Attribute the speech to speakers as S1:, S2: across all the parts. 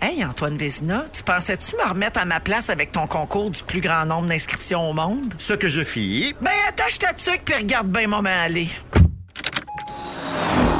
S1: Hey, Antoine Vézina, tu pensais-tu me remettre à ma place avec ton concours du plus grand nombre d'inscriptions au monde?
S2: Ce que je fis,
S1: Ben, attache ta tuque puis regarde bien moment aller.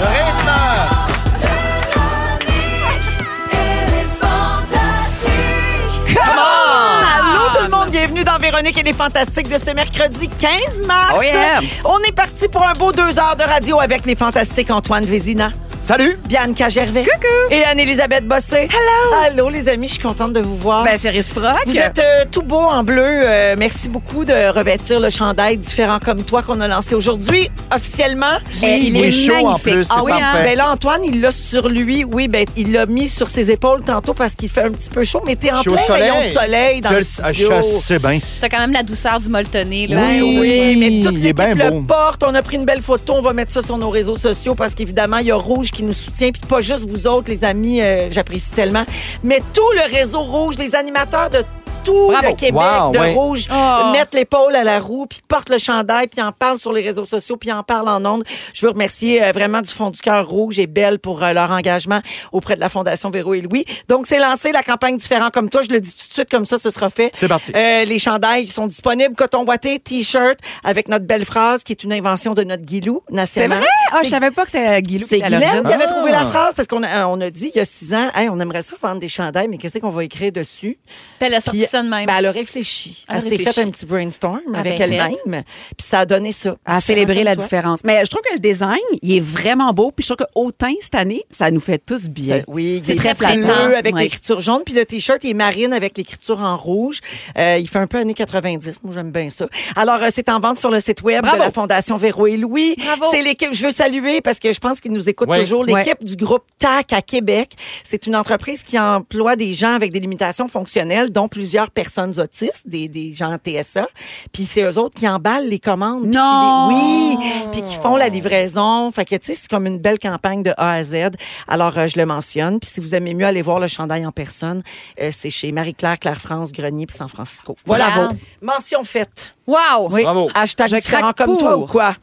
S2: Le rythme!
S3: Allô tout le monde, bienvenue dans Véronique et les Fantastiques de ce mercredi 15 mars.
S4: Oh yeah.
S3: On est parti pour un beau deux heures de radio avec les Fantastiques Antoine Vézina.
S2: Salut!
S3: Bianca Gervais.
S4: Coucou.
S3: Et Anne-Elisabeth Bossé. Hello. Allô les amis, je suis contente de vous voir.
S4: Ben, c'est réciproque.
S3: vous êtes euh, tout beau en bleu. Euh, merci beaucoup de revêtir le chandail différent comme toi qu'on a lancé aujourd'hui officiellement.
S4: Eh, il
S2: il est
S4: est
S2: chaud en
S4: magnifique.
S2: plus, c'est
S4: Ah oui, hein?
S2: parfait.
S3: Ben là, Antoine, il l'a sur lui. Oui, ben, il l'a mis sur ses épaules tantôt parce qu'il fait un petit peu chaud, mais t'es en
S2: Je suis au
S3: plein
S2: soleil.
S3: rayon de soleil dans
S2: je
S3: le
S2: le- ah,
S3: studio.
S2: je sais bien.
S4: T'as quand même la douceur du molletonné. Là,
S3: Ben
S4: autour de
S3: oui,
S4: toi.
S3: mais toute
S2: il est
S3: l'équipe
S2: bien
S3: le
S2: beau.
S3: porte. On a pris une belle photo. On va mettre ça sur nos réseaux sociaux parce qu'évidemment, il y a Rouge qui nous soutient. Puis pas juste vous autres, les amis, euh, j'apprécie tellement. Mais tout le réseau Rouge, les animateurs de tout
S4: Bravo.
S3: le Québec
S2: Wow,
S3: de
S2: ouais.
S3: Rouge
S4: Oh.
S3: mettent l'épaule à la roue, puis portent le chandail, puis en parlent sur les réseaux sociaux, puis en parlent en ondes. Je veux remercier euh, vraiment du fond du cœur Rouge et Belle pour euh, leur engagement auprès de la Fondation Véro et Louis. Donc, c'est lancé la campagne Différent comme toi. Je le dis tout de suite, comme ça, ce sera fait.
S2: C'est parti.
S3: Euh, les chandails sont disponibles, coton boité, t-shirt, avec notre belle phrase qui est une invention de notre Guilou
S4: C'est
S3: national.
S4: vrai? Ah, je savais pas que c'était Guilou
S3: C'est
S4: qui était à
S3: Guylaine
S4: l'origine.
S3: qui avait trouvé la
S2: Ah.
S3: phrase parce qu'on a, on a dit il y a six ans, Hey, on aimerait ça vendre des chandails, mais qu'est-ce qu'on va écrire dessus?
S4: Puis Elle a sorti
S3: Puis,
S4: ça de même.
S3: Ben, elle a réfléchi.
S4: Elle a
S3: Elle, s'est
S4: réfléchi.
S3: fait un petit brainstorm
S4: Ah,
S3: avec
S4: ben,
S3: elle-même. Puis ça a donné ça.
S5: à Ah, célébrer
S3: Comme
S5: la
S3: toi.
S5: différence. Mais je trouve que le design, il est vraiment beau. Puis je trouve que au teint, cette année, ça nous fait tous bien.
S3: Euh, Oui, il
S5: C'est
S3: est
S5: très
S3: bleu
S5: flattant.
S3: avec
S5: Ouais.
S3: l'écriture jaune, puis le t-shirt est marine avec l'écriture en rouge. Euh, il fait un peu années 90, moi j'aime bien ça. Alors euh, c'est en vente sur le site web
S5: Bravo.
S3: de la Fondation Véro et Louis.
S4: Bravo.
S3: C'est l'équipe, je veux saluer parce que je pense qu'ils nous écoutent
S2: Ouais.
S3: toujours
S5: Ouais.
S3: l'équipe du groupe TAC à Québec. C'est une entreprise qui emploie des gens avec des limitations fonctionnelles dont plusieurs personnes autistes, des, des gens en TSA. Puis c'est eux autres qui emballent les commandes puis qui
S5: Non!
S3: les- oui, puis qui font la livraison. Fait que, tu sais, c'est comme une belle campagne de A à Z. Alors, euh, je le mentionne. Puis si vous aimez mieux aller voir le chandail en personne, euh, c'est chez Marie-Claire, Claire-France, Grenier puis San Francisco. Voilà.
S4: Bravo.
S3: Mention faite.
S4: Wow!
S3: Oui.
S2: Bravo.
S3: Hashtag
S5: Je
S3: différent
S5: craque
S3: comme toi
S5: pour. Hmm.
S3: ou quoi.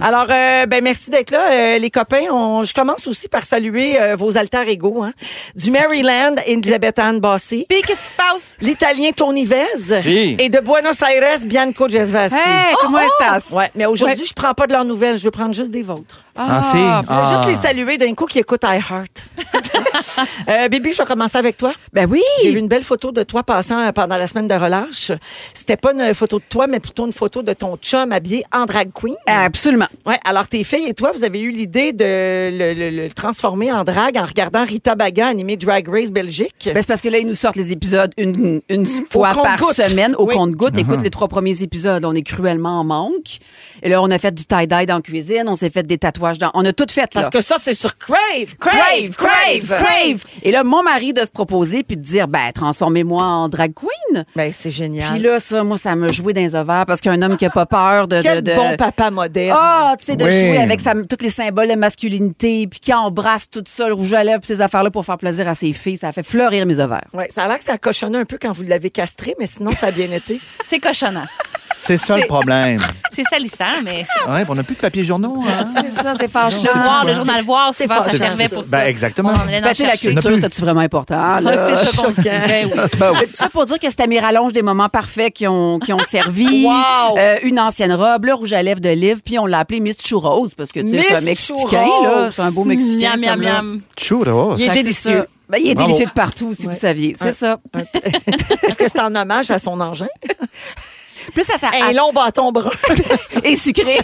S3: Alors, euh, ben merci d'être là, euh, les copains. On- je commence aussi par saluer euh, vos alter égaux. Hein. Du Maryland, Elisabeth Anne Bossy.
S4: Puis qu'est-ce qui se passe?
S3: L'Italien Tony Vez.
S2: Si.
S3: Et de Buenos Aires, Bianco Gervasi. Oh,
S5: Hey, comment est-ce
S3: Ouais, mais aujourd'hui,
S5: Ouais.
S3: je prends pas de leurs nouvelles, je veux prendre juste des vôtres.
S2: Ah, si.
S3: Je veux
S2: Ah.
S3: juste les saluer d'un coup qui écoute iHeart. euh, Bibi, je vais commencer avec toi.
S5: Ben oui.
S3: J'ai vu une belle photo de toi passant euh, pendant la semaine de relâche. C'était pas une photo de toi, mais plutôt une photo de ton chum habillé en drag queen.
S5: Absolument.
S3: Ouais, alors tes filles et toi, vous avez eu l'idée de le, le- le transformer en drague en regardant Rita Baga animer Drag Race Belgique.
S5: Ben, c'est parce que là, ils nous sortent les épisodes une, une fois par
S3: compte-gouttes.
S5: semaine au
S3: Oui.
S5: compte-gouttes. Écoute, les trois premiers épisodes, on est cruellement en manque. Et là, on a fait du tie-dye dans la cuisine, on s'est fait des tatouages dans... On a tout fait, là.
S3: Parce que ça, c'est sur Crave.
S5: Crave, crave, crave. Et là, mon mari de se proposer puis de dire, ben, transformez-moi en drag queen.
S3: Ben, c'est génial.
S5: Puis là, ça, moi, ça me jouait dans les ovaires parce qu'un homme qui a pas peur de... de-
S3: Quel
S5: de-
S3: bon papa moderne.
S5: Ah, tu sais, de
S2: Oui.
S5: jouer avec sa, tous les symboles de masculinité, puis qui embrasse tout ça, le rouge à lèvres, puis ces affaires-là pour faire plaisir à ses filles. Ça a fait fleurir mes ovaires.
S3: Ouais, ça a l'air que ça a cochonné un peu quand vous l'avez castré, mais sinon, ça a bien été.
S4: C'est cochonnant.
S2: C'est ça le problème.
S4: C'est salissant, mais.
S2: Ouais, on n'a plus de papier journaux. Hein?
S5: C'est ça, c'est fâchant.
S4: Le voir,
S2: ouais.
S4: le journal voir, souvent, ça
S2: fâchant,
S4: servait
S2: c'est
S4: Ah, pour
S2: ça.
S4: ça.
S2: Ben, exactement.
S4: On en allait dans
S5: Ben, tu sais, la
S4: chercher.
S5: culture, euh,
S2: plus.
S5: c'est-tu vraiment important? là?
S4: C'est ça qu'on se dit. Ben oui.
S2: Ben oui.
S5: Ça pour dire que c'était mes rallonges des moments parfaits qui ont, qui ont servi.
S4: Wow!
S5: Euh, une ancienne robe, le rouge à lèvres d'olive, puis on l'a appelé Miss Churros parce que tu sais, c'est un
S3: Miss
S5: Mexicain,
S3: Churros!
S5: là. C'est un beau Mexicain.
S4: Miam,
S5: cet
S4: miam,
S5: homme-là.
S4: miam.
S2: Churros.
S5: Fait que c'est
S3: délicieux.
S5: ça. Ben, il est
S2: Bravo.
S5: délicieux de partout, si
S3: Ouais.
S5: vous saviez. C'est
S3: Ouais.
S5: ça.
S3: Est-ce que c'est en hommage à son engin?
S5: Plus à sa.
S3: euh, Un long bâton brun.
S5: Et sucré.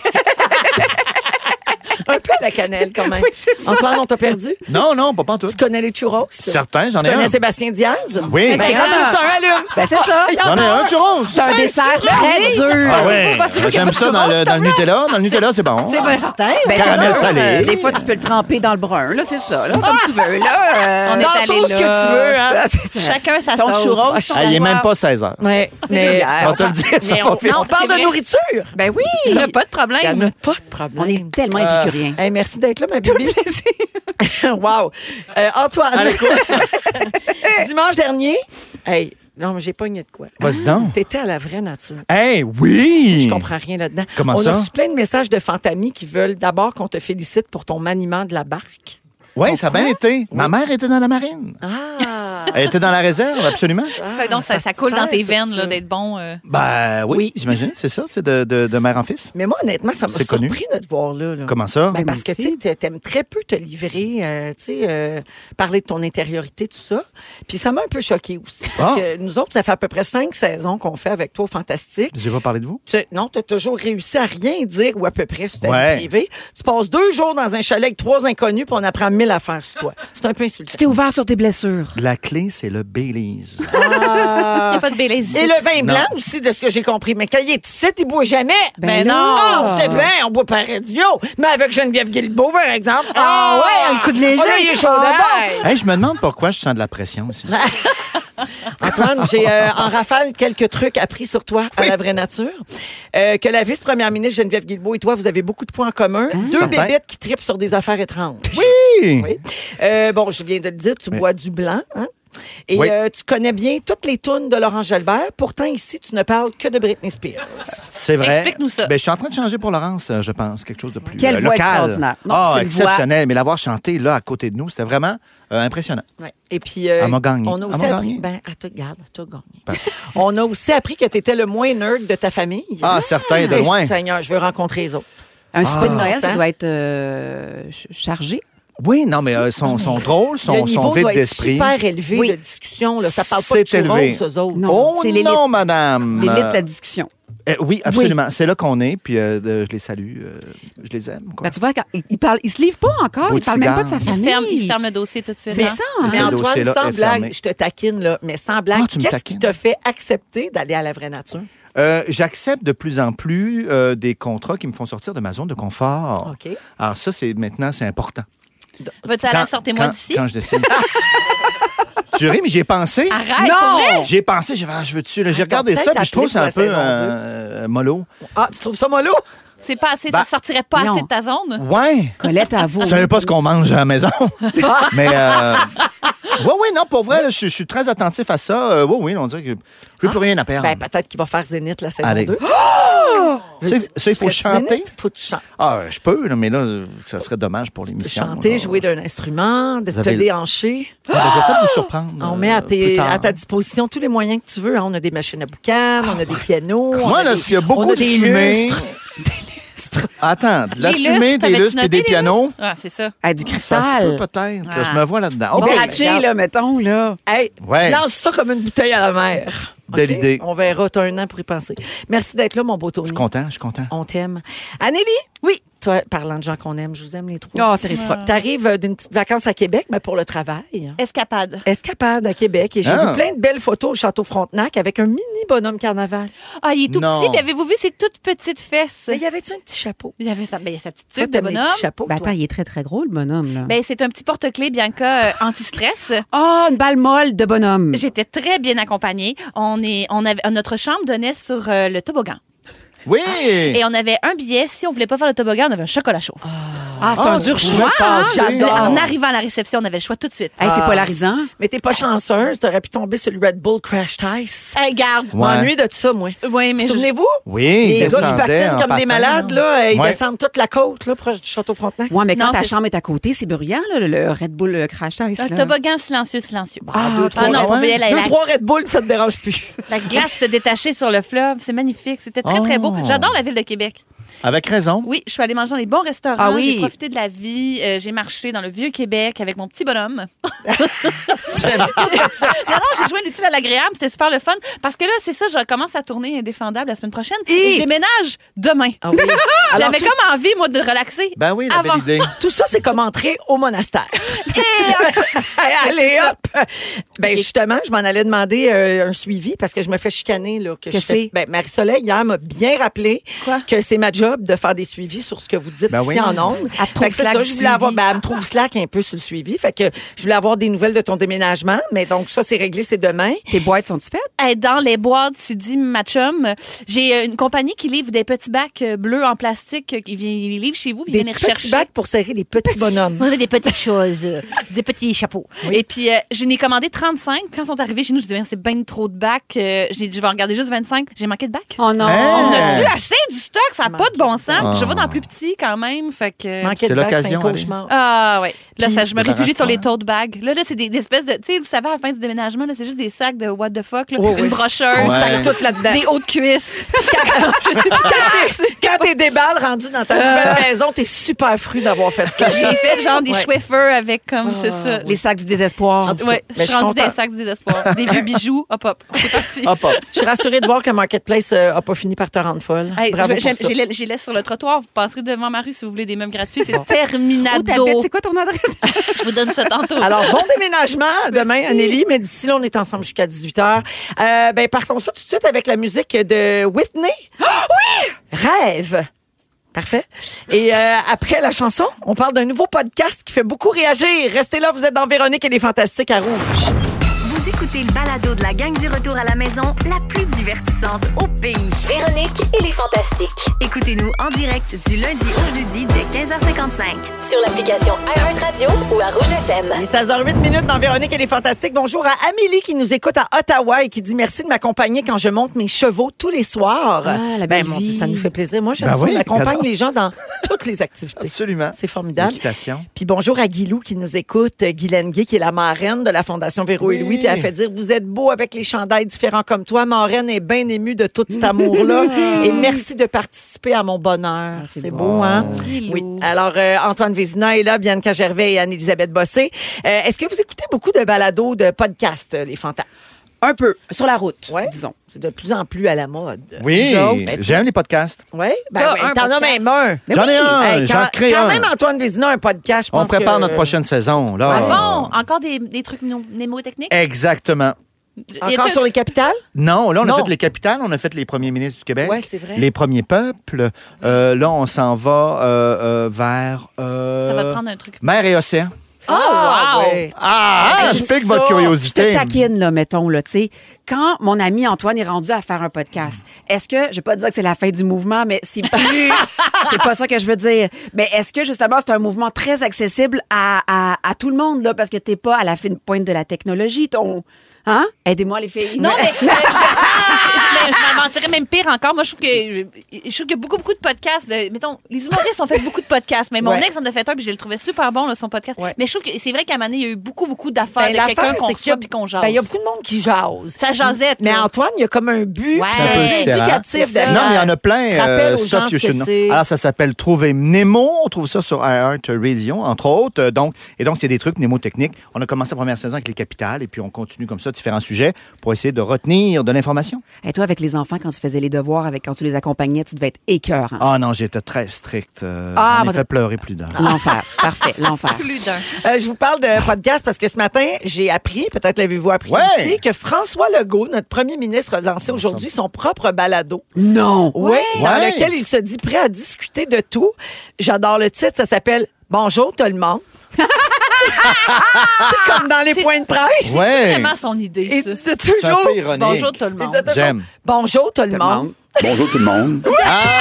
S3: Un peu à la cannelle, quand même.
S5: Oui, c'est ça.
S3: Antoine, on t'a perdu.
S2: Non, non, pas, pas en tout.
S3: Tu connais les churros?
S2: Certains, j'en ai
S3: Tu connais
S2: un.
S3: Sébastien Diaz?
S2: Oui.
S3: Ben,
S5: Ben,
S3: quand
S5: alors.
S3: un, ça allume.
S5: Ben, c'est ça.
S3: Il y en
S2: J'en ai un, tu roses.
S5: C'est un dessert très dur.
S2: Ah ouais. J'aime ça dans le, dans le Nutella. Dans le Nutella, c'est bon.
S5: C'est bien
S4: Ah,
S5: certain. Ben,
S2: Caramel
S5: c'est sûr,
S2: salé.
S5: euh, des fois, tu peux le tremper dans le brun, là, c'est ça, là, comme tu veux, là.
S4: On
S5: euh,
S4: est
S3: Dans la
S4: allé
S3: sauce que
S4: là.
S3: tu veux, hein?
S5: c'est ça.
S4: Chacun sa
S5: Ton
S4: sauce.
S5: churros.
S2: Ah, il est même pas 16 heures.
S3: Ouais, mais
S5: vulgaire.
S2: On va te le dire, ça
S4: Mais
S2: va
S4: on-
S2: vite.
S4: non,
S3: on parle
S4: C'est
S3: de
S4: vrai.
S3: nourriture.
S5: Ben oui.
S4: Il n'y a pas de
S3: Il n'y
S4: problème.
S3: a pas de problème.
S5: On est tellement épicuriens.
S3: Hey, merci d'être là, ma bibi. wow. Euh, Antoine. Dimanche dernier. Hey, non, mais j'ai pogné de quoi.
S2: Vas-y donc.
S3: T'étais à la vraie nature.
S2: Hey, oui!
S3: Je comprends rien là-dedans.
S2: Comment
S3: On
S2: ça?
S3: a reçu plein de messages de fantamis qui veulent d'abord qu'on te félicite pour ton maniement de la barque.
S2: Oui, ça a bien été. Ma mère était dans la marine.
S3: Ah!
S2: Elle était dans la réserve, absolument.
S4: Fais donc, ça, ça coule dans tes veines là, d'être bon. euh.
S2: Ben oui, j'imagine, c'est ça, c'est de, de- de mère en fils.
S3: Mais moi, honnêtement, ça m'a
S2: C'est connu.
S3: surpris de te voir là. là.
S2: Comment ça?
S3: Ben,
S5: Ben,
S3: parce
S5: moi
S3: que
S5: aussi.
S3: tu sais, t'aimes très peu te livrer, euh, tu sais, euh, parler de ton intériorité, tout ça. Puis ça m'a un peu choqué aussi. Parce
S2: Ah.
S3: que nous autres, ça fait à peu près cinq saisons qu'on fait avec toi au Fantastique.
S2: J'ai pas parlé de vous?
S3: Tu- non, tu as toujours réussi à rien dire ou à peu près sur ta vie
S2: Ouais.
S3: privée. Tu passes deux jours dans un chalet avec trois inconnus puis on apprend mille affaires sur toi. C'est un peu
S5: Tu
S3: insultant.
S5: t'es ouvert sur tes blessures.
S2: La clé, c'est le Baileys.
S3: Ah
S4: Il n'y a pas de bélaisie.
S3: Et le vin
S2: Non.
S3: blanc aussi, de ce que j'ai compris. Mais quand il est ici, il boit jamais.
S4: Ben
S3: Ah,
S5: là.
S3: on sait bien, on boit par radio. Mais avec Geneviève Guilbeault, par exemple. Ah, ouais, le coup de léger. Ah il est chaud d'ail.
S2: hey, je me demande pourquoi je sens de la pression ici.
S3: Antoine, j'ai euh, en rafale quelques trucs appris sur toi à la vraie nature. Euh, que la vice-première ministre Geneviève Guilbeault et toi, vous avez beaucoup de points en commun. Deux
S2: Certain.
S3: bébites qui tripent sur des affaires étranges.
S2: Oui!
S3: Oui. Euh, bon, je viens de le dire, tu
S2: Oui.
S3: bois du blanc. hein? Et
S2: Oui.
S3: euh, tu connais bien toutes les tunes de Laurent Jalbert. Pourtant, ici, tu ne parles que de Britney Spears.
S2: C'est vrai.
S4: Explique-nous ça.
S2: Ben, je suis en train de changer pour Laurence, euh, je pense. Quelque chose de plus
S5: Quelle
S2: euh,
S5: voix
S2: local.
S5: extraordinaire. Non,
S2: Ah,
S5: c'est une voix-
S2: exceptionnel. Mais l'avoir chanté là, à côté de nous, c'était vraiment euh, impressionnant.
S3: Ouais. Et puis, euh,
S2: Elle m'a gagné.
S3: on a
S2: Elle
S3: aussi
S2: m'a
S3: appris,
S2: gagné.
S3: ben, elle t'a- regarde, elle t'a gagné.
S2: Ben.
S3: On a aussi appris que tu étais le moins nerd de ta famille.
S2: Ah, certain, de
S3: Eh,
S2: loin.
S3: Seigneur, je veux rencontrer les autres.
S2: Ah.
S5: Un souper de Noël,
S4: Hein?
S3: ça.
S5: ça doit être euh, ch- chargé.
S2: Oui, non, mais euh, sont, sont drôles,
S3: Le
S2: sont,
S3: niveau
S2: sont vides
S3: doit être
S2: d'esprit.
S3: super élevé
S5: Oui.
S3: de discussion. Là. Ça parle pas de
S2: C'est élevé.
S3: churros, eux autres.
S5: Non,
S2: Oh
S5: c'est l'élite.
S2: non, madame!
S5: L'élite de la discussion.
S2: Euh, oui, absolument. C'est là qu'on est, puis euh, de- je les salue, euh, je les aime. quoi.
S5: Ben, tu vois, quand, il, parle, il se livre pas encore.
S2: Beau
S5: il parle même
S2: cigare.
S5: pas de sa
S4: Il
S5: famille.
S4: ferme, il ferme le dossier tout de suite.
S5: C'est
S4: hein.
S5: ça.
S2: Ce
S3: Mais Antoine,
S2: dossier-là
S3: sans
S2: est fermé.
S3: blague, je te taquine, là, mais sans blague,
S2: Ah, tu me
S3: qu'est-ce
S2: taquines.
S3: qui te fait accepter d'aller à la vraie nature?
S2: Euh, J'accepte de plus en plus euh, des contrats qui me font sortir de ma zone de confort.
S3: OK.
S2: Alors ça, c'est maintenant, c'est important.
S4: Vas-tu aller à sortez-moi
S2: quand-
S4: d'ici?
S2: Quand je décide. tu ris, mais j'y ai pensé.
S4: Arrête, pour vrai?
S2: J'y ai pensé, j'ai fait, ah, je veux-tu. là? J'ai
S3: Attends,
S2: regardé ça,
S3: peut-être
S2: puis je trouve que c'est un
S3: appeler
S2: peu
S3: pour la saison
S2: euh, euh, mollo.
S3: Ah, tu trouves ça mollo?
S4: C'est pas assez,
S2: Ben,
S4: ça sortirait pas
S5: non.
S4: assez de ta zone?
S2: Ouais.
S5: Colette à vous.
S2: Tu savais pas ce qu'on mange à la maison. mais. Euh... Oui, oui, non, pour vrai, là, je je suis très attentif à ça. Euh, oui, oui, on dirait que je n'ai plus rien à perdre.
S3: Ben, peut-être qu'il va faire Zénith la saison
S2: Ah. Allez. Ah!
S3: 2.
S2: ça, il- ça, il faut chanter.
S3: Il faut te chan-
S2: Ah, je peux, là, mais là, ça serait dommage pour l'émission.
S3: chanter,
S2: là.
S3: jouer d'un instrument, de
S2: Vous
S3: te
S2: avez le-
S3: déhancher.
S2: Ah, ben, je vais peut-être vous surprendre.
S3: On
S2: euh,
S3: met à, tes-
S2: plus tard.
S3: à ta disposition tous les moyens que tu veux. hein. On a des machines à boucan, on a des pianos. on
S2: Moi,
S3: a
S2: là,
S3: des-
S2: s'il y a
S3: on
S2: beaucoup de
S3: des
S2: fumée.
S3: lustres.
S2: Attends, de la
S4: Les
S2: fumée, des
S4: t'avais-tu
S2: lustres et
S4: noté
S2: des
S4: les
S2: pianos.
S4: lustres? Ah, c'est ça.
S5: Hey,
S2: Ça se
S5: du
S2: peut
S5: cristal. ben,
S2: peut-être. là,
S4: Ah.
S2: Je me vois là-dedans. Oh, ben, OK.
S5: Liberace, là, mettons, là.
S3: Hey,
S2: Ouais.
S3: je lance ça comme une bouteille à la mer.
S2: Belle
S3: OK?
S2: idée.
S3: On verra, t'as un an pour y penser. Merci d'être là, mon beau Tony.
S2: Je suis content, je suis content.
S3: On t'aime. Anélie?
S5: Oui.
S3: Toi, parlant de gens qu'on aime, je vous aime les trois.
S5: Ah, c'est réciproque.
S3: T'arrives euh, d'une petite vacance à Québec, mais pour le travail.
S4: Escapade.
S3: Escapade à Québec. Et j'ai
S2: Ah.
S3: vu plein de belles photos au Château Frontenac avec un mini bonhomme carnaval.
S4: Ah, il est tout
S2: Non.
S4: petit, puis avez-vous vu ses toutes petites fesses?
S3: Mais y avait-tu un petit chapeau?
S4: Il avait sa, ben, il a sa petite
S3: Toi,
S4: tuque de
S3: t'aimes les
S4: bonhomme.
S3: petits chapeaux,
S5: Ben,
S3: toi?
S5: attends, il est très, très gros, le bonhomme, là.
S4: Ben, c'est un petit porte-clés, Bianca, euh, anti-stress.
S5: Ah, une balle molle de bonhomme.
S4: J'étais très bien accompagnée. On est, on avait, notre chambre donnait sur euh, le toboggan.
S2: Oui!
S4: Et on avait un billet. Si on voulait pas faire le toboggan, on avait un chocolat chaud.
S5: Ah, c'est
S2: Ah,
S5: un
S2: tu
S5: dur
S2: pouvais
S5: choix. hein?
S2: passer.
S4: En arrivant à la réception, on avait le choix tout de suite.
S5: Hey,
S2: Ah.
S5: c'est polarisant.
S3: Mais t'es pas chanceuse, t'aurais pu tomber sur le Red Bull Crash Tice.
S4: Hey, garde.
S2: Ouais.
S3: M'ennuie de ça, moi.
S4: Oui, mais je-
S3: Souvenez-vous?
S2: Oui,
S3: Les
S2: il
S3: gars qui
S2: descendait
S3: patinent
S2: en
S3: comme des
S2: patin.
S3: malades, là, euh, ils
S2: Ouais.
S3: descendent toute la côte, là, proche du Château Frontenac.
S5: Ouais, mais quand
S4: Non,
S5: ta
S4: c'est-
S5: chambre est à côté, c'est bruyant, là, le, le Red Bull euh, crash ice.
S4: un
S5: là.
S4: toboggan silencieux, silencieux.
S5: Ah, deux, trois,
S4: Ah non,
S2: ouais.
S4: on voyait la,
S3: Deux,
S4: la-
S3: trois Red Bull, ça te dérange plus.
S4: la glace se détacher sur le fleuve. C'est magnifique. C'était très, très beau.
S2: Oh.
S4: J'adore la ville de Québec.
S2: Avec raison.
S4: Oui, je suis allée manger dans les bons restaurants.
S5: Ah oui.
S4: J'ai profité de la vie. Euh, j'ai marché dans le vieux Québec avec mon petit bonhomme.
S3: prochaine.
S4: non, non, j'ai joué l'utile à l'agréable. C'était super le fun. Parce que là, c'est ça, je commence à tourner indéfendable la semaine prochaine. Et je déménage demain.
S3: Ah oui. Alors,
S4: J'avais
S3: tout-
S4: comme envie, moi, de relaxer.
S2: Ben oui, la
S4: avant.
S2: belle idée.
S3: Tout ça, c'est comme entrer au monastère. Allez, hop! Ben, justement, je m'en allais demander euh, un suivi parce que je me fais chicaner. Là, que je
S5: Qu'est-ce
S3: fais-
S5: c'est?
S3: ben, Marie-Soleil, hier, m'a bien rappelé
S4: Quoi?
S3: que c'est ma job de faire des suivis sur ce que vous dites
S2: Ben
S3: ici
S2: oui.
S3: en ondes.
S5: Elle te trouve
S3: Fait que c'est
S5: slack
S3: ça,
S5: du
S3: je voulais avoir,
S5: suivi.
S3: ben, elle me trouve slack un peu sur le suivi. Fait que je voulais avoir des nouvelles de ton déménagement. Mais donc, ça, c'est réglé, c'est demain.
S5: Tes boîtes sont-tu faites?
S4: Hey, dans les boîtes, tu dis ma chum, euh, j'ai euh, une compagnie qui livre des petits bacs euh, bleus en plastique euh, qui vient ils les livrent chez vous, puis ils
S3: Des
S4: viennent les
S3: petits
S4: rechercher.
S3: bacs pour serrer les petits bonhommes.
S4: Ouais, des petites choses, euh, des petits chapeaux. Et puis, euh, je n'ai commandé 35. Quand ils sont arrivés chez nous, je dis, c'est ben trop de bacs. Euh, je, n'ai dit, je vais en regarder juste 25. J'ai manqué de bacs.
S5: Oh non!
S2: Hein?
S4: On a dû acheter du stock, ça n'a pas de bon sens. Puis Je vais
S2: Ah.
S4: dans le plus petit quand même, fait que...
S3: Manquer
S2: C'est
S3: de bacs, c'est un
S2: l'occasion, allez.
S3: cauchemar.
S4: Ah ouais. Là, ça, je me réfugie
S2: débarrasse-toi.
S4: sur les tote bags. Là, là, c'est des, des espèces de... Tu sais, vous savez, à la fin du déménagement, là, c'est juste des sacs de what the fuck, là.
S3: Oh,
S4: une
S3: oui.
S4: brocheuse,
S2: Ouais.
S3: Sac tout là-dedans.
S4: des hauts de cuisse.
S3: Quand t'es déballe rendu dans ta nouvelle maison, t'es super fru d'avoir fait ça.
S4: Euh. J'ai fait genre des
S3: Ouais.
S4: Schweffer avec comme, c'est ça.
S5: Les sacs du désespoir.
S4: Les... Ouais, je
S3: Mais je
S4: suis
S3: suis
S4: rendue des
S3: contente.
S4: sacs du désespoir. des vieux bijoux, hop hop. C'est parti.
S2: Hop, hop.
S3: Je suis rassurée de voir que Marketplace euh, a pas fini par te rendre folle.
S4: Hey,
S3: Bravo
S4: je-
S3: pour
S4: j'aime-
S3: ça.
S4: j'ai les- j'ai les sur le trottoir. Vous passerez devant ma rue si vous voulez des meubles gratuits. C'est
S5: Où t'habites?
S4: terminado.
S5: C'est quoi ton adresse?
S4: Je vous donne ça tantôt.
S3: Alors, bon déménagement demain, Anneli, mais d'ici là, on est ensemble jusqu'à 18h. Euh, ben, partons ça tout de suite avec la musique de Whitney.
S4: Ah
S3: oui! Rêve. Parfait. Et euh, après la chanson, on parle d'un nouveau podcast qui fait beaucoup réagir. Restez là, vous êtes dans Véronique et les Fantastiques à Rouge.
S6: Vous écoutez le balado de la gang du retour à la maison, la plus divertissante au pays.
S7: Véronique et les Fantastiques.
S6: Écoutez-nous en direct du lundi au jeudi dès 15h55.
S7: Sur l'application iHeartRadio ou à Rouge FM.
S3: Il est 16h08 minutes dans Véronique, elle est fantastique. Bonjour à Amélie qui nous écoute à Ottawa et qui dit merci de m'accompagner quand je monte mes chevaux tous les soirs.
S5: Ah, la belle
S3: ben, mon
S5: vie.
S3: Dieu, ça nous fait plaisir. Moi, j'aime
S2: Ben
S3: ça.
S2: oui,
S3: on accompagne
S2: j'adore.
S3: les gens dans toutes les activités.
S2: Absolument.
S3: C'est formidable.
S2: L'équitation.
S3: Puis bonjour à Guilou qui nous écoute, euh, Guylaine Gay qui est la marraine de la Fondation Véro et
S2: Oui.
S3: Louis, puis elle fait dire vous êtes beau avec les chandails différents comme toi, marraine est bien émue de tout cet amour là et merci de participer à mon bonheur. c'est beau hein. Oui. Alors euh, Antoine Vézina est là, Bianca Gervais et Anne-Elisabeth Bossé. Euh, Est-ce que vous écoutez beaucoup de balados de podcasts euh, les fantasmes
S5: Un peu. Sur la route,
S3: Ouais.
S5: disons.
S3: C'est de plus en plus à la mode.
S2: Oui,
S3: Vous Euh, autres?
S2: j'aime les podcasts.
S3: Ouais, ben,
S4: T'as
S3: ouais,
S4: un
S3: t'en
S4: podcast.
S3: as même un. Ben
S2: J'en ai un,
S3: Hey, quand-
S2: j'en crée
S3: quand
S2: un.
S3: même Antoine Vézina a un podcast, je pense
S2: On prépare
S3: que-
S2: notre prochaine saison. Là.
S4: Ah
S3: euh,
S4: bon, encore des, des trucs mnémo- mnémotechniques?
S2: Exactement.
S4: Y
S3: Encore
S4: a-t-il-
S3: sur les capitales
S2: Non, là, on
S3: Non.
S2: a fait les capitales, on a fait les premiers ministres du Québec,
S3: Ouais, c'est vrai.
S2: les premiers peuples. Euh, là, on s'en va euh, euh, vers. euh,
S4: Ça va te prendre un truc.
S2: Mer et océan.
S4: Ah, wow!
S3: ouais.
S2: Ah,
S3: Hey,
S2: je
S3: je
S2: pique
S3: dis
S2: votre
S3: ça,
S5: Je te
S2: curiosité.
S5: taquine, là, mettons, là, tu sais. Quand mon ami Antoine est rendu à faire un podcast, est-ce que, je vais pas dire que c'est la fin du mouvement, mais si c'est pas ça que je veux dire. Mais est-ce que, justement, c'est un mouvement très accessible à, à, à tout le monde, là, parce que t'es pas à la fine pointe de la technologie, ton, hein? Aidez-moi, les filles.
S4: Non, mais euh, je, je, je- mais je m'en mentirais même pire encore. Moi, je trouve que je trouve qu'il y a beaucoup, beaucoup de podcasts. de- mettons, les humoristes ont fait beaucoup de podcasts, mais mon
S3: Ouais.
S4: ex en a fait un, puis je le trouvais super bon, là, son podcast.
S3: Ouais.
S4: Mais je trouve que c'est vrai qu'à un moment donné, il y a eu beaucoup, beaucoup d'affaires
S3: Ben,
S4: de quelqu'un
S3: l'affaire,
S4: qu'on
S3: c'est qu'il y a-
S4: reçoit puis qu'on jase.
S3: ben, Il y a beaucoup de monde qui jase.
S4: Ça jasette,
S3: Mais
S4: là.
S3: Antoine, il y a comme un but euh,
S4: Ouais.
S2: C'est un peu différent.
S3: éducatif derrière.
S2: Non, mais il y en a plein.
S3: Rappelle
S2: euh,
S3: aux
S2: stuff
S3: gens ce
S2: you
S3: que
S2: should know.
S3: c'est.
S2: Alors, ça s'appelle Trouver Nemo. On trouve ça sur iHeartRadio, entre autres. Euh, Donc, et donc, c'est des trucs mnémotechniques. On a commencé la première saison avec les capitales et puis on continue comme ça, différents sujets, pour essayer de retenir de l'information.
S5: Et toi, avec les enfants, quand tu faisais les devoirs, avec, quand tu les accompagnais, tu devais être écœurant.
S2: Ah non, j'étais très strict. Euh,
S5: Ah,
S2: J'en ai
S5: moi,
S2: fait pleurer plus d'un.
S5: L'enfer. Parfait, l'enfer.
S4: Plus d'un.
S3: Euh, je vous parle de podcast parce que ce matin, j'ai appris, peut-être l'avez-vous appris
S2: Ouais.
S3: aussi, que François Legault, notre premier ministre, a lancé aujourd'hui son propre balado.
S5: Non!
S3: Oui. Dans
S2: Ouais.
S3: lequel il se dit prêt à discuter de tout. J'adore le titre, ça s'appelle Bonjour tout le monde. C'est comme dans les points de presse.
S4: C'est
S2: Ouais,
S4: vraiment son idée,
S3: Et
S4: ça.
S3: tu dis
S2: c'est un
S3: toujours.
S2: peu ironique.
S4: Bonjour tout le
S3: il dit
S4: monde.
S3: toujours,
S2: J'aime.
S3: Bonjour tout le monde.
S8: Bonjour tout le monde.
S2: Ah!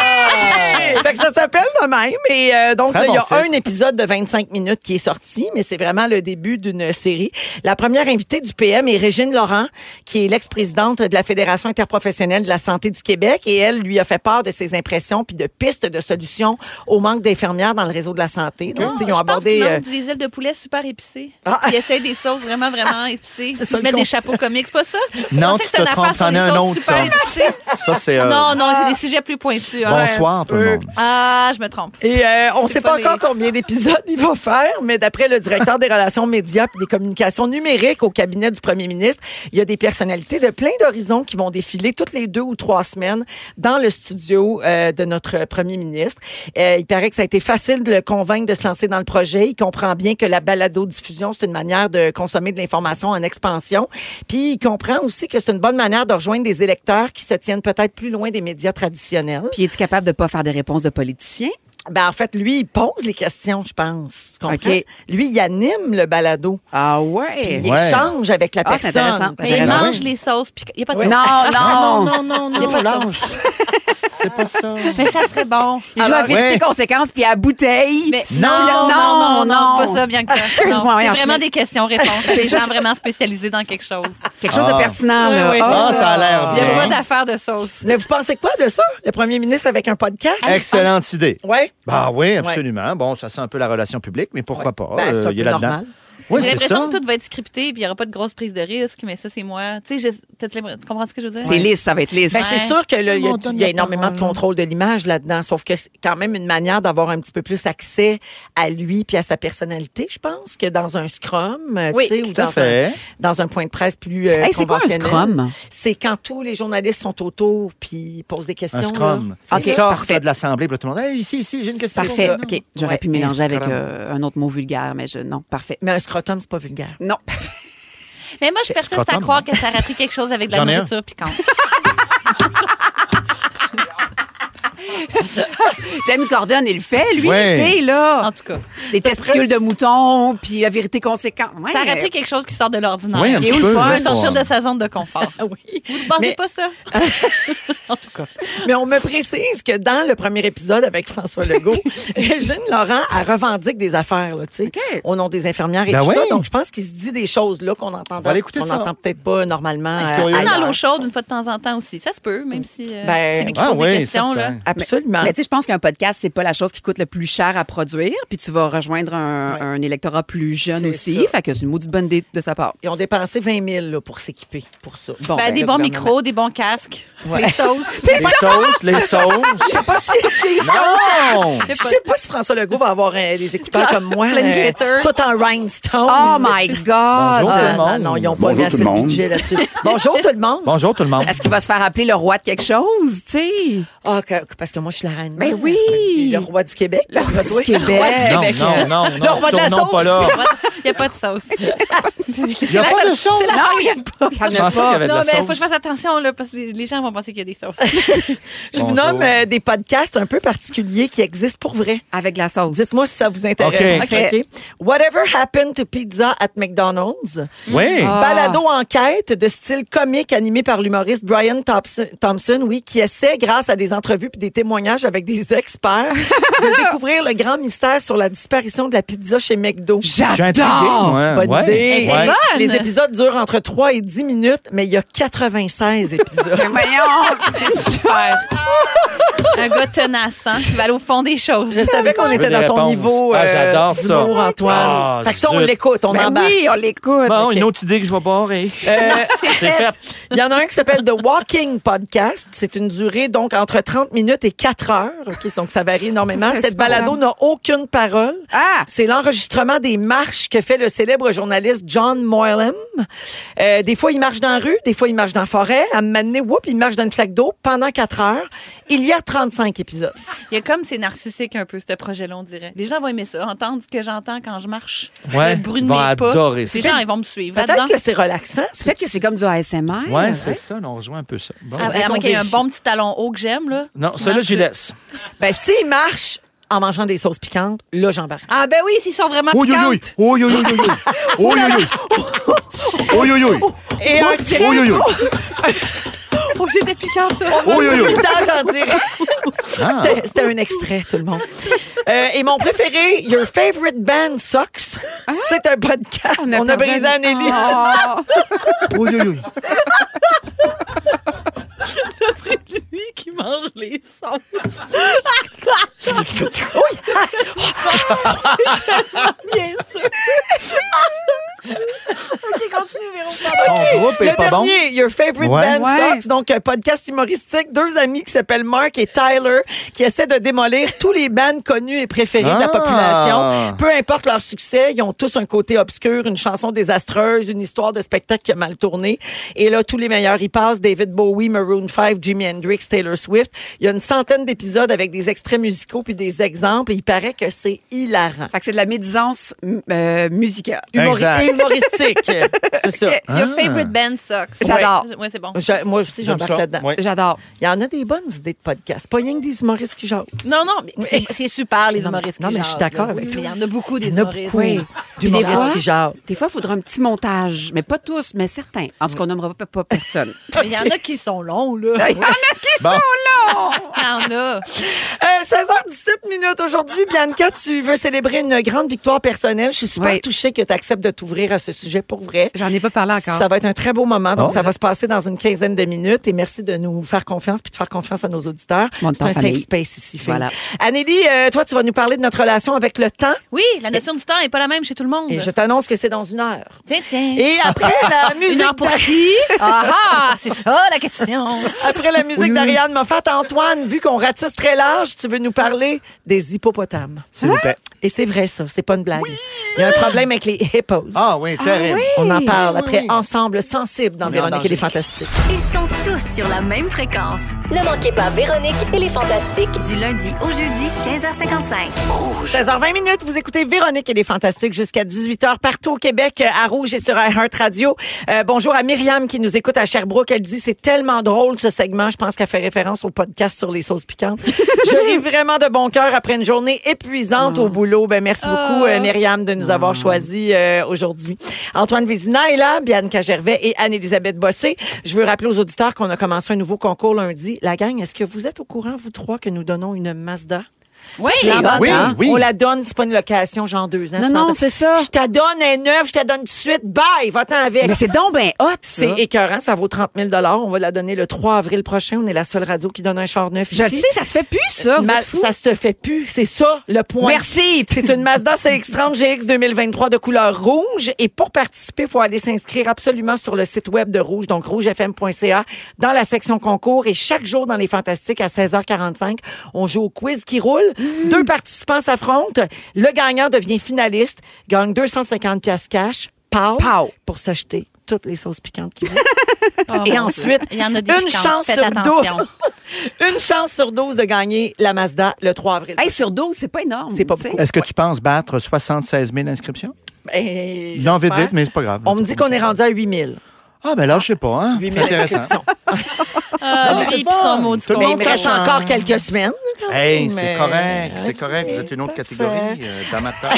S3: fait que ça s'appelle de même. Et euh, donc,
S2: Très
S3: là, il y a
S2: bon titre.
S3: un épisode de 25 minutes qui est sorti, mais c'est vraiment le début d'une série. La première invitée du PM est Régine Laurent, qui est l'ex-présidente de la Fédération interprofessionnelle de la santé du Québec. Et elle lui a fait part de ses impressions puis de pistes de solutions au manque d'infirmières dans le réseau de la santé. Donc,
S4: Non,
S3: tu sais, ils
S4: Ah, je
S3: ont
S4: pense
S3: abordé.
S4: qu'ils
S3: euh,
S4: mangent des ailes de poulet super épicées.
S3: Ah.
S4: Ils essayent des sauces vraiment, vraiment épicées. Ils
S3: ça,
S4: se
S3: le
S4: mettent des
S3: concept.
S4: chapeaux comiques. C'est pas ça?
S2: Non,
S4: Je
S2: tu
S4: pensais que
S2: te
S4: c'était une
S2: trompes,
S4: affaire sur
S2: c'en est
S4: les
S2: un
S4: sauces
S2: autre, ça.
S4: super épicées.
S2: Ça, c'est. euh,
S3: Ah.
S4: Non, non, c'est des sujets plus pointus. hein.
S2: Bonsoir, tout le monde. problème.
S4: Ah, je me trompe.
S3: Et euh, on ne
S4: C'est
S3: sait
S4: pas
S3: pas
S4: mes-
S3: encore combien d'épisodes il va faire, mais d'après le directeur des relations médias et des communications numériques au cabinet du premier ministre, il y a des personnalités de plein d'horizons qui vont défiler toutes les deux ou trois semaines dans le studio euh, de notre premier ministre. Euh, il paraît que ça a été facile de le convaincre de se lancer dans le projet. Il comprend bien que la balado-diffusion, c'est une manière de consommer de l'information en expansion. Puis il comprend aussi que c'est une bonne manière de rejoindre des électeurs qui se tiennent peut-être plus loin des médias traditionnels.
S5: Puis es-tu capable de pas faire des réponses de politiciens?
S3: Ben, en fait, lui, il pose les questions, je pense. Tu comprends?
S5: OK.
S3: Lui, il anime le balado.
S5: Ah
S3: Puis
S5: ouais.
S3: il
S2: Ouais.
S3: échange avec la
S5: Ah, c'est
S3: personne.
S5: intéressant.
S4: Mais il
S2: raison.
S4: mange
S2: Oui.
S4: les sauces, puis il n'y a pas de
S5: Non,
S4: sauce.
S5: non,
S3: Non, non, non.
S4: Il n'y a pas de sauce.
S2: C'est pas ça.
S4: Mais ça serait bon.
S5: Il joue à
S2: Alors, ouais.
S5: vérité, conséquences, puis à bouteille.
S4: Mais
S2: Non,
S4: non, non, non,
S5: non.
S4: c'est pas ça, bien que
S5: Excuse-moi,
S4: C'est
S5: voyons,
S4: vraiment
S5: je-
S4: des questions-réponses. des gens vraiment spécialisés dans quelque chose.
S5: Quelque chose
S2: Ah.
S5: de pertinent, là.
S4: Oui, oui,
S5: Ah.
S2: Ah, ça a l'air
S4: Il n'y a pas
S2: bien.
S4: d'affaire de sauce.
S3: Mais vous pensez quoi de ça? Le premier ministre avec un podcast?
S2: Excellente idée.
S3: Ouais.
S2: Bah oui, absolument. Bon, ça sent un peu la relation publique, mais pourquoi pas?
S3: Ben, c'est un
S2: euh, il est
S3: peu
S2: là-dedans.
S3: normal.
S2: Oui,
S4: J'ai
S2: c'est ça.
S4: l'impression que tout va être scripté et il n'y aura pas de grosse prise de risque, mais ça, c'est moi. Tu sais, je- t'as-tu l'impression- tu comprends ce que je veux dire?
S5: C'est lisse, ça va être lisse.
S3: Ben,
S4: Ouais.
S3: c'est sûr qu'il y a, il y a
S2: On donne
S3: il y a
S2: la
S3: énormément
S2: parole.
S3: de contrôle de l'image là-dedans, sauf que c'est quand même une manière d'avoir un petit peu plus accès à lui puis à sa personnalité, je pense, que dans un scrum, euh,
S4: Oui,
S3: tu sais, ou
S2: Tout à
S3: dans un,
S2: fait.
S3: dans un point de presse plus euh,
S5: Hey, c'est quoi un
S3: conventionnel.
S5: scrum?
S3: C'est quand tous les journalistes sont autour puis posent des questions.
S2: Un scrum.
S3: là.
S2: Ils
S5: Ok,
S2: sortent
S5: parfait.
S2: là, de l'assemblée, puis là, tout le monde, Hey, ici, ici, j'ai une question.
S5: Parfait.
S3: ça.
S5: OK. J'aurais
S3: Ouais,
S5: pu mélanger avec
S2: Instagram.
S5: euh, un autre mot vulgaire, mais je. Non, parfait.
S3: Mais un scrotum, c'est pas vulgaire.
S5: Non.
S4: Mais moi, je persiste à
S2: scrotum, hein.
S4: croire que ça aurait pris quelque chose avec de la
S2: J'en ai un.
S4: nourriture piquante.
S5: James Gordon, il le fait, lui,
S2: Ouais.
S5: tu sais, là.
S4: En tout cas,
S5: Des testicules de mouton, puis la vérité conséquente. Ouais.
S4: ça aurait pris quelque chose qui sort de l'ordinaire.
S2: Oui, un
S4: qui
S2: petit
S5: où le
S2: peu.
S5: punch?
S2: là,
S4: peut sortir
S2: pour-
S4: de sa zone de confort.
S3: oui.
S4: Vous ne pensez
S3: Mais-
S4: pas ça? en tout cas.
S3: Mais on me précise que dans le premier épisode avec François Legault, Régine Laurent, elle revendique des affaires, là, tu sais, au nom des infirmières et
S2: Ben
S3: tout
S2: oui.
S3: ça. Donc, je pense qu'il se dit des choses là qu'on entend,
S2: va aller écouter
S3: qu'on
S2: ça.
S3: entend peut-être pas normalement.
S2: Ah,
S3: euh,
S2: curieux.
S4: Pas
S3: ailleurs.
S4: dans l'eau chaude une fois de temps en temps aussi. Ça se peut, même si euh,
S3: Ben,
S4: c'est lui qui
S2: Ah
S4: pose
S2: oui,
S4: des questions. Là. Ben,
S2: certain.
S3: Absolument.
S5: Mais tu sais, je pense qu'un podcast, c'est pas la chose qui coûte le plus cher à produire, puis tu vas rejoindre un,
S3: Ouais.
S5: un électorat plus jeune
S3: C'est
S5: aussi.
S3: ça.
S5: Fait que c'est une maudite bonne idée de sa part.
S3: Ils ont dépensé 20 000 là, pour s'équiper pour ça.
S5: Bon,
S4: Ben,
S5: ben,
S4: des
S5: le
S4: bons
S5: gouvernement.
S4: micros, des bons casques, des sauces.
S2: Les sauces, les sauces.
S3: Je sais pas si
S2: Non!
S3: je sais pas si François Legault va avoir euh, des écouteurs comme moi,
S4: Plein de
S3: euh,
S4: glitter.
S3: tout en rhinestone.
S5: Oh my God!
S2: Bonjour.
S3: Ah,
S2: Tout le
S3: non,
S2: monde.
S3: non, ils n'ont pas
S8: Bonjour
S3: mis
S8: tout
S3: assez
S8: le
S3: de
S8: monde.
S3: budget là-dessus. Bonjour tout le monde.
S2: Bonjour tout le monde.
S5: Est-ce qu'il va se faire appeler le roi de quelque chose, tu sais?
S3: Ah, que- que- parce que moi, je suis la reine.
S5: Ben oui.
S3: Le roi du Québec.
S5: Le roi
S3: Toi,
S5: du
S4: Eh, ben,
S5: Québec.
S2: Non, non, non, non.
S3: roi de la
S2: tournons
S3: sauce.
S2: pas là.
S4: Il n'y a pas de sauce.
S2: Il n'y a pas de sauce.
S5: Non, j'aime pas.
S2: Je pensais qu'il y avait de
S4: non,
S2: la
S4: mais il Ah, faut que
S2: sauce.
S4: je fasse attention là, parce que les, les gens vont penser qu'il y a des sauces.
S3: Je vous
S2: Bonjour.
S3: nomme euh, des podcasts un peu particuliers qui existent pour vrai.
S5: Avec la sauce.
S3: Dites-moi si ça vous intéresse.
S2: OK.
S3: OK. Whatever happened to pizza at McDonald's?
S2: Oui.
S5: Ah.
S3: Balado enquête de style comique animé par l'humoriste Brian Thompson, Thompson, oui, qui essaie, grâce à des entrevues puis des témoignages avec des experts, de découvrir le grand mystère sur la disparition de la pizza chez McDo.
S2: Je suis intrigué,
S5: J'adore!
S2: moi.
S3: Bonne
S2: Ouais.
S3: idée.
S2: Ouais.
S3: Les épisodes durent entre 3 et 10 minutes, mais il y a 96 épisodes.
S5: Voyons!
S4: Super. Un gars tenace, hein, qui va aller au fond des choses.
S3: Je savais qu'on
S2: Je veux
S3: était dans
S2: des
S3: ton
S2: réponses.
S3: niveau. euh,
S2: Ah, j'adore
S3: d'humour,
S2: ça.
S3: Antoine.
S2: Ah,
S3: fait que ça, on
S2: zut.
S3: l'écoute, on
S5: Ben
S3: embarque.
S5: oui, on l'écoute.
S2: Bon,
S5: OK.
S2: une autre idée que je vais barrer.
S3: Euh,
S2: C'est fait.
S3: Il y en a un qui s'appelle The Walking Podcast. C'est une durée donc entre 30 minutes et 4 heures. OK, donc ça varie énormément.
S5: C'est
S3: Cette
S5: super.
S3: balado n'a aucune parole.
S5: Ah!
S3: C'est l'enregistrement des marches que fait le célèbre journaliste John Moylan. Euh, des fois, il marche dans la rue, des fois, il marche dans la forêt. À un moment donné, whoop, il marche dans une flaque d'eau pendant 4 heures. Il y a 35 épisodes.
S4: Il y a comme c'est narcissique un peu, ce projet-là, on dirait. Les gens vont aimer ça, entendre ce que j'entends quand je marche.
S2: Ouais,
S4: Le bruit
S2: ils
S4: de
S2: vont
S4: mes pas.
S2: adorer
S4: Les
S2: ça.
S4: gens, ils vont me suivre. là-dedans.
S3: Peut-être que c'est relaxant.
S5: Peut-être que c'est comme du ASMR.
S2: Ouais, c'est ça. On rejoint un peu ça. Bon.
S4: Ah, à moins qu'il y ait un bon petit talon haut que j'aime, là.
S2: Non,
S4: Qui
S2: ça là,
S4: marche,
S2: j'y laisse.
S3: Ben, s'il marche en mangeant des sauces piquantes, là, j'embarque.
S4: Ah, ben oui, s'ils sont vraiment
S2: Oh yo yo
S4: piquantes.
S2: oh yo yo yo yo oh yo yo oh yo yo
S3: Et un
S2: oh yo yo
S4: Oh, c'était piquant, ça.
S2: oh yo yo
S3: bruitage en direct.
S2: Ah.
S3: C'était- C'était un extrait, tout le monde. Euh, et mon préféré, Your Favorite Band Sucks. C'est un podcast. Ah. On a, Ah.
S5: perdu
S3: brisé
S5: un-
S3: Anneli.
S5: Oh.
S2: oh yo yo
S4: Lui qui mange les sauces. Bien sûr. OK,
S5: continue, Véro.
S2: Ton groupe est
S3: Le
S2: pas bon.
S3: dernier, Your Favorite
S2: Ouais.
S3: Band
S5: Ouais.
S3: Sucks, donc un podcast humoristique, deux amis qui s'appellent Mark et Tyler, qui essaient de démolir tous les bands connus et préférés de la
S2: Ah.
S3: population. Peu importe leur succès, ils ont tous un côté obscur, une chanson désastreuse, une histoire de spectacle qui a mal tourné. Et là, tous les meilleurs y passent. David Bowie, Maroon 5, Jimi Hendrix, Taylor Swift. Il y a une centaine d'épisodes avec des extraits musicaux puis des exemples. Et il paraît que c'est hilarant.
S5: Fait que c'est de la médisance m- euh, musicale.
S3: Humori-
S2: Exact.
S3: humoristique. c'est ça.
S2: Ah.
S4: Your favorite band sucks.
S5: J'adore.
S4: Ouais, c'est bon.
S3: Je- moi aussi,
S2: J'aime
S3: j'embarque
S2: ça.
S3: là-dedans.
S2: Ouais.
S5: J'adore.
S3: Il y en a des bonnes idées de podcast. Pas rien que des humoristes qui jasent.
S4: Non, non, mais c'est- c'est super, les humoristes.
S3: non,
S4: qui
S3: mais je
S4: jasent,
S3: suis d'accord
S4: là.
S3: avec
S4: Oui,
S3: toi.
S4: mais Il y en a beaucoup, des
S3: Il y en a
S4: humoristes.
S3: beaucoup.
S5: Oui.
S3: Des
S5: Puis des
S3: humoristes
S5: fois-
S3: qui jasent.
S5: Des fois, il faudra un petit montage, mais pas tous, mais certains. En tout cas, on nommera pas, pas personne.
S4: Mais il y en a qui sont longs, là. Il
S2: Bon.
S4: y en a.
S3: Euh, 16h17 minutes aujourd'hui. Bianca, tu veux célébrer une grande victoire personnelle. Je suis super
S5: Oui.
S3: touchée que tu acceptes de t'ouvrir à ce sujet pour vrai.
S5: J'en ai pas parlé encore.
S3: Ça va être un très beau moment. Donc,
S2: Oh.
S3: ça va se passer dans une quinzaine de minutes. Et merci de nous faire confiance puis de faire confiance à nos auditeurs.
S5: Bon
S3: C'est
S5: temps,
S3: un safe
S5: famille.
S3: space ici. Phil.
S5: Voilà.
S3: Anneli, euh, toi, tu vas nous parler de notre relation avec le temps.
S4: Oui, la notion du temps n'est pas la même chez tout le monde.
S3: Et je t'annonce que c'est dans une heure.
S4: Tiens, tiens.
S3: Et après la
S4: Une
S3: musique
S4: heure pour
S3: d'Ari-
S4: qui? Ah ah, c'est ça la question.
S3: Après la musique d'Ariane Moffat, Antoine, vu qu'on ratisse très large, tu veux nous parler des hippopotames.
S2: S'il vous plaît.
S3: Et c'est vrai, ça. C'est pas une blague. Il y a un problème avec les hippos.
S2: Ah oui, terrible.
S3: On en parle
S2: Oui,
S3: après
S2: oui.
S3: Ensemble Sensible dans
S2: On est en
S3: Véronique et les
S2: danger.
S3: Fantastiques.
S6: Ils sont tous sur la même fréquence.
S7: Ne manquez pas Véronique et les Fantastiques.
S6: Du lundi au jeudi, 15h55.
S3: 16h20 minutes, vous écoutez Véronique et les Fantastiques jusqu'à 18h partout au Québec, euh, à Rouge et sur iHeart Radio. Euh, bonjour à Myriam qui nous écoute à Sherbrooke. Elle dit c'est tellement drôle ce segment. Je pense qu'elle fait référence au podcast sur les sauces piquantes. Je ris vraiment de bon cœur après une journée épuisante au boulot. Ben merci beaucoup euh, Myriam de nous avoir choisi euh, aujourd'hui. Antoine Vézina est là, Bianca Gervais et Anne-Élisabeth Bossé. Je veux rappeler aux auditeurs qu'on a commencé un nouveau concours lundi. La gang, est-ce que vous êtes au courant vous trois que nous donnons une Mazda?
S4: Oui,
S3: Tu la vends,
S2: oui,
S3: hein?
S2: oui.
S3: On la donne, c'est pas une location, genre deux ans.
S5: Non,
S3: tu
S5: non,
S3: m'entends?
S5: c'est ça.
S3: Je te donne un neuf, je te donne tout de suite. Bye, va-t'en avec.
S5: Mais c'est donc ben hot,
S3: C'est
S5: ça.
S3: écœurant, ça vaut 30 000 On va la donner le 3 avril prochain. On est la seule radio qui donne un char neuf
S5: Je le
S3: ici.
S5: sais, ça se fait plus, ça. Vous
S3: Ma-
S5: êtes fous.
S3: ça se fait plus, c'est ça le point.
S5: Merci.
S3: C'est une Mazda CX-30 GX 2023 de couleur rouge. Et pour participer, il faut aller s'inscrire absolument sur le site web de Rouge, donc rougefm.ca, dans la section concours. Et chaque jour dans les Fantastiques, à 16h45, on joue au quiz qui roule.
S4: Mmh.
S3: Deux participants s'affrontent. Le gagnant devient finaliste, gagne 250 pièces cash, pow,
S5: Pow.
S3: pour s'acheter toutes les sauces piquantes qu'il veut.
S4: Ah, mon
S3: Et
S4: Dieu.
S3: ensuite,
S4: Il y en a des
S3: une
S4: piquantes,
S3: chance
S4: faites
S3: sur
S4: attention.
S3: 12. une chance sur 12 de gagner la Mazda le 3 avril.
S5: Hey, sur 12, c'est pas énorme.
S3: C'est pas
S5: tu sais.
S3: beaucoup.
S2: Est-ce que tu penses battre 76 000 inscriptions?
S3: Ben,
S2: Non, vite,
S3: j'espère.
S2: vite, mais c'est pas grave.
S3: On me dit qu'on est rendu à 8000.
S2: Ah, ben là, je sais pas, hein. C'est intéressant.
S4: Ah, lui, puis son maudit
S2: Tout le
S4: con.
S2: monde
S3: Mais il me reste
S4: Franchement.
S3: encore quelques semaines. quand
S2: Hey,
S3: même,
S2: c'est
S3: mais-
S2: correct, c'est
S3: Ok,
S2: correct. Vous êtes une autre
S3: parfait.
S2: catégorie euh, d'amateurs.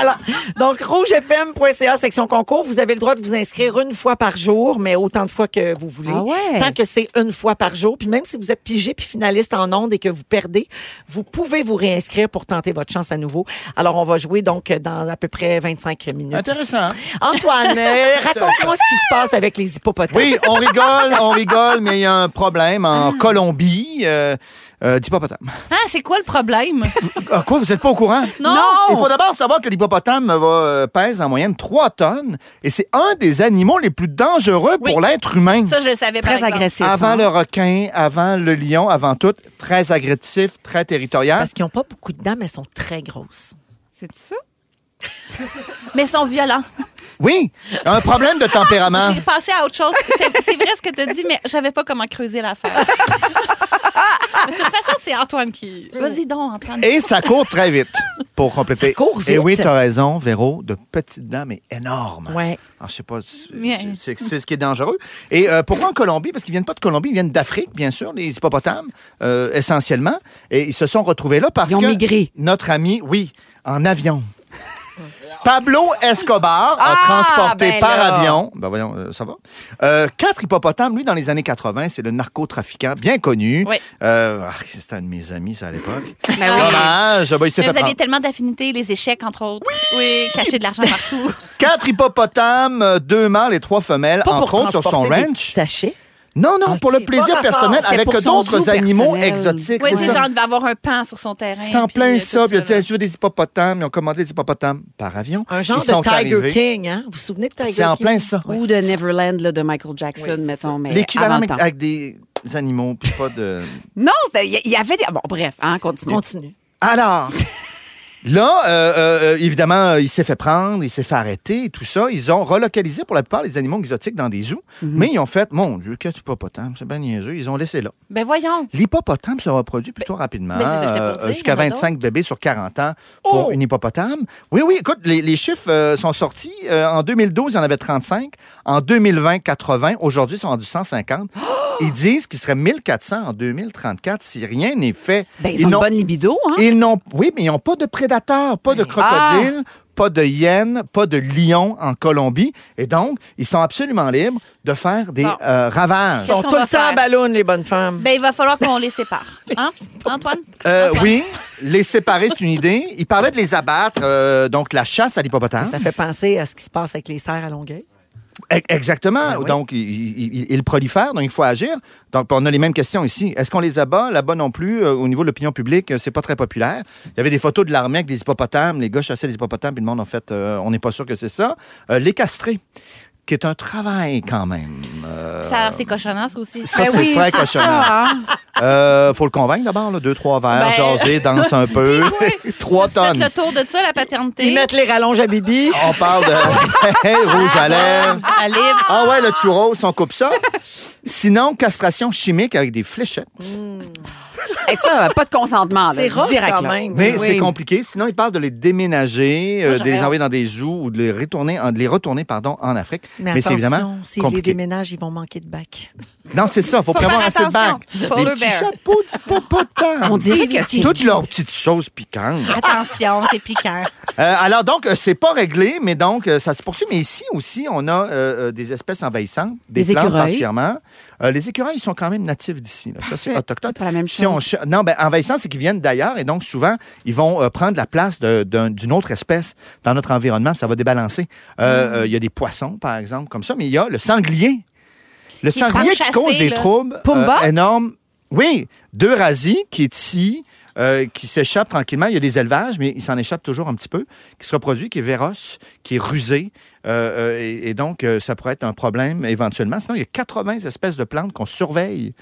S3: Alors, donc, rougefm.ca, section concours, vous avez le droit de vous inscrire une fois par jour, mais autant de fois que vous voulez.
S5: Ah ouais?
S3: Tant que c'est une fois par jour. Puis même si vous êtes pigé puis finaliste en ondes et que vous perdez, vous pouvez vous réinscrire pour tenter votre chance à nouveau. Alors, on va jouer donc dans à peu près 25 minutes.
S2: Intéressant.
S3: Antoine, euh, raconte-moi ce qui se passe avec les hippopotames.
S2: Oui, on rigole, on rigole, mais il y a un problème en Colombie. Euh, euh, d'hippopotame.
S4: Ah, c'est quoi le problème?
S2: Ah, quoi, vous n'êtes pas au courant?
S4: Non.
S2: Il faut d'abord savoir que l'hippopotame va, euh, pèse en moyenne 3 tonnes et c'est un des animaux les plus dangereux pour l'être humain.
S4: Ça, je le savais
S5: Très
S4: par exemple.
S5: agressif.
S2: Avant
S5: hein.
S2: le requin, avant le lion, avant tout, très agressif, très territorial.
S3: Parce qu'ils n'ont pas beaucoup de dents, mais elles sont très grosses.
S5: C'est ça?
S4: Mais ils sont violents.
S2: Oui, un problème de tempérament.
S4: J'ai passé à autre chose. C'est c'est vrai ce que tu as dit, mais je savais pas comment creuser l'affaire. Mais de toute façon, c'est Antoine qui. Mm. Ah. Vas-y donc, Antoine.
S2: Et ça court très vite, pour compléter.
S3: court vite.
S2: Et oui, t'as raison, Véro, de petites dents, mais énormes.
S3: Ouais.
S2: Alors, Ah, je sais pas, c'est-
S4: Yeah.
S2: c'est c'est ce qui est dangereux. Et euh, pourquoi en Colombie? Parce qu'ils viennent pas de Colombie, ils viennent d'Afrique, bien sûr, les hippopotames, euh, essentiellement. Et ils se sont retrouvés là parce
S5: Ils ont
S2: que
S5: migré.
S2: notre ami, oui, en avion. Pablo Escobar a
S5: Ah,
S2: transporté
S5: ben
S2: par
S5: là.
S2: avion, ben voyons, euh, ça va, Euh, quatre hippopotames, lui, dans les années 80, c'est le narcotrafiquant bien connu.
S4: Oui.
S2: Euh, ah, C'était un de mes amis, ça, à l'époque.
S5: Ben oui.
S2: Dommage, ben, il s'est
S4: Mais
S2: fait
S4: vous aviez
S2: prendre.
S4: tellement d'affinités, les échecs, entre autres. Oui, cacher de l'argent partout.
S2: Quatre hippopotames, euh, deux mâles et trois femelles,
S3: Pas
S2: entre
S3: pour
S2: autres sur son
S3: transporter des
S2: ranch.
S3: petits sachets.
S2: Non, non, pour le
S5: Ok.
S2: plaisir
S3: Pas
S2: personnel
S5: rapport.
S2: avec
S5: C'était pour son
S2: d'autres
S5: zoo
S2: animaux
S5: personnel.
S2: exotiques.
S4: Oui,
S2: c'est
S4: tu sais,
S2: ça.
S4: genre, il va avoir un pan sur son terrain.
S2: C'est en
S4: puis,
S2: plein
S4: euh,
S2: ça.
S4: tout
S2: Puis,
S4: là.
S2: tiens, je veux des hippopotames. Ils ont commandé des hippopotames par avion.
S3: Un genre
S2: Ils sont
S3: de Tiger
S2: arrivés.
S3: King, hein? Vous vous souvenez de Tiger King?
S2: C'est en plein ça.
S5: Ou de Neverland là, de Michael Jackson, mettons. mais
S2: L'équivalent
S5: avant le
S2: avec,
S5: temps.
S2: avec des animaux, puis pas de...
S5: Non, c'est- il y- il y avait des. Bon, bref, hein, continue.
S3: Continue.
S2: Alors, là, euh, euh, évidemment, euh, il s'est fait prendre, il s'est fait arrêter, et tout ça. Ils ont relocalisé pour la plupart les animaux exotiques dans des zoos, mais ils ont fait, mon Dieu, qu'est-ce hippopotame, c'est bien niaiseux. Ils ont laissé là.
S4: Ben voyons.
S2: L'hippopotame se reproduit plutôt rapidement, euh,
S4: ben, c'est ça que j'étais pour dire, Oh!
S2: jusqu'à
S4: il y en a
S2: 25 bébés sur 40 ans pour une hippopotame. Oui, oui, écoute, les, les chiffres euh, sont sortis. Euh, en 2012, il y en avait 35. En 2020, 80. Aujourd'hui, ils sont rendus 150.
S4: Oh!
S2: Ils disent qu'il serait 1400 en 2034 si rien n'est fait.
S5: Ben, ils ont une
S2: n'ont-
S5: bonne libido, hein?
S2: ils n'ont, oui, mais ils n'ont pas de prédateurs, pas de
S4: Ben,
S2: crocodiles,
S4: ah!
S2: pas de hyènes, pas de lions en Colombie. Et donc, ils sont absolument libres de faire des
S4: Bon.
S2: euh, ravages.
S3: Ils sont
S4: qu'on
S3: tout
S4: va
S3: le temps en
S4: faire?
S3: ballon, les bonnes femmes.
S4: Ben, il va falloir qu'on les sépare. Hein, Antoine?
S2: Euh,
S4: Antoine?
S2: oui, les séparer, c'est une idée. Il parlait de les abattre, euh, donc la chasse à l'hippopotame.
S3: Ça fait penser à ce qui se passe avec les serres à Longueuil.
S2: E- Exactement. Donc, ils il, il- il prolifèrent, donc il faut agir. Donc, on a les mêmes questions ici. Est-ce qu'on les abat? Là-bas non plus. Euh, au niveau de l'opinion publique, euh, c'est pas très populaire. Il y avait des photos de l'armée avec des hippopotames. Les gars chassaient des hippopotames, puis le monde, en fait, euh, on n'est pas sûr que c'est ça. Euh, les castrer, qui est un travail quand même. Euh,
S4: Ça a l'air, c'est cochonnant, ça aussi.
S2: ça,
S5: Ben
S2: c'est
S5: oui,
S2: très
S5: c'est
S2: cochonnant.
S5: ça, hein?
S2: Euh, faut le convaincre d'abord, là. deux, trois verres,
S4: Ben,
S2: jaser, danse un peu. trois
S4: Faites
S2: tonnes.
S4: le tour de ça, la paternité.
S3: Ils mettent les rallonges à Bibi.
S2: On parle de Hey, rouge à lèvres.
S4: La livre.
S2: Ah ouais, le turos, on coupe ça. Sinon, castration chimique avec des fléchettes.
S5: Hey, ça, pas de consentement. là,
S3: C'est rough
S5: direct,
S3: quand
S5: là.
S3: même.
S2: Mais
S5: Oui.
S2: c'est compliqué. Sinon, ils parlent de les déménager, euh, de les envoyer dans des zoos ou de les retourner, en, de les retourner pardon, en Afrique. Mais, c'est évidemment
S3: si les
S2: compliqué.
S3: déménagent, ils vont manquer de bac.
S2: Non, c'est ça. Il faut
S4: Faut
S2: prévoir
S4: faire
S2: assez de bac.
S4: attention. Polar
S2: Des petits
S4: bear.
S2: chapeaux d'hippopotame.
S5: On dirait que c'est.
S2: Toutes leurs petites choses piquantes.
S4: Attention, c'est piquant.
S2: Euh, alors donc, euh, c'est pas réglé, mais donc euh, ça se poursuit. Mais ici aussi, on a euh, euh, des espèces envahissantes, des,
S5: Les
S2: plantes
S5: écureuils.
S2: particulièrement. Euh, les écureuils, ils sont quand même natifs d'ici. là. Ça, c'est autochtone.
S5: C'est pas la même
S2: si on
S5: chose.
S2: ch- non, ben envahissants, c'est qu'ils viennent d'ailleurs et donc souvent, ils vont euh, prendre la place de- d'un- d'une autre espèce dans notre environnement. puis Ça va débalancer. Euh,
S5: Mm.
S2: euh, Il y a des poissons, par exemple, comme ça, mais il y a le sanglier. Le
S4: Qui est
S2: sanglier qui
S4: trop
S2: cause
S4: chassé,
S2: des
S4: là.
S2: troubles
S3: Pumba?
S2: énormes. euh, Oui, d'Eurasie qui est ici, euh, qui s'échappe tranquillement. Il y a des élevages, mais il s'en échappe toujours un petit peu, qui se reproduit, qui est véroce, qui est rusé. Euh, euh, et, et donc, euh, ça pourrait être un problème éventuellement. Sinon, il y a 80 espèces de plantes qu'on surveille.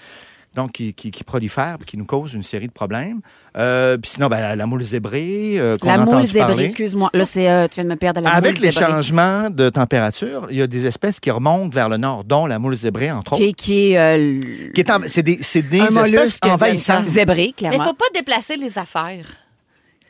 S2: Donc, qui, qui, qui prolifèrent, puis qui nous causent une série de problèmes. Euh, puis sinon, ben, la, la moule zébrée, euh, qu'on
S5: La
S2: a
S5: moule
S2: entendu
S5: zébrée,
S2: parler.
S5: excuse-moi. Là, c'est. euh, tu viens de me perdre la
S2: Avec
S5: moule
S2: les
S5: zébrée.
S2: changements de température, il y a des espèces qui remontent vers le nord, dont la moule zébrée, entre autres.
S5: Qui est. Qui est euh, l-
S2: Qui est en- C'est des, c'est des
S3: Un
S2: espèces
S3: mollusque
S2: envahissantes.
S5: zébrée,
S4: Mais il
S5: clairement.
S4: faut pas déplacer les affaires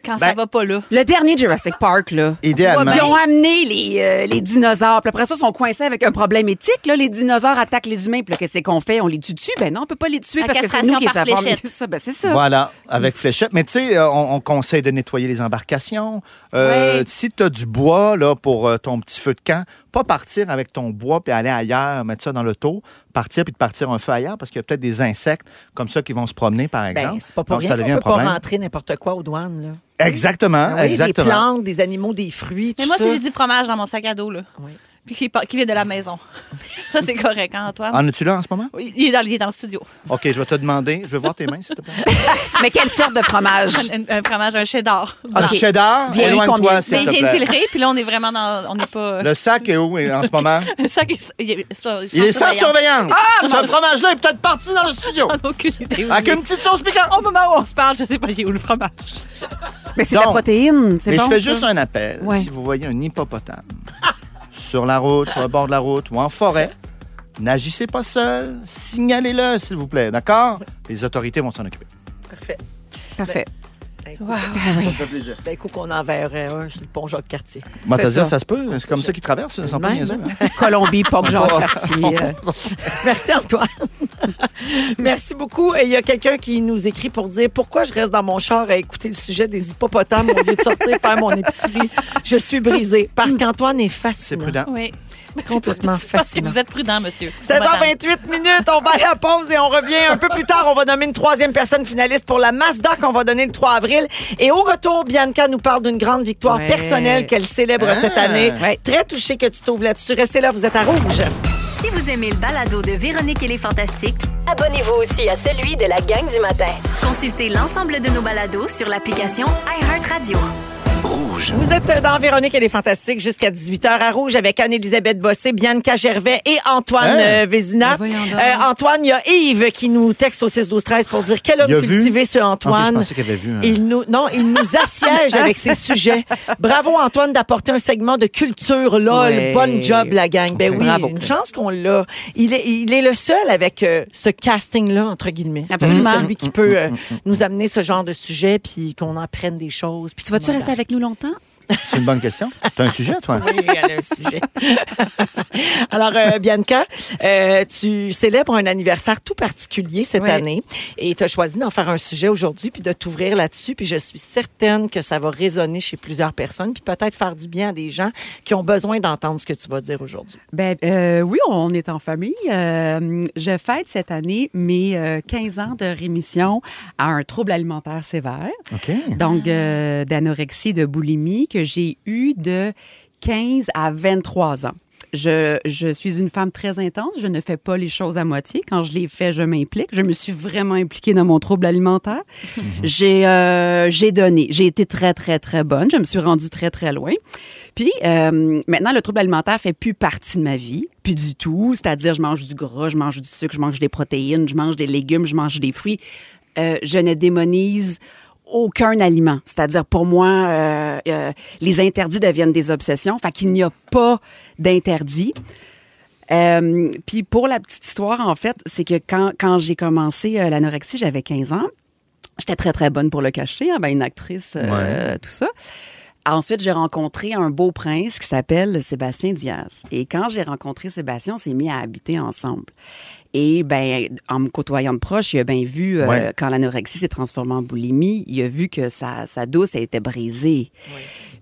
S4: quand
S2: Ben,
S4: ça va pas là.
S5: Le dernier Jurassic Park, là.
S2: Idéalement.
S5: Ils ont amené les, euh, les dinosaures. Puis après ça, ils sont coincés avec un problème éthique. Là. Les dinosaures attaquent les humains. Puis là, qu'est-ce qu'on fait? On les tue-tu? Ben non, on peut pas les tuer
S4: La
S5: parce que c'est nous qui les
S4: castration par
S5: avons amenés.
S4: fléchette.
S5: C'est ça. Ben, c'est ça.
S2: Voilà, avec fléchette. Mais tu sais, euh, on, on conseille de nettoyer les embarcations. Euh, Si tu as du bois là, pour euh, ton petit feu de camp, pas partir avec ton bois puis aller ailleurs, mettre ça dans l'auto, partir puis de partir un feu ailleurs parce qu'il y a peut-être des insectes comme ça qui vont se promener, par exemple.
S3: Ben, c'est pas pour
S2: Donc,
S3: rien
S2: ça
S3: qu'on
S2: devient un
S3: peut
S2: problème.
S3: pas rentrer n'importe quoi aux douanes. Là.
S2: Exactement,
S3: Ah oui, Des
S2: exactement.
S3: plantes, des animaux, des fruits, tout
S4: Mais moi,
S3: ça.
S4: si j'ai du fromage dans mon sac à dos, là,
S3: Oui.
S4: puis qui, part- qui vient de la maison, ça, c'est correct, hein, Antoine?
S2: En as-tu là en ce moment?
S4: Oui, Il est, dans, il est dans le studio.
S2: OK, je vais te demander. Je vais voir tes mains, s'il te plaît.
S5: Mais quelle sorte de fromage?
S4: Un, un- un fromage, un cheddar.
S2: Un
S4: Blanc.
S2: cheddar,
S5: Vieilli combien?
S2: éloigne-toi,
S4: Mais
S2: s'il
S4: il
S2: te
S4: vient de
S2: plaît.
S4: filrer, puis là, on est vraiment dans. On n'est pas.
S2: Le sac est où en ce moment?
S4: Le sac est. Il est sans
S2: Il est sans
S4: surveillance.
S2: surveillance. Ce fromage-là est peut-être parti dans le studio.
S4: J'en ai aucune idée. où
S2: Avec
S4: il est.
S2: une petite sauce piquante.
S4: Au moment où on se parle, je sais pas, il est où le fromage?
S5: Mais c'est de la
S2: Donc,
S5: protéine. C'est
S2: Mais
S5: bon,
S2: je fais
S5: ça.
S2: juste un appel.
S5: Ouais.
S2: Si vous voyez un hippopotame sur la route, sur le bord de la route ou en forêt, n'agissez pas seul. Signalez-le, s'il vous plaît, d'accord? Les autorités vont s'en occuper.
S3: Parfait.
S5: Parfait.
S2: Ça me fait plaisir.
S3: D'un coup, qu'on Ben, enverrait un sur le pont Jacques-Cartier.
S2: Bon,
S5: C'est
S2: t'as dit,
S5: ça.
S2: ça se peut. C'est comme ça qu'ils traversent. Ils sont pas
S3: Même,
S2: niaiseux.
S3: même.
S2: hein.
S5: Colombie, pas genre
S2: pas-
S5: parti. euh,
S3: Merci Antoine. Merci beaucoup. Et il y a quelqu'un qui nous écrit pour dire pourquoi je reste dans mon char à écouter le sujet des hippopotames au lieu de sortir faire mon épicerie. Je suis brisée parce qu'Antoine est
S2: C'est
S3: fascinant.
S2: prudent.
S4: Oui.
S3: Complètement fascinant.
S4: Vous êtes prudent, monsieur. Madame.
S3: 16h28 minutes, on va à la pause et on revient un peu plus tard. On va nommer une troisième personne finaliste pour la Mazda qu'on va donner le 3 avril. Et au retour, Bianca nous parle d'une grande victoire
S5: Ouais.
S3: personnelle qu'elle célèbre
S2: Ah.
S3: cette année.
S2: Ouais.
S3: Très touchée que tu t'ouvres là-dessus. Restez là, vous êtes à rouge.
S6: Si vous aimez le balado de Véronique et les Fantastiques,
S9: Abonnez-vous aussi à celui de la gang du matin.
S6: consultez l'ensemble de nos balados sur l'application iHeartRadio.
S3: Vous êtes euh, dans Véronique et les Fantastiques jusqu'à 18h à Rouge avec Anne-Élisabeth Bossé, Bianca Gervais et Antoine
S2: Hein?
S3: euh,
S4: Ben
S3: Vézina.
S4: voyons donc.
S3: Euh, Antoine, il y a Yves qui nous texte au 6-12-13 pour dire quel homme
S2: Il a vu? Ah,
S3: cultivé ce
S2: Ok, je
S3: Antoine.
S2: pensais qu'il avait vu. hein.
S3: Il nous, non, il nous assiège avec ses sujets. Bravo, Antoine, d'apporter un segment de culture, lol.
S10: Ouais.
S3: Bonne job, la gang. Ben oui,
S10: Bravo.
S3: une chance qu'on l'a. Il est, il est le seul avec euh, ce casting-là, entre guillemets.
S10: Absolument.
S3: Celui
S2: Mm,
S3: qui peut euh, nous amener ce genre de sujet, puis qu'on en prenne des choses. puis
S10: Tu vas-tu
S3: qu'on en
S10: rester avec nous longtemps?
S2: C'est une bonne question. T'as un sujet, toi?
S3: oui, elle a un sujet. Alors, euh, Bianca, euh, tu célèbres un anniversaire tout particulier cette
S10: Oui.
S3: année et tu as choisi d'en faire un sujet aujourd'hui puis de t'ouvrir là-dessus. Puis je suis certaine que ça va résonner chez plusieurs personnes puis peut-être faire du bien à des gens qui ont besoin d'entendre ce que tu vas dire aujourd'hui.
S5: Ben euh, oui, on est en famille. Euh, je fête cette année mes euh, 15 ans de rémission à un trouble alimentaire sévère,
S2: OK.
S5: donc euh, d'anorexie, de boulimie que j'ai eu de 15 à 23 ans. Je, je suis une femme très intense, je ne fais pas les choses à moitié. Quand je les fais, je m'implique. Je me suis vraiment impliquée dans mon trouble alimentaire. J'ai euh, j'ai donné, j'ai été très, très, très bonne. Je me suis rendue très, très loin. Puis euh, maintenant, le trouble alimentaire fait plus partie de ma vie, plus du tout. C'est-à-dire, je mange du gras, je mange du sucre, je mange des protéines, je mange des légumes, je mange des fruits. Euh, je ne démonise aucun aliment. C'est-à-dire, pour moi, euh, euh, les interdits deviennent des obsessions. Fait qu'il n'y a pas d'interdit. Euh, puis pour la petite histoire, en fait, c'est que quand, quand j'ai commencé euh, l'anorexie, j'avais 15 ans. J'étais très, très bonne pour le cacher, hein, ben, une actrice, euh, tout ça. Ensuite, j'ai rencontré un beau prince qui s'appelle Sébastien Diaz. Et quand j'ai rencontré Sébastien, on s'est mis à habiter ensemble. Et ben, en me côtoyant de proche, il a bien vu euh,
S2: Ouais.
S5: quand l'anorexie s'est transformée en boulimie, il a vu que sa, sa douce elle était brisée.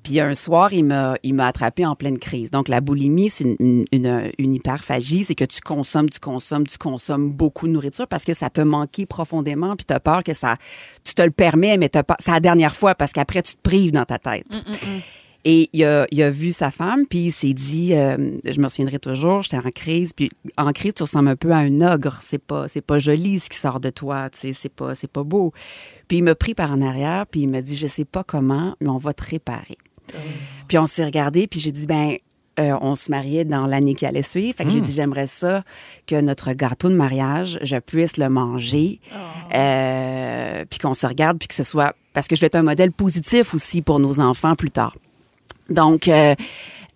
S5: Puis un soir, il m'a, il m'a attrapé en pleine crise. Donc la boulimie, c'est une, une, une- une hyperphagie, c'est que tu consommes, tu consommes, tu consommes beaucoup de nourriture parce que ça te manquait profondément, puis tu as peur que ça, tu te le permets, mais t'as pas- c'est la dernière fois parce qu'après tu te prives dans ta tête. Et il a, il a vu sa femme, puis il s'est dit, euh, je me souviendrai toujours, j'étais en crise, puis en crise, tu ressembles un peu à un ogre, c'est pas, c'est pas joli ce qui sort de toi, tu sais, c'est pas, c'est pas beau. Puis il m'a pris par en arrière, puis il m'a dit, je sais pas comment, mais on va te réparer. Puis on s'est regardé, puis j'ai dit, ben, euh, on se mariait dans l'année qui allait suivre. Fait que j'ai dit, j'aimerais ça que notre gâteau de mariage, je puisse le manger, euh, puis qu'on se regarde, puis que ce soit... Parce que je vais être un modèle positif aussi pour nos enfants plus tard. Donc, euh,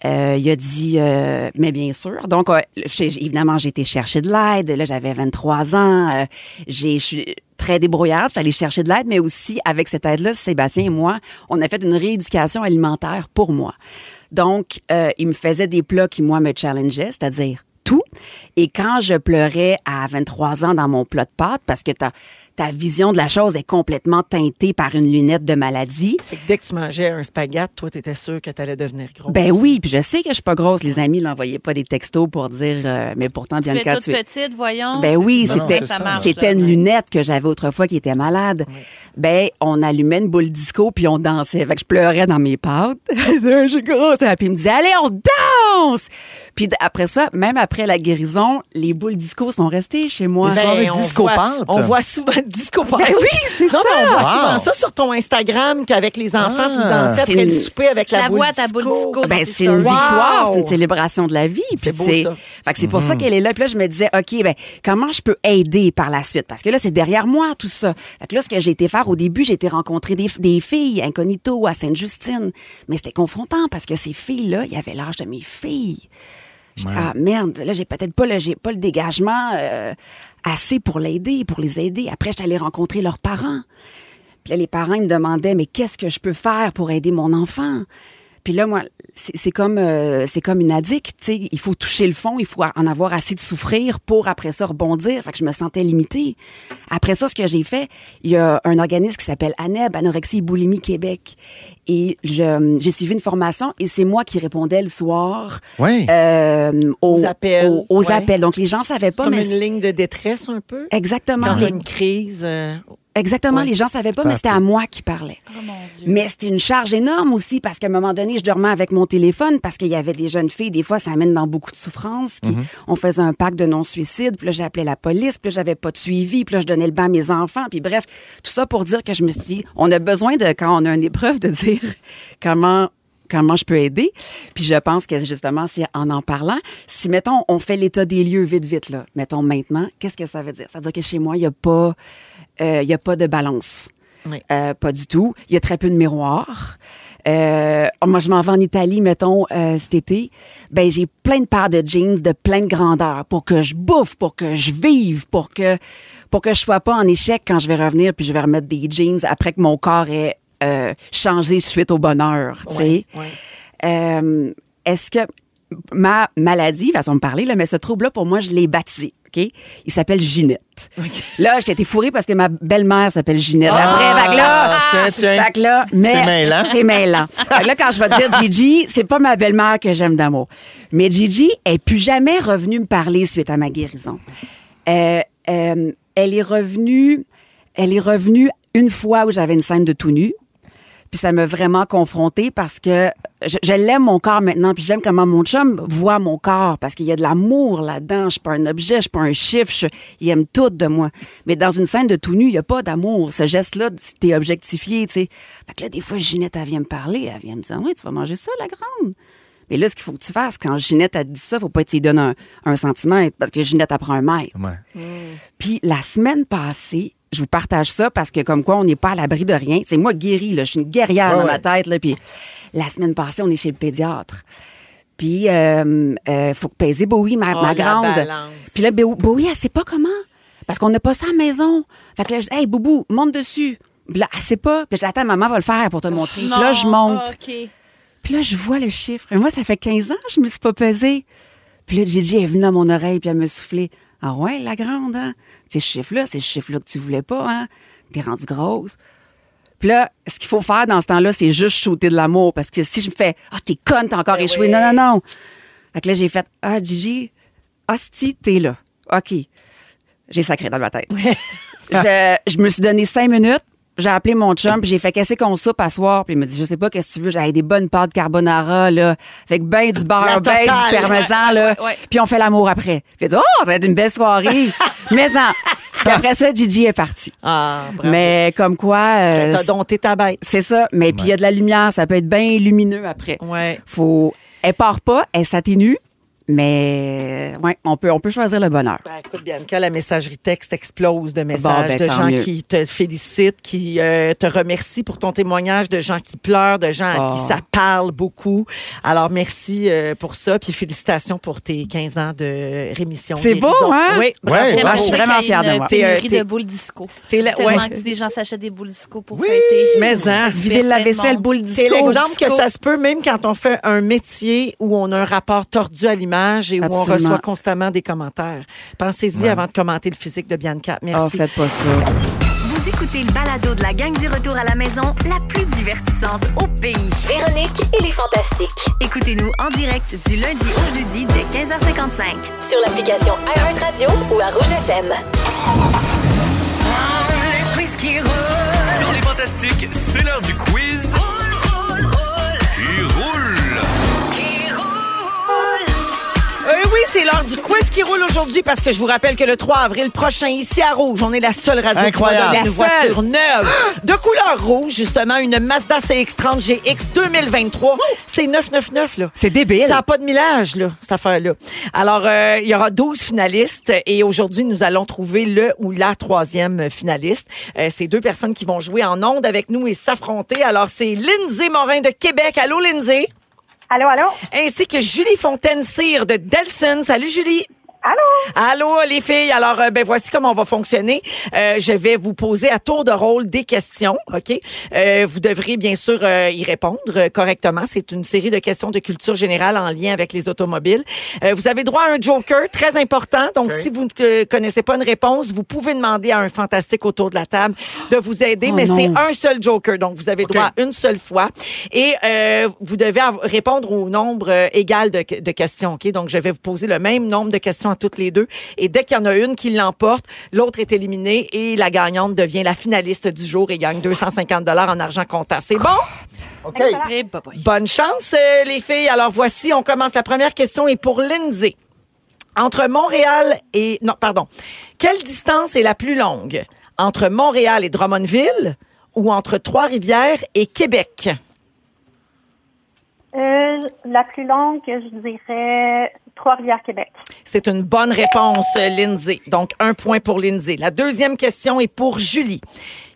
S5: euh, il a dit, euh, mais bien sûr. Donc, euh, j'ai- j'ai- évidemment, j'ai été chercher de l'aide. Là, j'avais 23 ans. Euh, j'ai- je suis très débrouillarde. J'étais allée chercher de l'aide, mais aussi avec cette aide-là, Sébastien et moi, on a fait une rééducation alimentaire pour moi. Donc, euh, il me faisait des plats qui, moi, me challengeaient, c'est-à-dire tout. Et quand je pleurais à 23 ans dans mon plat de pâtes, parce que ta, ta vision de la chose est complètement teintée par une lunette de maladie,
S3: Fait que dès que tu mangeais un spaghette, toi, tu étais sûr que tu allais devenir gros.
S5: ben oui, puis je sais que je suis pas grosse, les amis, l'envoyaient pas des textos pour dire euh, mais pourtant
S4: Tu es
S5: Bianca
S4: toute
S5: tu es
S4: petite, voyons.
S5: ben oui,
S2: Non, non,
S5: c'était
S2: c'est ça.
S5: c'était une
S4: lunette.
S5: lunette que j'avais autrefois qui était malade. Ben on allumait une boule disco puis on dansait. Fait que je pleurais dans mes pattes. je suis grosse. hein, Puis il me disait allez on danse. Puis d- après ça, même après la guérison, les boules disco sont restées chez moi.
S3: Ben,
S2: soirées
S3: on
S2: discopathes.
S3: voit- On voit souvent discopathes.
S5: Ben oui, c'est
S3: Non,
S5: ça.
S3: mais on voit
S2: Wow.
S3: Ah, souvent ça sur ton Instagram qu'avec les enfants,
S2: Ah.
S3: tu dansais
S5: C'est
S3: après
S5: une-
S3: le souper avec
S4: Je
S3: la,
S4: la
S3: boule
S4: vois, ta boule
S3: disco.
S4: disco.
S5: Ben,
S4: dans tes
S5: c'est une
S4: stories.
S5: victoire,
S3: Wow!
S5: c'est une célébration de la vie. Puis
S3: beau,
S5: c'est-
S3: ça. Mm.
S5: Fait que c'est pour ça qu'elle est là. Puis là, je me disais, OK, ben, comment je peux aider par la suite? Parce que là, c'est derrière moi, tout ça. Fait que là, ce que j'ai été faire au début, j'ai été rencontrer des, des filles incognito à Sainte-Justine. Mais c'était confrontant parce que ces filles-là, il y avait l'âge de mes filles. J'étais, ah merde, là, j'ai peut-être pas le, j'ai pas le dégagement euh, assez pour l'aider, pour les aider. Après, j'étais allée rencontrer leurs parents. Puis là, les parents ils me demandaient, mais qu'est-ce que je peux faire pour aider mon enfant? Puis là, moi, c'est c'est comme, euh, c'est comme une addict, tu sais. Il faut toucher le fond, il faut en avoir assez de souffrir pour après ça rebondir. Fait que je me sentais limitée. Après ça, ce que j'ai fait, il y a un organisme qui s'appelle ANEB, Anorexie et Boulimie Québec. Et je- j'ai suivi une formation et c'est moi qui répondais le soir
S2: Oui.
S5: euh, aux,
S3: Aux appels,
S5: aux- aux
S3: ouais.
S5: appels. Donc les gens savaient pas,
S3: Comme
S5: mais Ah.
S3: une ligne de détresse un peu.
S5: exactement.
S3: Quand tu
S5: Les-
S3: as une crise, euh,
S5: Exactement, les gens savaient pas, mais c'était à moi qui parlait.
S4: Dieu.
S5: Mais c'était une charge énorme aussi parce qu'à un moment donné, je dormais avec mon téléphone parce qu'il y avait des jeunes filles. Des fois, ça amène dans beaucoup de souffrances. Qui, On faisait un pacte de non-suicide, puis là, j'appelais la police, puis là, j'avais pas de suivi, puis là, je donnais le bain à mes enfants, puis bref, tout ça pour dire que je me suis dit, on a besoin de, quand on a une épreuve, de dire comment comment je peux aider. Puis je pense que justement, c'est en en parlant. Si, mettons, on fait l'état des lieux vite, vite, là, mettons maintenant, qu'est-ce que ça veut dire? Ça veut dire que chez moi, il n'y a, pas, euh, il y a pas de balance.
S3: Oui.
S5: Euh, pas du tout. Il y a très peu de miroirs. Euh, moi, je m'en vais en Italie, mettons, euh, cet été. Ben, j'ai plein de paires de jeans de plein de grandeur pour que je bouffe, pour que je vive, pour que pour que je sois pas en échec quand je vais revenir, puis je vais remettre des jeans après que mon corps ait euh, changé suite au bonheur. tu sais. Euh, Est-ce que ma maladie, façon de parler, là, mais ce trouble-là, pour moi, je l'ai bâti. OK? Il s'appelle Ginette. Là, j'ai été fourrée parce que ma belle-mère s'appelle Ginette. La vraie
S2: Ah!
S5: vague là.
S2: Tiens, tiens.
S5: Fait que là, mais-
S2: C'est mêlant.
S5: C'est mêlant. Fait que là, quand je vais te dire Gigi, c'est pas ma belle-mère que j'aime d'amour. Mais Gigi, elle est plus jamais revenue me parler suite à ma guérison. Euh, euh, elle est revenue, elle est revenue une fois où j'avais une scène de tout nu. Puis ça m'a vraiment confrontée parce que je, je l'aime mon corps maintenant, puis j'aime comment mon chum voit mon corps parce qu'il y a de l'amour là-dedans. Je suis pas un objet, je suis pas un chiffre, je- il aime tout de moi. Mais dans une scène de tout nu, il y a pas d'amour. Ce geste-là, t'es objectifié, tu sais. Fait que là, des fois, Ginette, elle vient me parler, elle vient me dire, oui, tu vas manger ça, la grande. Mais là, ce qu'il faut que tu fasses, quand Ginette a dit ça, faut pas que tu lui donnes un, un centimètre parce que Ginette, elle prend un mètre.
S2: Ouais.
S5: Puis la semaine passée, je vous partage ça parce que comme quoi on n'est pas à l'abri de rien. C'est moi guérie là, je suis une guerrière
S2: Ouais,
S5: dans
S2: ouais.
S5: ma tête là. Puis la semaine passée, on est chez le pédiatre. Puis euh, euh, faut que pèse Bowie, ma,
S3: Oh, la
S5: ma grande.
S3: balance.
S5: Puis là, Bo- Bowie, elle sait pas comment parce qu'on n'a pas ça à la maison. Fait que là, je dis hey Boubou, monte dessus. Puis là, elle sait pas. Puis j'attends maman va le faire pour te montrer. Puis là, je monte.
S3: oh,
S4: OK.
S5: Puis là, je vois le chiffre. Et moi, ça fait 15 ans, je me suis pas pesée. Puis là, Gigi est venue à mon oreille, puis elle me soufflé. Ah ouais, la grande, hein? Ces chiffres-là, c'est le chiffre-là que tu voulais pas, hein? T'es rendue grosse. Puis là, ce qu'il faut faire dans ce temps-là, c'est juste shooter de l'amour. Parce que si je me fais, ah, t'es conne, t'as
S3: Ben
S5: encore échoué. Non, non, non. Fait que là, j'ai fait, ah, Gigi, hostie, t'es là. OK. J'ai sacré dans ma tête. je, je me suis donné cinq minutes. J'ai appelé mon chum, puis j'ai fait casser qu'on soupe à soir. Puis il m'a dit, je sais pas, qu'est-ce que tu veux? J'avais des bonnes pâtes carbonara, là, avec ben du beurre, ben du parmesan, là. Puis on fait l'amour après. Puis il a dit, oh, ça va être une belle soirée. Mais en. Puis après ça, Gigi est parti.
S3: Ah, bravo.
S5: Mais comme quoi, euh,
S3: T'as dompté ta bête.
S5: c'est ça. Mais puis il y a de la lumière, ça peut être bien lumineux après.
S3: Ouais.
S5: Faut, elle part pas, elle s'atténue, mais ouais, on peut, on peut choisir le bonheur.
S3: Ben, écoute, Bianca, la messagerie texte explose de messages
S5: Bon, ben,
S3: de
S5: tant
S3: gens
S5: mieux.
S3: qui te félicitent, qui euh, te remercient pour ton témoignage, de gens qui pleurent, de gens à
S5: Oh.
S3: qui ça parle beaucoup. Alors, merci euh, pour ça. Puis félicitations pour tes 15 ans de rémission.
S5: C'est
S3: guérison.
S5: beau, hein?
S3: Oui, bravo.
S2: Ouais,
S4: J'aimerais
S5: je suis
S4: ça
S5: vraiment
S4: qu'il y ait
S5: fière de
S4: une
S5: moi.
S4: pénurie
S3: T'es- t'es-
S4: de euh, boules disco.
S3: T'es
S5: Euh,
S3: là-
S4: Tellement
S3: ouais.
S4: que des gens s'achètent des boules disco pour
S2: Oui,
S4: fêter.
S3: mais hein.
S4: Ça fait
S5: Vider la
S4: plein de
S5: vaisselle,
S4: monde.
S5: boule
S3: C'est
S5: disco.
S3: l'exemple que ça se peut, même quand on fait un métier où on a un rapport tordu à l'image et où on
S5: Absolument.
S3: reçoit constamment des commentaires. Pensez-y avant de commenter le physique de Bianca.
S5: Oh,
S3: Merci.
S5: faites pas ça.
S11: Vous écoutez le balado de la gang du retour à la maison, la plus divertissante au pays.
S6: Véronique et les Fantastiques.
S11: Écoutez-nous en direct du lundi au jeudi dès 15h55.
S6: Sur l'application iHeartRadio ou à Rouge FM.
S12: Dans les fantastiques, c'est l'heure du quiz. Qui roule.
S3: Euh, oui, c'est l'heure du quiz qui roule aujourd'hui parce que je vous rappelle que le 3 avril prochain, ici à Rouge, on est la seule radio
S2: Incroyable.
S3: qui va donner
S5: La
S3: une
S5: seule.
S3: voiture neuve de couleur rouge, justement, une Mazda CX-30 GX 2023. C'est 999, là.
S5: C'est débile.
S3: Ça n'a pas de millage, là, cette affaire-là. Alors, euh, il y aura 12 finalistes et aujourd'hui, nous allons trouver le ou la troisième finaliste. Euh, c'est deux personnes qui vont jouer en ondes avec nous et s'affronter. Alors, c'est Lindsay Morin de Québec. Allô, Lindsay? Allô, allô? Ainsi que Julie Fontaine-Cyr de Delson. Salut, Julie. Allô, les filles. Alors, euh, ben voici comment on va fonctionner. Euh, je vais vous poser à tour de rôle des questions, ok Euh, Vous devrez bien sûr euh, y répondre euh, correctement. C'est une série de questions de culture générale en lien avec les automobiles. Euh, vous avez droit à un joker très important. Donc, si vous ne euh, connaissez pas une réponse, vous pouvez demander à un fantastique autour de la table de vous aider.
S5: Oh
S3: mais
S5: non.
S3: c'est un seul joker, donc vous avez droit à une seule fois. Et euh, vous devez av- répondre au nombre euh, égal de, que- de questions. Ok Donc, je vais vous poser le même nombre de questions à en toutes les deux. Et dès qu'il y en a une qui l'emporte, l'autre est éliminée et la gagnante devient la finaliste du jour et gagne 250 en argent comptant. C'est bon?
S2: OK.
S4: Eh, bah, boy.
S3: Bonne chance, euh, les filles. Alors voici, on commence la première question est pour Lindsay. Entre Montréal et... Non, pardon. Quelle distance est la plus longue? Entre Montréal et Drummondville ou entre Trois-Rivières et Québec?
S13: Euh, la plus longue, je dirais Trois-Rivières-Québec.
S3: C'est une bonne réponse, euh, Lindsay. Donc, un point pour Lindsay. La deuxième question est pour Julie.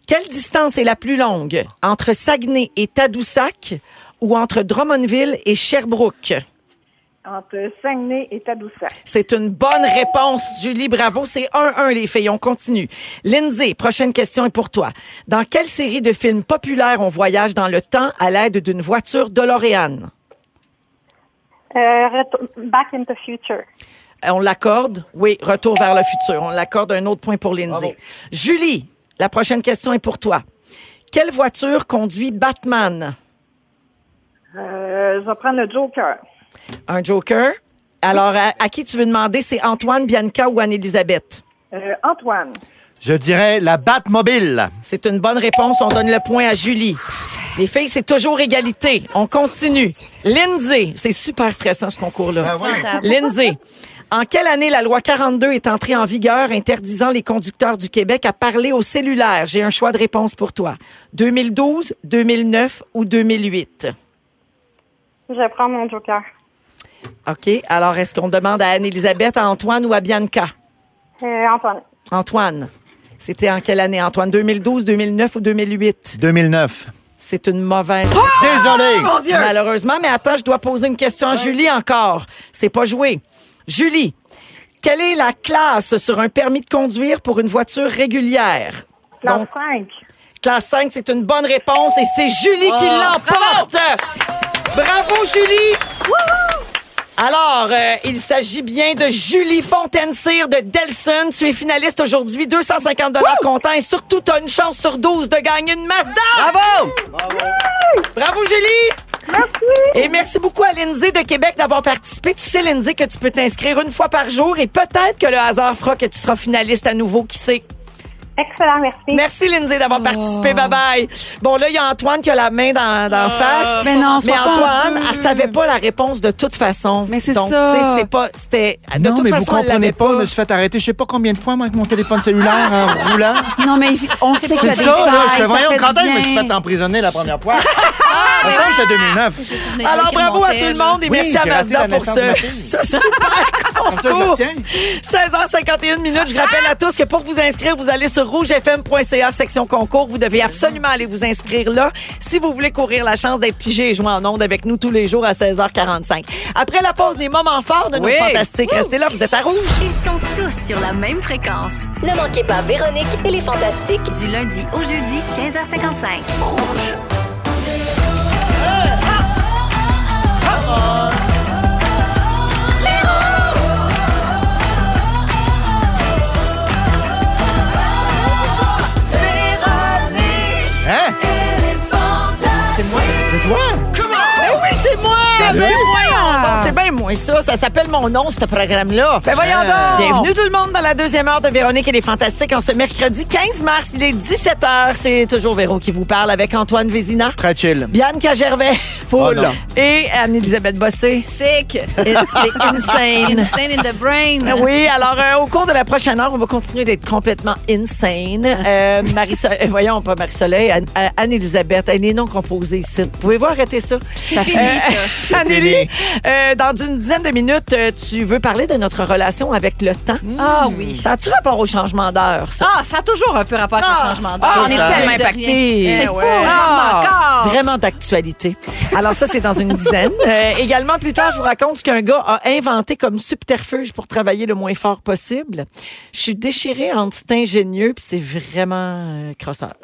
S3: Quelle distance est la plus longue entre Saguenay et Tadoussac ou entre Drummondville et Sherbrooke?
S13: Entre Saguenay et Tadoussac.
S3: C'est une bonne réponse, Julie. Bravo. C'est 1-1, les filles. On continue. Lindsay, prochaine question est pour toi. Dans quelle série de films populaires on voyage dans le temps à l'aide d'une voiture DeLorean?
S13: Euh, retour- Back in the Future.
S3: Euh, On l'accorde? Oui, retour vers le futur. On l'accorde un autre point pour Lindsay. Julie, la prochaine question est pour toi. Quelle voiture conduit Batman?
S13: Euh, je vais prendre le Joker.
S3: Un Joker. Alors, à, à qui tu veux demander? C'est Antoine, Bianca ou Anne-Élisabeth?
S13: Euh, Antoine.
S2: Je dirais la Batmobile.
S3: C'est une bonne réponse. On donne le point à Julie. Les filles, c'est toujours égalité. On continue. Lindsay, c'est super stressant ce concours-là.
S13: Ah,
S3: Lindsay, en quelle année la loi 42 est entrée en vigueur interdisant les conducteurs du Québec à parler au cellulaire? J'ai un choix de réponse pour toi. 2012, 2009 ou 2008?
S13: Je vais prendre mon Joker.
S3: OK. Alors, est-ce qu'on demande à Anne-Élisabeth, à Antoine ou à Bianca?
S13: Euh, Antoine.
S3: Antoine, c'était en quelle année, Antoine? 2012, 2009 ou 2008?
S2: 2009.
S3: C'est une mauvaise.
S13: Ah!
S3: Ah,
S2: Désolé.
S3: Malheureusement, mais attends, je dois poser une question à Julie encore. C'est pas joué. Julie, quelle est la classe sur un permis de conduire pour une voiture régulière?
S13: Classe
S3: Donc,
S13: 5.
S3: classe 5, c'est une bonne réponse et c'est Julie qui l'emporte. Bravo, Julie. Alors, euh, il s'agit bien de Julie Fontaine-Cyr de Delson. Tu es finaliste aujourd'hui, 250 comptant et surtout, tu as une chance sur 12 de gagner une Mazda. Bravo! Bravo, Julie! Merci. Et merci beaucoup à Lindsay de Québec d'avoir participé. Tu sais, Lindsay, que tu peux t'inscrire une fois par jour et peut-être que le hasard fera que tu seras finaliste à nouveau, qui sait.
S13: Excellent, merci.
S3: Merci, Oh. Lindsay, d'avoir participé. Bye-bye. Bon, là, il y a Antoine qui a la main dans, dans face.
S5: Mais non,
S3: Mais
S5: sois pas
S3: Antoine,
S5: honteux.
S3: elle savait pas la réponse de toute façon.
S5: Mais c'est
S3: Donc,
S5: ça.
S3: tu sais, c'est pas, c'était, de
S2: Ah, non,
S3: toute
S2: mais
S3: façon,
S2: vous
S3: elle l'avait
S2: comprenez pas, je me suis fait arrêter je sais pas combien de fois, moi, avec mon téléphone cellulaire en roulant.
S5: Non, mais il- on sait que
S2: C'est
S5: t'as des
S2: ça, là.
S5: failles,
S2: Je fais,
S5: ça
S2: voyons,
S5: fait du
S2: quand est-ce que je me
S5: bien.
S2: suis fait emprisonner la première fois? Ah, c'est 2009.
S3: Alors, bravo à tout le monde
S2: Oui,
S3: et merci à
S2: j'ai raté
S3: Mazda
S2: la
S3: pour
S2: naissance de ma
S3: ce,
S2: fille.
S3: ce super
S2: Ah, Comme ça, je me
S3: concours.
S2: tiens.
S3: 16h51 minutes. Je rappelle à tous que pour vous inscrire, vous allez sur rougefm.ca section concours. Vous devez absolument aller vous inscrire là si vous voulez courir la chance d'être pigé et jouer en ondes avec nous tous les jours à 16h45. Après la pause, les moments forts de nos
S8: Oui.
S3: fantastiques. Restez là, vous êtes à rouge.
S6: Ils sont tous sur la même fréquence.
S7: Ne manquez pas Véronique et les Fantastiques.
S6: Du lundi au jeudi, 15h55.
S2: Hein? C'est moi. C'est toi?
S3: Mais Eh oui, c'est moi! C'est bien moi! c'est bien moi, ça. Ça s'appelle mon nom, ce programme-là. Ben voyons donc! Bienvenue tout le monde dans la deuxième heure de Véronique et les Fantastiques en ce mercredi 15 mars. Il est 17h. C'est toujours Véro qui vous parle avec Antoine Vézina,
S2: Très chill.
S3: Bianca Gervais
S2: Full. Oh non.
S3: et Anne-Elisabeth Bossé.
S4: Sick.
S3: Et C'est insane.
S4: Insane in the brain.
S3: Oui, alors euh, au cours de la prochaine heure, on va continuer d'être complètement insane. Euh, Marie So- euh, voyons, pas Marie-Soleil, Anne- euh, Anne-Élisabeth, elle est non composée ici. Pouvez-vous arrêter ça?
S4: Ça
S3: Euh, Anneli, euh, dans une dizaine de minutes, euh, tu veux parler de notre relation avec le temps. Mm.
S4: Ah oui.
S3: Ça a-tu rapport au changement d'heure, ça?
S4: Ah, ça a toujours un peu rapport avec
S3: Ah.
S4: le changement
S5: Ah,
S4: d'heure.
S5: on est
S4: Ah,
S5: tellement
S4: de rien.
S5: impactés.
S4: C'est
S5: Eh
S4: fou,
S5: ouais.
S4: je m'en
S5: Ah.
S4: encore.
S3: Vraiment d'actualité. Alors ça, c'est dans une dizaine. Euh, également, plus tard, je vous raconte ce qu'un gars a inventé comme subterfuge pour travailler le moins fort possible. Je suis déchirée entre cet ingénieux, puis c'est vraiment euh, crosseur.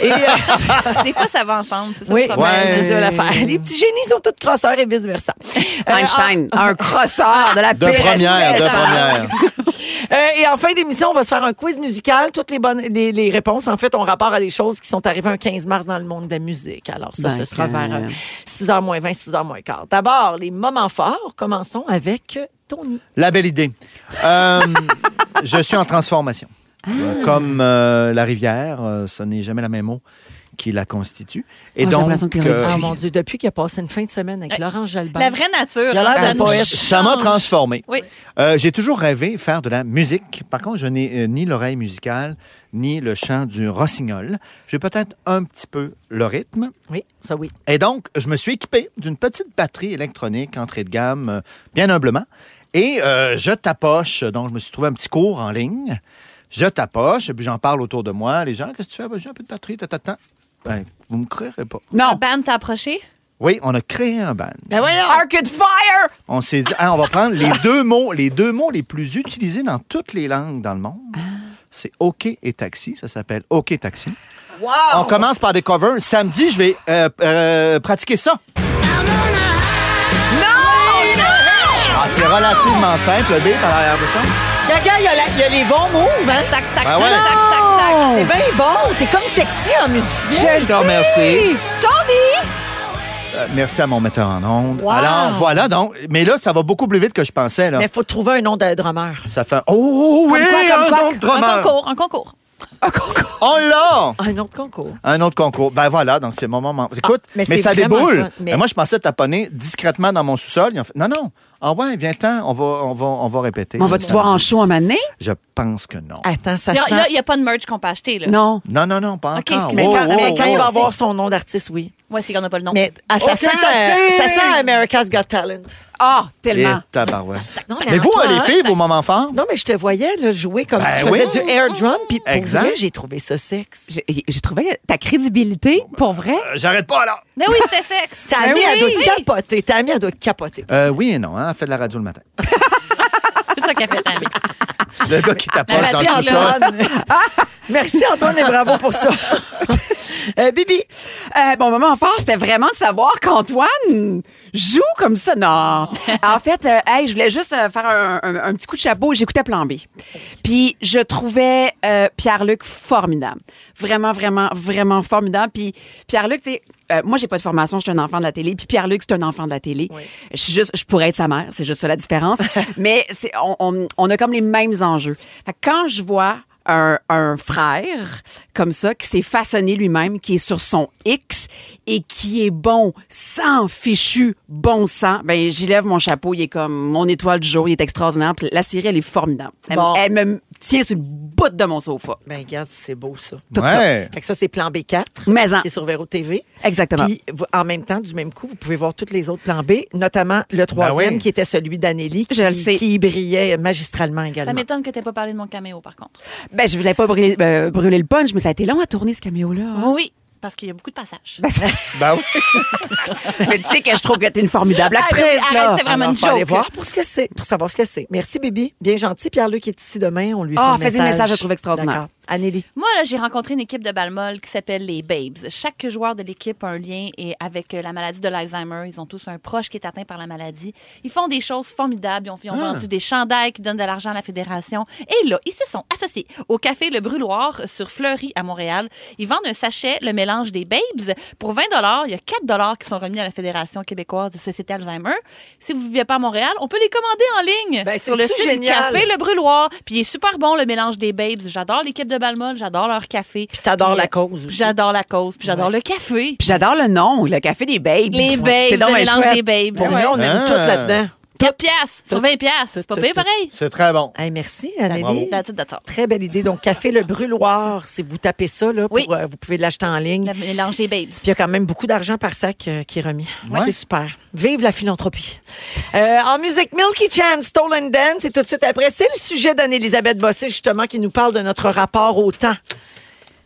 S3: Et, euh,
S4: Des fois, ça va ensemble, c'est ça
S3: oui,
S4: le
S3: ouais,
S4: problème.
S3: c'est ça l'affaire. Les petits génies sont tous crosseurs et vice-versa. Euh,
S5: Ah, Einstein, un crosseur de la
S2: De
S5: pire
S2: première, de
S5: espèce.
S2: première.
S3: Euh, et en fin d'émission, on va se faire un quiz musical. Toutes les bonnes les, les réponses, en fait, ont rapport à des choses qui sont arrivées un 15 mars dans le monde de la musique. Alors ça,
S8: Ben,
S3: ce sera
S8: que-
S3: vers euh, 6h moins 20, 6h moins quart. D'abord, les moments forts. Commençons avec euh, Tony.
S2: La belle idée. Euh, je suis en transformation. Euh, Comme euh, la rivière, euh, ce n'est jamais la même eau qui la constitue. Et
S8: Oh, j'ai
S2: donc,
S8: l'impression qu'il y aurait du
S2: euh,
S3: Ah, mon Dieu, depuis qu'il a passé une fin de semaine avec Laurent Jalbert.
S4: La vraie nature.
S3: Il a l'air
S4: hein,
S3: d'un
S4: ça nous
S3: poète.
S2: ça m'a
S4: change.
S2: transformé.
S4: Oui.
S2: Euh, j'ai toujours rêvé faire de la musique. Par contre, je n'ai euh, ni l'oreille musicale, ni le chant du rossignol. J'ai peut-être un petit peu le rythme.
S3: Oui, ça oui.
S2: Et donc, je me suis équipé d'une petite batterie électronique entrée de gamme, euh, bien humblement. Et euh, je tapoche. Donc, je me suis trouvé un petit cours en ligne. Je tapoche, et puis j'en parle autour de moi. Les gens, qu'est-ce que tu fais? Ben, j'ai un peu de batterie, tatata. Ben, vous me croirez pas.
S4: La
S5: Non.
S4: bande t'a approché?
S2: Oui, on a créé un band.
S4: Ben voyons.
S5: Arcade Fire!
S2: On s'est dit, ah, on va prendre les deux mots, les deux mots les plus utilisés dans toutes les langues dans le monde. C'est OK et taxi. Ça s'appelle OK taxi. On commence par des covers. Samedi, je vais euh, euh, pratiquer ça. Ah, c'est relativement simple, le beat, à l'arrière de ça.
S3: Gaga, il y, a la- il y a les bons moves, hein?
S4: Tac, tac,
S2: Ben ouais.
S4: tac, tac, tac, tac.
S3: T'es bien bon. T'es comme sexy en musicien.
S2: Je te remercie.
S4: Tony!
S2: Euh, merci à mon metteur en ondes.
S3: Wow.
S2: Alors, voilà, donc. Mais là, ça va beaucoup plus vite que je pensais, là.
S3: Mais faut trouver un nom de drummer.
S2: Ça fait. Oh, oui,
S5: quoi, comme
S2: un
S5: quoi?
S2: autre drummer.
S4: Un concours, un concours.
S2: On l'a!
S3: Un autre concours.
S2: Un autre concours. Ben voilà, donc c'est mon moment. Écoute,
S3: Ah, mais
S2: mais,
S3: c'est
S2: ça
S3: vraiment le
S2: déboule.
S3: fun, mais-
S2: Ben Moi, je pensais taponner discrètement dans mon sous-sol. Ils ont fait, non, non. Ah ouais, viens-t'en, on va, on, va, on va répéter.
S5: On va-tu te voir en show un moment donné?
S2: Je pense que non.
S3: Attends, ça
S4: Il y a-
S3: sent.
S4: Là, il n'y a pas de merch qu'on peut acheter. Là.
S5: Non.
S2: Non, non, non, pas
S4: Ok,
S2: encore.
S4: excuse-moi.
S3: Mais
S2: Oh,
S3: quand,
S2: oh,
S3: mais quand il va
S2: oh.
S3: avoir son nom d'artiste, oui.
S4: Moi, c'est qu'on n'a pas le nom.
S3: Mais ah, ça,
S4: Oh,
S3: sent,
S4: c'est
S3: euh, ça sent America's Got Talent.
S5: Ah,
S2: Et
S5: tellement.
S2: Eh, tabarouette.
S3: Non,
S2: Mais vous,
S3: Antoine,
S2: les filles, vos moments forts?
S3: Non, mais je te voyais là, jouer comme
S2: Ben
S3: tu faisais
S2: oui.
S3: du air drum, puis pour
S2: Exact.
S3: vrai, j'ai trouvé ça sexe.
S8: J'ai j'ai trouvé ta crédibilité, pour vrai.
S2: Euh, J'arrête pas, là.
S4: Mais oui, c'était sexe.
S3: Ta amie, elle
S4: oui.
S3: doit capoter. Ta amie, elle doit capoter.
S2: Euh, oui et non, hein, fait de la radio le matin.
S4: C'est ça qu'elle fait ta vie.
S2: Le gars
S3: Ah,
S2: qui tapote dans
S3: Merci
S2: le sous-sol.
S3: Antoine. Merci Antoine et bravo pour ça. Euh, Bibi,
S5: Euh, mon moment fort, c'était vraiment de savoir qu'Antoine joue comme ça. Non. en fait, euh, hey, je voulais juste euh, faire un, un- un petit coup de chapeau. J'écoutais Plan B. Puis je trouvais euh, Pierre-Luc formidable. Vraiment, vraiment, vraiment formidable. Puis Pierre-Luc, tu sais, euh, moi, j'ai pas de formation, je suis un enfant de la télé. Puis Pierre-Luc, c'est un enfant de la télé. Je suis juste, je pourrais être sa mère, c'est juste ça la différence. Mais c'est, on, on- on a comme les mêmes enjeux. Fait que quand je vois un, un frère comme ça qui s'est façonné lui-même, qui est sur son X et qui est bon, sans fichu, bon sang. Ben j'y lève mon chapeau, il est comme mon étoile du jour, il est extraordinaire. Puis la série elle est formidable. Elle,
S3: Bon.
S5: elle me tient sur le bout de mon sofa.
S3: ben regarde, c'est beau ça.
S2: Ouais.
S3: Fait que ça, c'est plan B4
S5: Mais en-
S3: qui est sur Véro TV.
S5: exactement.
S3: Puis, vous- en même temps, du même coup, vous pouvez voir tous les autres plans B, notamment le troisième
S2: oui.
S3: qui était celui d'Anélie, qui,
S5: Ben Je le sais.
S3: qui brillait magistralement également.
S4: Ça m'étonne que tu pas parlé de mon caméo, par contre.
S5: ben je voulais pas brûler, euh, brûler le punch, mais ça a été long à tourner ce caméo là.
S4: Oui, parce qu'il y a beaucoup de passages.
S2: Ben oui.
S5: mais tu sais que je trouve que t'es une formidable
S4: Ah, ben oui,
S5: actrice là.
S4: arrête, c'est vraiment
S3: Alors,
S4: une
S3: faut aller
S4: joke.
S3: voir pour ce que c'est, pour savoir ce que c'est. Merci, Bibi. Bien gentil. Pierre-Luc est ici demain. On lui fait
S5: Ah,
S3: un
S5: fais-y
S3: message.
S5: le message, je trouve extraordinaire.
S3: D'accord. Anélie.
S4: Moi, là, j'ai rencontré une équipe de balmol qui s'appelle les Babes. Chaque joueur de l'équipe a un lien et avec euh, la maladie de l'Alzheimer. Ils ont tous un proche qui est atteint par la maladie. Ils font des choses formidables. Ils ont, ils ont
S3: Ah.
S4: vendu des chandails qui donnent de l'argent à la fédération. Et là, ils se sont associés au café Le Brûloir sur Fleury à Montréal. Ils vendent un sachet, le mélange des Babes. Pour 20 il y a 4 qui sont remis à la Fédération québécoise des sociétés Alzheimer. Si vous ne vivez pas à Montréal, on peut les commander en ligne
S3: Ben,
S4: sur le
S3: c'est-tu
S4: site du
S3: génial?
S4: café le brûloir. Puis il est super bon, le mélange des babes. J'adore l'équipe de Balmol, j'adore leur café. Puis
S3: t'adores la
S4: euh,
S3: cause aussi.
S4: J'adore la cause, puis j'adore le café.
S5: Puis j'adore le nom, le café des babes.
S4: Les babes,
S5: C'est donc
S4: le
S5: bien
S4: mélange
S5: chouette.
S4: des babes.
S3: Pour vrai, on aime
S5: hein?
S2: Ah.
S3: tout là-dedans.
S4: 4 piastres sur 20 piastres. C'est pas
S3: tout,
S4: payé
S3: tout.
S4: pareil.
S2: C'est très bon.
S3: Hey, merci,
S2: Bravo.
S3: Anélie.
S4: La petite date.
S3: Très belle idée. Donc, Café Le Brûloir, si vous tapez ça, là, pour,
S4: Oui.
S3: euh, vous pouvez l'acheter en ligne.
S4: Le mélange des babes.
S3: Puis il y a quand même beaucoup d'argent par sac euh, qui est remis.
S2: Ouais.
S3: C'est super. Vive la philanthropie. Euh, en musique, Milky Chance, Stolen Dance, et tout de suite après, c'est le sujet d'Anne-Élisabeth Bossé, justement, qui nous parle de notre rapport au temps.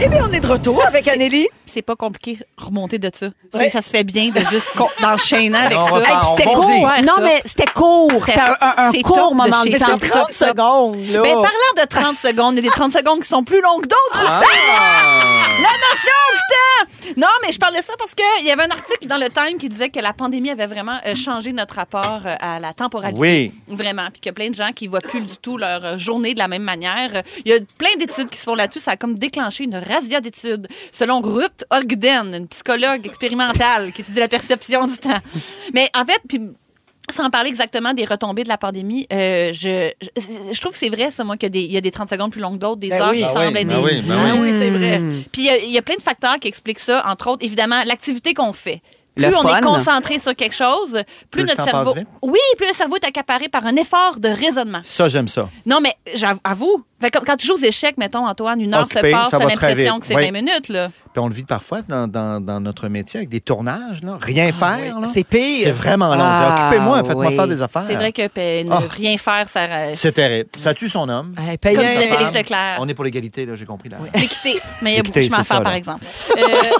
S3: Eh bien, on est de retour avec Anélie.
S4: C'est pas compliqué remonter de ça. Tu sais, Ça se fait bien de juste con- d'enchaîner avec
S3: On
S4: ça.
S3: repart,
S4: Hey, puis
S3: on
S4: c'était
S3: rebondit.
S4: court.
S5: hein?
S3: Ouais,
S4: Non,
S3: top.
S4: mais
S5: c'était court.
S4: C'était un, un- un
S3: C'est top
S4: court
S3: de
S4: moment de
S3: chez
S4: temps.
S3: top, 30 secondes, là. oh.
S4: Ben, parlant de 30 secondes, il y a des 30 secondes qui sont plus longues que d'autres.
S3: Ah!
S4: aussi. La notion du temps! Non, mais je parle de ça parce qu'il y avait un article dans le Time qui disait que la pandémie avait vraiment euh, changé notre rapport euh, à la temporalité.
S2: Oui.
S4: Vraiment. Puis qu'il y a plein de gens qui voient plus du tout leur euh, journée de la même manière. Euh, Il y a plein d'études qui se font là-dessus. Ça a comme déclenché une razzia d'études. Selon Ruth Ogden, une psychologue expérimentale qui étudie la perception du temps. Mais en fait, puis sans parler exactement des retombées de la pandémie, euh, je, je, je trouve que c'est vrai, ça, moi, qu'il y a des- il y a des 30 secondes plus longues que d'autres, des
S3: Ben
S4: heures
S3: oui.
S4: qui
S3: Ben
S4: semblent
S3: oui,
S4: être
S3: ben
S4: des
S3: oui, ben oui. Ah oui, c'est vrai.
S8: Hmm.
S4: Puis il y a- il y, a plein de facteurs qui expliquent ça, entre autres, évidemment, l'activité qu'on fait. Plus
S8: Le
S4: on
S8: fun.
S4: est concentré sur quelque chose, plus,
S2: Plus le
S4: notre
S2: temps
S4: cerveau.
S2: passe vite.
S4: Oui, plus le cerveau est accaparé par un effort de raisonnement.
S2: Ça, j'aime ça.
S4: Non, mais j'avoue, avoue. Fait que quand tu joues aux échecs, mettons, Antoine, une heure
S2: Occupé,
S4: se passe,
S2: ça
S4: t'as
S2: va très
S4: l'impression
S2: vite.
S4: que c'est
S2: Oui.
S4: 20 minutes, là.
S2: Puis on le vit parfois dans, dans- dans notre métier avec des tournages, là. rien faire. là.
S3: C'est pire.
S2: C'est vraiment long.
S3: Ah,
S2: On dit, Occupez-moi, faites-moi
S3: oui.
S2: faire des affaires.
S4: C'est vrai que ben, ne
S2: Ah.
S4: rien faire, ça. euh,
S2: C'est terrible. Ça tue son homme.
S3: Hey,
S4: Comme
S3: paye un-
S4: disait
S2: Sa
S4: Félix
S2: femme.
S4: Leclerc.
S2: On est pour l'égalité, là, j'ai compris. Là.
S4: L'équité. Mais il y a beaucoup de
S2: L'équité,
S4: chemin à
S2: c'est
S4: faire,
S2: ça,
S4: par
S2: là.
S4: exemple. Euh,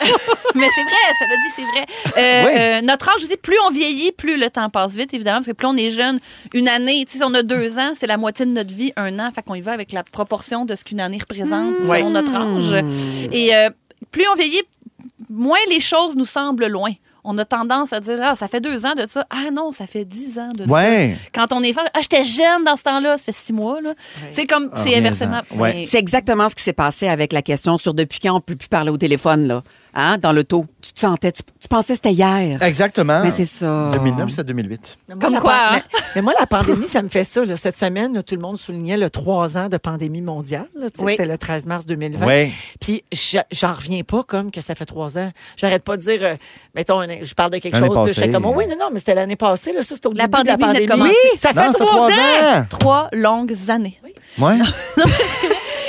S4: mais c'est vrai, ça l'a dit, c'est vrai. Euh,
S2: Oui.
S4: euh, notre âge, je dis, plus on vieillit, plus le temps passe vite, évidemment, parce que plus on est jeune, une année, tu sais, si on a deux ans, c'est la moitié de notre vie, un an. Fait qu'on y va avec la proportion de ce qu'une année représente
S2: Mmh.
S4: selon
S3: Ouais.
S4: notre âge. Et euh, plus on vieillit, moins les choses nous semblent loin. On a tendance à dire, ah, ça fait deux ans de ça. Ah non, ça fait dix ans de ça.
S2: Ouais.
S4: Quand on est femme, ah, j'étais jeune dans ce temps-là, ça fait six mois, là. Tu sais, comme, c'est
S2: Reviens-en.
S4: inversement.
S2: Ah, Ouais.
S4: Mais-
S5: C'est exactement ce qui s'est passé avec la question sur depuis quand on peut plus parler au téléphone, là. Hein, dans l'auto. Tu te sentais, tu, tu pensais que c'était
S3: Euh,
S5: hier. Ah,
S2: Exactement.
S5: Mais c'est ça.
S2: 2009, c'est 2008.
S3: Mais moi,
S4: Comme
S3: la
S4: quoi,
S3: pan-
S4: hein?
S3: mais, mais moi, la pandémie, ça me fait ça. là. Cette semaine, là, tout le monde soulignait le trois ans de pandémie mondiale. là. Tu sais,
S4: Oui.
S3: C'était le 13 mars 2020.
S2: Oui.
S3: Puis je- j'en reviens pas comme que ça fait trois ans. J'arrête pas de dire, euh, mettons, un- je parle de quelque
S2: L'année
S3: chose. de je
S2: passée.
S3: fais comme, oh, oui, non, non, mais c'était l'année passée. Là, ça, c'était au
S4: La
S3: début de
S4: pandémie venait
S3: la
S4: de
S3: pandémie.
S4: commencer.
S3: Oui, ça fait
S2: Non,
S3: trois, ans.
S4: trois longues années.
S2: Ouais.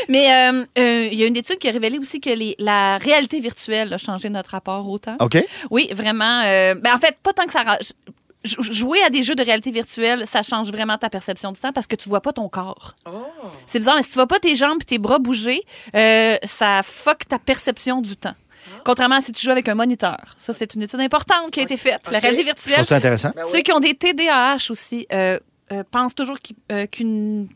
S4: Mais euh, euh, il y a une étude qui a révélé aussi que les- la réalité virtuelle a changé notre rapport au
S3: Ah.
S4: temps.
S2: OK.
S4: Oui, vraiment. euh, ben, en fait, pas tant que ça. ra- j- Jouer à des jeux de réalité virtuelle, ça change vraiment ta perception du temps parce que tu vois pas ton corps.
S3: Oh.
S4: C'est bizarre, mais si tu vois pas tes jambes et tes bras bouger, euh, ça fuck ta perception du temps.
S3: Ah.
S4: Contrairement à si tu joues avec un moniteur. Ça, c'est une étude importante qui a été faite. La réalité
S2: Je trouve
S4: virtuelle,
S2: ça intéressant.
S4: ceux qui ont des TDAH aussi euh, euh, pensent toujours qu'il- euh, qu'une.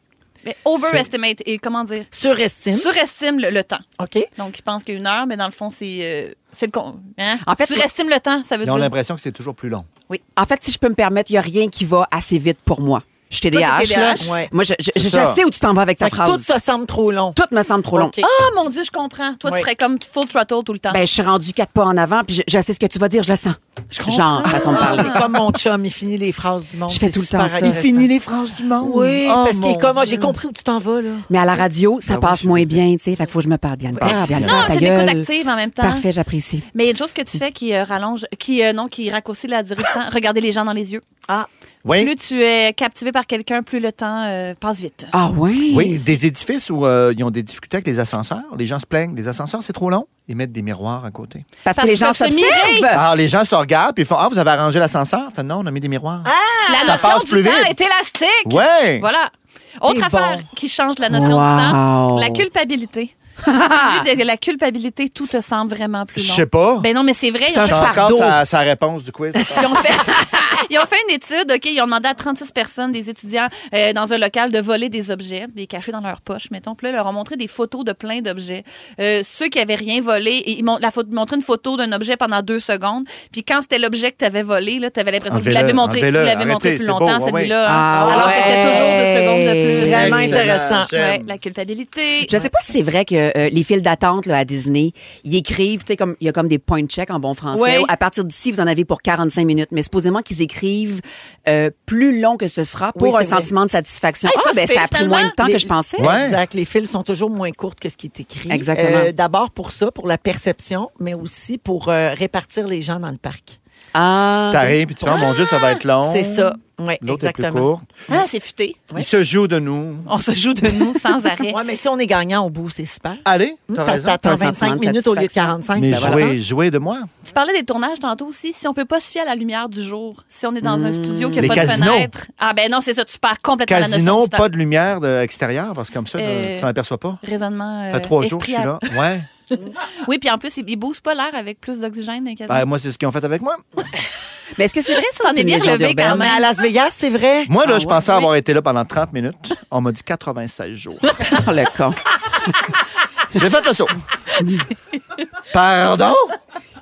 S4: mais overestimate et comment dire
S3: Surestime.
S4: surestime le, le temps.
S3: OK.
S4: Donc, ils pensent qu'il y a une heure, mais dans le fond, c'est euh, c'est le con. Hein?
S5: En fait,
S4: surestime le temps, ça veut
S2: Ils ont
S4: dire.
S2: l'impression que c'est toujours plus long.
S5: En fait, si je peux me permettre, il n'y a rien qui va assez vite pour moi. Je suis TDAH,
S4: Toi, t'es
S5: là.
S4: TDAH?
S3: Ouais.
S5: Moi, je, je-
S2: C'est
S5: je
S2: ça.
S5: sais où tu t'en vas avec ta
S3: Fait que tout
S5: phrase.
S3: ça semble trop long.
S5: Tout me semble trop long.
S3: OK.
S4: Ah, mon Dieu, je comprends. Toi,
S3: Oui.
S4: tu serais comme full throttle tout le temps.
S5: Ben, je suis rendu quatre pas en avant, puis je, je sais ce que tu vas dire, je le sens. Genre, façon de
S3: Ah,
S5: parler.
S3: T'es comme mon chum, il finit les phrases du monde.
S5: Je fais
S3: c'est
S5: tout le temps
S3: super
S5: ça.
S3: intéressant.
S2: les phrases du monde.
S3: Oui,
S2: Oh,
S3: parce qu'il
S2: mon
S3: est comme, Ah, j'ai
S2: Dieu.
S3: compris où tu t'en vas, là.
S5: Mais à la radio, ça
S2: Ben oui,
S5: passe
S2: je
S5: moins
S2: sais.
S5: bien, tu sais. Fait qu'il faut que je me parle bien. de part, bien de
S4: non,
S5: part, ta
S4: c'est l'écoute
S5: gueule.
S4: active en même temps.
S5: Parfait, j'apprécie.
S4: Mais il y a une chose que tu fais qui euh, rallonge, qui, euh, non, qui raccourcit la durée du temps. Regarder les gens dans les yeux. Ah.
S2: Oui.
S4: Plus tu es captivé par quelqu'un, plus le temps euh, passe vite.
S5: Ah ouais?
S2: Oui, des édifices où euh, ils ont des difficultés avec les ascenseurs. Les gens se plaignent. Les ascenseurs, c'est trop long. Ils mettent des miroirs à côté.
S5: Parce,
S4: Parce
S5: que les
S4: qu'ils
S5: gens
S4: peuvent se mirer.
S5: s'observent. Ah.
S2: Alors, les gens se regardent puis ils font Ah, vous avez arrangé l'ascenseur? Fait non, on a mis des miroirs.
S4: la
S2: Ah! ça
S4: notion
S2: passe
S4: du
S2: plus
S4: temps
S2: vite.
S4: est élastique.
S2: ouais.
S4: Voilà. Autre
S3: C'est bon.
S4: affaire qui change la notion
S5: Wow.
S4: du temps, la culpabilité. Si tu vis de la culpabilité, tout te semble vraiment
S2: Je
S4: plus long.
S2: sais pas.
S4: Ben non, mais c'est vrai.
S5: C'est un
S4: Je-
S2: J'ai encore
S5: fardeau.
S2: sa, sa réponse du quiz.
S4: Ils ont, fait, ils ont fait une étude, OK? Ils ont demandé à 36 personnes, des étudiants, euh, dans un local, de voler des objets, des cachés dans leur poche, mettons. Puis là, ils leur ont montré des photos de plein d'objets. Euh, ceux qui avaient rien volé, et ils m'ont la photo- montré une photo d'un objet pendant deux secondes. Puis quand c'était l'objet que tu avais volé, tu avais l'impression que vous
S2: Enlevez-le,
S4: l'avez montré, vous
S2: enlevez-le,
S4: l'avez
S2: arrêtez,
S4: montré plus
S2: c'est
S4: longtemps,
S2: beau, ouais,
S4: celui-là.
S5: ouais.
S4: hein. Alors que c'était toujours deux secondes de plus.
S3: Vraiment
S2: Excellent,
S3: intéressant.
S2: j'aime.
S4: Ouais, la culpabilité.
S5: Je sais pas si c'est vrai que euh, les files d'attente là, à Disney, ils écrivent, tu sais, comme il y a comme des points de check en bon français.
S4: Ouais.
S5: où à partir d'ici, vous en avez pour 45 minutes, mais supposément qu'ils écrivent euh, plus long que ce sera pour
S3: Oui,
S5: un
S3: c'est vrai.
S5: sentiment de satisfaction.
S4: Hey,
S5: ah
S4: ça se
S5: ben
S4: fait,
S5: ça a pris moins de temps que
S3: Les-
S5: je pensais.
S2: Ouais.
S3: Exact. Les fils sont toujours moins courtes que ce qui est écrit.
S5: Exactement.
S3: D'abord pour ça, pour la perception, mais aussi pour euh, répartir les euh, gens dans le parc.
S5: Ah.
S2: T'arrives, puis tu fais, oh, mon Dieu, ça va être long.
S3: C'est ça. Oui,
S2: Oh. L'autre est plus
S3: exactement.
S2: courte.
S4: Ah, c'est futé.
S2: Il se joue de nous.
S4: On se joue de nous sans arrêt.
S3: Ouais, mais si on est gagnant au bout, c'est super.
S2: Allez, Ah,
S3: Hum,
S2: t'as
S3: t'as-
S2: raison.
S3: T'attends
S5: T'as un
S3: 25
S5: sentiment de
S3: minutes au lieu de ben
S5: satisfaction.
S3: 45.
S2: Mais
S3: t'as vraiment-
S2: jouez, jouez de moi.
S4: Tu parlais des tournages tantôt aussi. Si on peut pas se fier à la lumière du jour, si on est dans un studio qui
S2: Mmh. Les
S4: n'a pas
S2: casinos.
S4: de fenêtre. Ah ben non, c'est ça, tu perds complètement la notion
S2: Casino,
S4: du temps.
S2: pas de lumière de- extérieure, parce que comme ça,
S4: Euh,
S2: tu t'en aperçois pas.
S4: Raisonnement.
S2: Ça
S4: euh,
S2: fait trois jours que je
S4: esprit
S2: suis
S4: à-
S2: là. Ouais.
S4: Oui, puis en plus, ils ils boostent pas l'air avec plus d'oxygène. dans
S2: Ben, moi, c'est ce qu'ils ont fait avec moi.
S5: Mais est-ce que c'est vrai ça?
S4: T'en
S5: c'est
S4: es
S5: une
S4: bien
S5: légende
S4: relevé
S5: urbaine?
S4: quand
S3: Ah, Mais
S4: même.
S3: à Las Vegas, c'est vrai.
S2: Moi,
S5: Ah,
S2: là, je
S3: Ah ouais?
S2: pensais avoir été là pendant 30 minutes. On m'a dit 96 jours.
S5: Oh, le con.
S2: J'ai fait le saut. Pardon?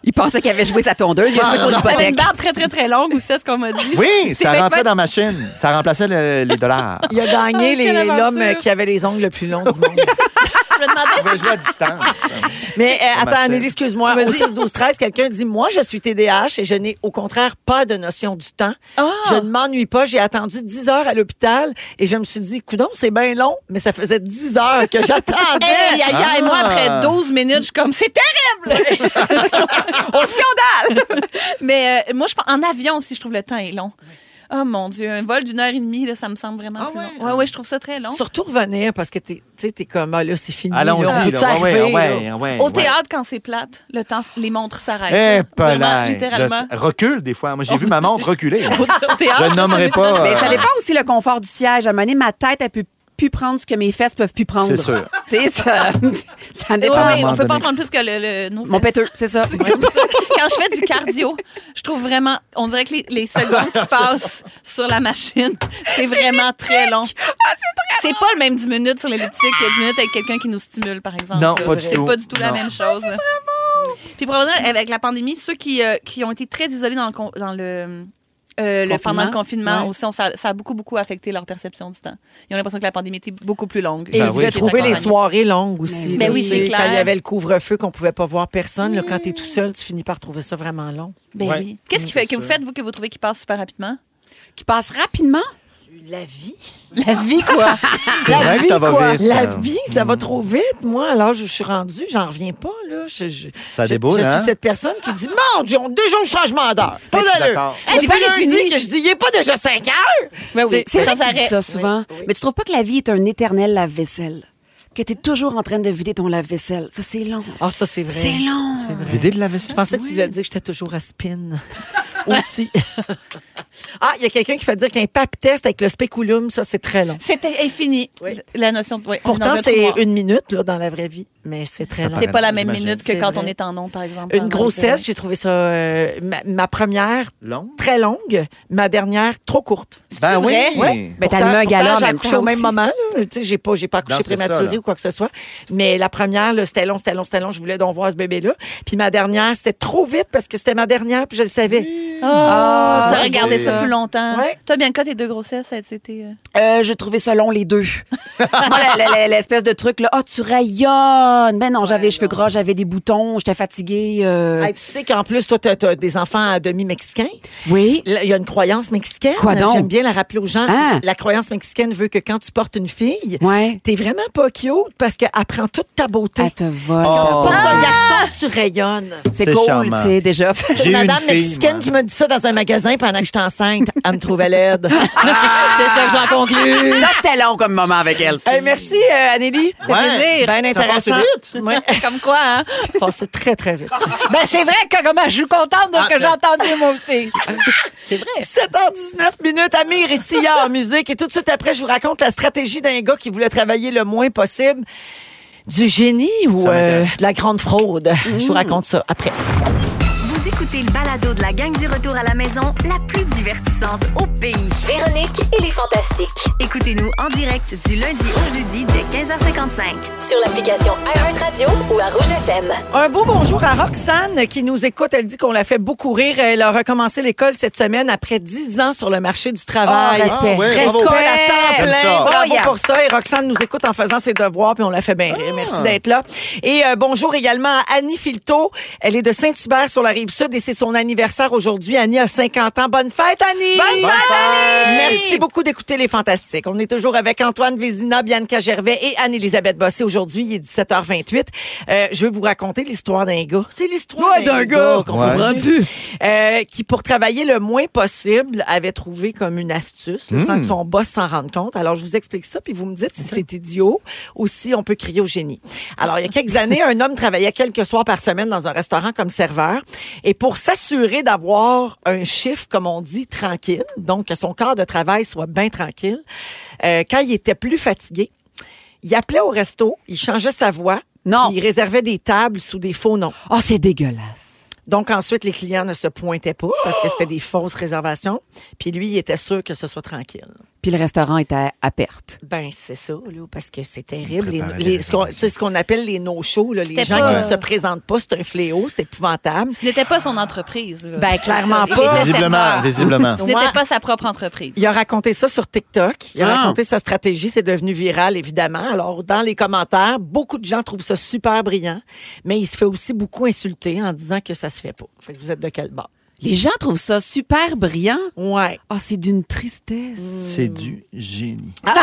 S5: Il pensait qu'il avait joué sa tondeuse, il a joué son
S4: T'avais une
S5: hypothèque.
S4: barbe très, très, très longue, ou c'est ce qu'on m'a dit.
S2: Oui, ça
S4: fait
S2: rentrait
S4: pas-
S2: dans ma chaîne. Ça remplaçait le- les dollars.
S3: Il a gagné les-
S4: quelle aventure.
S3: l'homme qui avait les ongles le plus longs du monde.
S4: Je me demandais
S2: On va jouer à distance.
S3: Mais euh,
S2: ma
S3: attends,
S2: chaîne.
S3: Anneli, excuse-moi. Au 6, 12, 13, quelqu'un dit Moi, je suis TDAH et je n'ai au contraire pas de notion du temps.
S4: Ah!
S3: Je ne m'ennuie pas. J'ai attendu 10 heures à l'hôpital et je me suis dit Coudon, c'est bien long, mais ça faisait 10 heures que
S2: Ah.
S3: j'attendais.
S4: Hey, aïe, aïe, moi, après 12 minutes, je suis comme, c'est terrible! On scandale! Mais euh, moi, je pense- en avion aussi, je trouve le temps est long. Oh mon Dieu, un vol d'une heure et demie, là, ça me semble vraiment
S2: Ah
S4: plus
S2: ouais?
S4: long. Ouais, ouais, je trouve ça très long.
S3: Surtout revenir parce que t'es tu sais, t'es comme Ah, là, c'est fini. là, on
S2: Allons-y.
S3: peut-tu
S2: là. Ouais, ouais,
S3: arriver, là?
S2: ouais, ouais,
S4: Au
S2: ouais.
S4: théâtre, quand c'est plate, le temps, les montres s'arrêtent.
S2: Eh,
S4: là.
S2: palais.
S4: Vraiment, littéralement.
S2: Le- Recule des fois. Moi, j'ai vu ma montre reculer.
S4: Au au théâtre.
S2: Je ne nommerai pas.
S5: Mais ça
S2: euh,
S5: dépend aussi le confort du siège. À un moment donné, ma tête, elle peut plus prendre ce que mes fesses peuvent plus prendre.
S2: C'est sûr.
S5: Tu sais, ça, ça
S4: Ouais,
S5: dépend.
S4: ouais,
S2: moment
S4: on peut pas en
S2: donné.
S4: prendre plus que le, le- nos
S5: Mon
S4: fesses.
S5: péteux, c'est ça.
S4: Quand je fais du cardio, je trouve vraiment, on dirait que les, les secondes qui passent sur la machine, c'est vraiment très long. c'est pas le même 10 minutes sur l'elliptique que 10 minutes avec quelqu'un qui nous stimule, par exemple.
S2: Non,
S4: Ça,
S2: pas du
S4: C'est
S2: tout.
S4: pas du tout la
S2: Non.
S4: même chose. Puis probablement, avec la pandémie, ceux qui, euh, qui ont été très isolés dans le, con- dans le, euh, le- pendant le confinement
S5: Ouais.
S4: aussi, on- ça, ça a beaucoup, beaucoup affecté leur perception du temps. Ils ont l'impression que la pandémie était beaucoup plus longue.
S3: Et
S2: Ben
S3: ils
S2: oui.
S3: devaient trouver les soirées longues aussi.
S4: Ben
S3: là,
S4: oui,
S3: tu
S4: c'est
S3: sais,
S4: clair. Mmh.
S3: Quand il y avait le couvre-feu, qu'on pouvait pas voir personne, là, quand t'es tout seul, tu finis par trouver ça vraiment long.
S4: Ben
S2: Ouais.
S4: oui. Qu'est-ce qui fait que vous faites, vous, que vous trouvez qu'ils passent super rapidement?
S5: Qui passe rapidement.
S3: La vie.
S4: La vie, quoi!
S2: C'est vrai que ça va vite.
S3: La
S2: euh,
S3: vie, ça va trop vite. Moi, alors, je suis rendue, j'en reviens pas. Là. Je, je-
S2: Ça
S3: je-
S2: déboule,
S3: Je
S2: hein? Ben,
S3: suis cette personne qui dit Mon Dieu, on a deux jours de changement d'heure. Pas
S2: je suis
S3: d'allure.
S2: d'accord.
S3: C'est
S4: Hey,
S3: pas
S4: l'hiver est
S3: lundi
S4: fini. Ben
S3: que je dis Il n'est pas déjà 5 heures.
S5: C'est c'est
S4: Sans
S5: vrai que tu dis
S4: arrêt.
S5: ça souvent. Mais tu trouves pas que la vie est un éternel lave-vaisselle? Que t'es toujours en train de vider ton lave-vaisselle. Ça, c'est long.
S3: Ah, ça, c'est vrai.
S5: C'est long.
S2: Vider de la
S3: Je
S2: vaisselle.
S3: pensais que tu voulais dire que j'étais toujours à spin. Aussi. ah, il y a quelqu'un qui fait dire qu'un pap test avec le spéculum, ça, c'est très long.
S4: C'était infini,
S3: Oui.
S4: la notion de. oui, on Ah, en
S3: Pourtant,
S4: veut
S3: c'est
S4: trois.
S3: une minute là, dans la vraie vie, mais c'est très long.
S4: C'est pas la même
S2: J'imagine.
S4: minute que
S3: C'est
S4: quand
S3: vrai.
S4: on est en nom, par exemple.
S3: Une grossesse, j'ai trouvé ça euh, ma, ma première
S2: Long?
S3: très longue, ma dernière trop courte.
S2: Ben oui.
S4: vrai?
S2: oui.
S5: Ben, t'as le un gala en
S3: j'ai
S5: même
S3: accouché au
S5: temps
S3: même
S5: aussi.
S3: moment. là. Tu sais, j'ai pas, j'ai pas accouché
S2: Non, c'est ça,
S3: prématuré
S2: là.
S3: ou quoi que ce soit. Mais la première, là, c'était long, c'était long, c'était long. Je voulais donc voir ce bébé-là. Puis ma dernière, c'était trop vite parce que c'était ma dernière, puis je le
S5: Mm.
S3: savais.
S4: Ah, tu as
S2: oui.
S4: regardé ça plus longtemps.
S3: Ouais.
S4: Toi, bien, quand tes deux grossesses, ça a été. euh,
S5: Euh, j'ai trouvé ça long, les deux. Moi, la- la- la- l'espèce de truc, là, ah, tu rayonnes. Ben non, j'avais les cheveux gras, j'avais des boutons, j'étais fatiguée. euh.
S3: Hey, tu sais qu'en plus, toi, t'as, t'as des enfants à demi mexicains.
S5: Oui.
S3: Là, Il y a une croyance mexicaine.
S5: Quoi donc?
S3: J'aime bien la rappeler aux gens.
S5: Hein?
S3: La croyance mexicaine veut que quand tu portes une fille,
S5: Ouais.
S3: t'es vraiment pas cute parce qu'elle prend toute ta beauté.
S5: Elle te vole.
S2: Oh.
S3: Porte un garçon, tu rayonnes.
S5: Ah! C'est
S2: C'est
S5: cool,
S2: charmant.
S5: tu sais, déjà.
S2: J'ai eu une
S3: Madame
S2: fille,
S3: mexicaine
S2: moi.
S3: qui m'a dit ça dans un magasin pendant que j'étais enceinte, elle me trouvait laide.
S4: C'est ça que j'en conclus.
S5: Ça, c'était long comme moment avec elle.
S3: Hey, merci, euh, Anneli.
S2: Ouais.
S3: Bien
S2: Ça passe
S3: intéressant.
S2: vite.
S3: Ouais.
S4: Comme quoi, hein?
S3: Passé très, très vite.
S5: Ben, c'est vrai que comment je suis contente de ce que j'ai entendu, moi aussi.
S3: 7h19 minutes, Amir et Sia en musique. Et tout de suite après, je vous raconte la stratégie d'un gars qui voulait travailler le moins possible. Du génie ou
S2: Ça
S3: euh,
S2: m'intéresse.
S3: de la grande fraude? Je vous raconte ça après.
S6: Vous écoutez le balado de la gang du retour à la maison la plus divertissante au pays.
S7: Véronique et les Fantastiques.
S6: Écoutez-nous en direct du lundi au jeudi dès 15h55.
S7: Sur l'application iHeartRadio ou à Rouge FM.
S3: Un beau bonjour à Roxane qui nous écoute. Elle dit qu'on la fait beaucoup rire. Elle a recommencé l'école cette semaine après 10 ans sur le marché du travail.
S5: Oh, respect.
S2: Ah ouais,
S3: Reste
S2: bravo.
S3: qu'on à temps
S2: J'aime
S3: plein.
S2: ça.
S3: Bravo
S5: Oh, yeah. Ah.
S3: pour ça. Et Roxane nous écoute en faisant ses devoirs, puis on la fait bien rire. Merci d'être là. Et euh, bonjour également à Annie Filteau. Elle est de Saint-Hubert sur la rive sud et c'est son anniversaire aujourd'hui. Annie a 50 ans. Bonne fête, Annie!
S5: Bonne Bonne fête, fête! Annie!
S3: Merci beaucoup d'écouter Les Fantastiques. On est toujours avec Antoine Vézina, Bianca Gervais et Anne-Élisabeth Bossé. Aujourd'hui, il est 17h28. Euh, je vais vous raconter l'histoire d'un gars. C'est l'histoire
S5: Ouais, d'un gars.
S3: comprends-tu?
S5: Ouais.
S3: Euh, qui, pour travailler le moins possible, avait trouvé comme une astuce, là, sans
S5: Mm.
S3: que son boss s'en rende compte. Alors, je vous explique ça, puis vous me dites si c'est idiot ou si on peut crier au génie. Alors, il y a quelques années, un homme travaillait quelques soirs par semaine dans un restaurant comme serveur. Et pour s'assurer d'avoir un chiffre, comme on dit, tranquille, donc que son corps de travail soit bien tranquille, euh, quand il était plus fatigué, il appelait au resto, il changeait sa voix. Non. Il réservait des tables sous des faux noms.
S5: Oh, c'est dégueulasse.
S3: Donc ensuite, les clients ne se pointaient pas parce que c'était des fausses réservations. Puis lui, il était sûr que ce soit tranquille.
S5: Puis le restaurant était à, à perte.
S3: Ben, c'est ça, là, parce que c'est terrible. Les-
S5: préparait
S3: les-
S5: les
S3: ce qu'on- c'est ce qu'on appelle les no-shows, là, les
S4: C'était
S3: gens
S4: pas-
S3: qui ne se présentent pas, euh, c'est un fléau, c'est épouvantable.
S4: Ce n'était pas son entreprise. là.
S3: Ben, clairement
S4: Il
S3: pas.
S4: était
S3: Visiblement,
S4: serveur.
S3: visiblement.
S4: Ce n'était
S3: Moi-
S4: pas sa propre entreprise.
S3: Il a raconté ça sur TikTok. Il a
S4: Ah.
S3: raconté sa stratégie. C'est devenu viral, évidemment. Alors, dans les commentaires, beaucoup de gens trouvent ça super brillant, mais il se fait aussi beaucoup insulter en disant que ça se fait pas. Fait que vous êtes de quel bord?
S5: Les gens trouvent ça super brillant.
S3: Ouais.
S5: Ah, c'est d'une tristesse.
S2: C'est du génie.
S3: Toi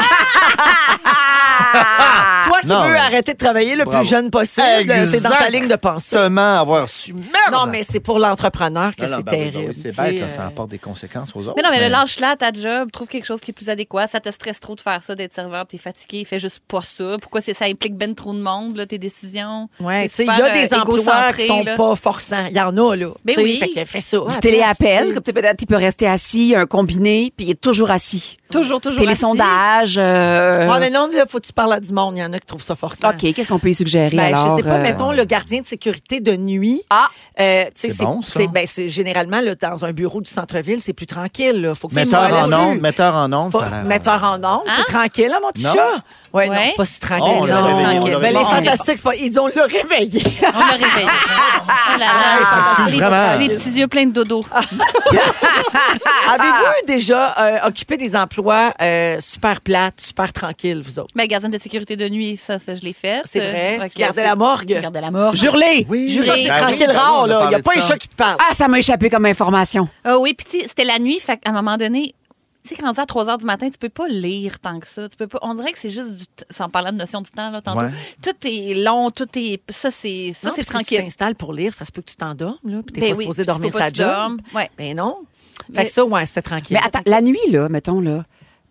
S3: qui
S2: Non,
S3: veux
S2: mais-
S3: arrêter de travailler le
S2: Bravo.
S3: plus jeune possible, c'est dans ta ligne de pensée.
S2: Exactement, avoir su.
S3: Non, mais c'est pour l'entrepreneur que
S2: Ah non,
S3: c'est
S2: ben oui, ben oui,
S3: terrible.
S2: c'est
S3: tu sais,
S2: bête, là, ça
S3: euh,
S2: apporte des conséquences aux autres.
S4: Mais non, mais le lâche là ta job, trouve quelque chose qui est plus adéquat. Ça te stresse trop de faire ça, d'être serveur, puis t'es fatigué, fais juste pas ça. Pourquoi c'est- ça implique ben trop de monde, là, tes décisions?
S3: Ouais, tu
S4: C'est
S3: sais, il y a
S4: super,
S3: des
S4: euh,
S3: emplois qui
S4: égocentré,
S3: sont
S4: là.
S3: pas forçants. Il y en a, là.
S4: Ben
S3: Tu sais,
S4: oui.
S3: Fait que fais ça.
S5: Du
S3: après,
S5: téléappel,
S3: c'est-
S5: comme tu peut-être tu peux rester assis, un combiné, puis il est toujours assis.
S4: Toujours, toujours assis.
S5: Télésondage. euh,
S3: Ouais, mais non, là, faut que tu parles à du monde. Il y en a qui trouvent ça forçant.
S5: OK, qu'est-ce qu'on peut y suggérer
S3: Ben,
S5: alors?
S3: je sais pas,
S5: euh,
S3: mettons le gardien de sécurité de nuit. Ah,
S5: C'est bon, ça.
S3: C'est, ben, c'est généralement là, dans un bureau du centre-ville, c'est plus tranquille. Là. Faut que
S2: Metteur
S3: tu sois
S2: en
S3: là-dessus.
S2: ondes, metteur en ondes, ça a l'air-
S3: Metteur en ondes, c'est tranquille, hein, mon petit
S2: Non.
S3: chat. Ouais, non, c'est pas si tranquille.
S2: Oh, on l'a
S3: non.
S2: réveillé, on l'a
S3: Ben,
S2: réveillé.
S3: les
S2: Bon, on est-
S3: fantastiques, c'est pas- ils ont le réveillé.
S4: On l'a réveillé. Oh là là.
S3: Ouais, ça
S4: Ah,
S3: excuse
S4: les-
S3: vraiment.
S4: les petits yeux pleins de dodo.
S3: Ah, Avez-vous déjà euh, occupé des emplois euh, super plates, super tranquilles, vous autres?
S4: Ben, gardienne de sécurité de nuit, ça, ça je l'ai fait.
S3: C'est vrai.
S4: Euh,
S3: Tu
S4: ok,
S3: gardais
S4: c'est-
S3: la morgue.
S4: Gardais la morgue.
S5: Jurler!
S4: Jurler.
S3: Ça, Oh. c'est tranquille rare, là. Il n'y ben a pas un chat qui te parle.
S5: Ah, ça m'a échappé comme information.
S4: Ah oui, puis tu sais, c'était la nuit, fait qu'à un moment donné, tu sais, quand on dit à 3 h du matin, tu peux pas lire tant que ça. Tu peux pas. On dirait que c'est juste du. t- Sans parler de notion du temps, là, tantôt.
S3: Ouais.
S4: Tout est long, tout est. Ça, c'est. Ça, c'est
S3: Non, puis Si tu
S4: tranquille.
S3: t'installes pour lire, ça se peut que tu t'endormes, là, puis t'es
S4: Ben
S3: pas
S4: oui,
S3: supposé
S4: puis faut
S3: dormir
S4: pas
S3: sa
S4: que tu
S3: job.
S4: dormes. Ouais.
S3: Ben non. Fait
S4: Mais-
S3: que ça, ouais, c'était tranquille.
S5: Mais attends, la nuit, là, mettons, là,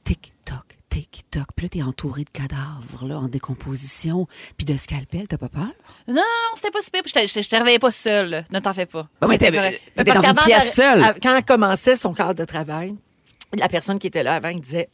S5: tic-toc, tic-toc, puis là, t'es entouré de cadavres, là, en décomposition, puis de scalpel, t'as pas peur?
S4: Non, non, non, c'était pas super. Puis je te- je te- je te réveillais pas seule. là. Ne t'en fais pas.
S5: Ben oui,
S4: C'était
S5: t'avais-
S4: correct.
S5: t'étais
S4: Parce
S5: dans une
S4: qu'avant
S5: pièce
S4: d'arri-
S5: seule.
S3: À- Quand elle commençait son cadre de travail, la personne qui était là avant elle disait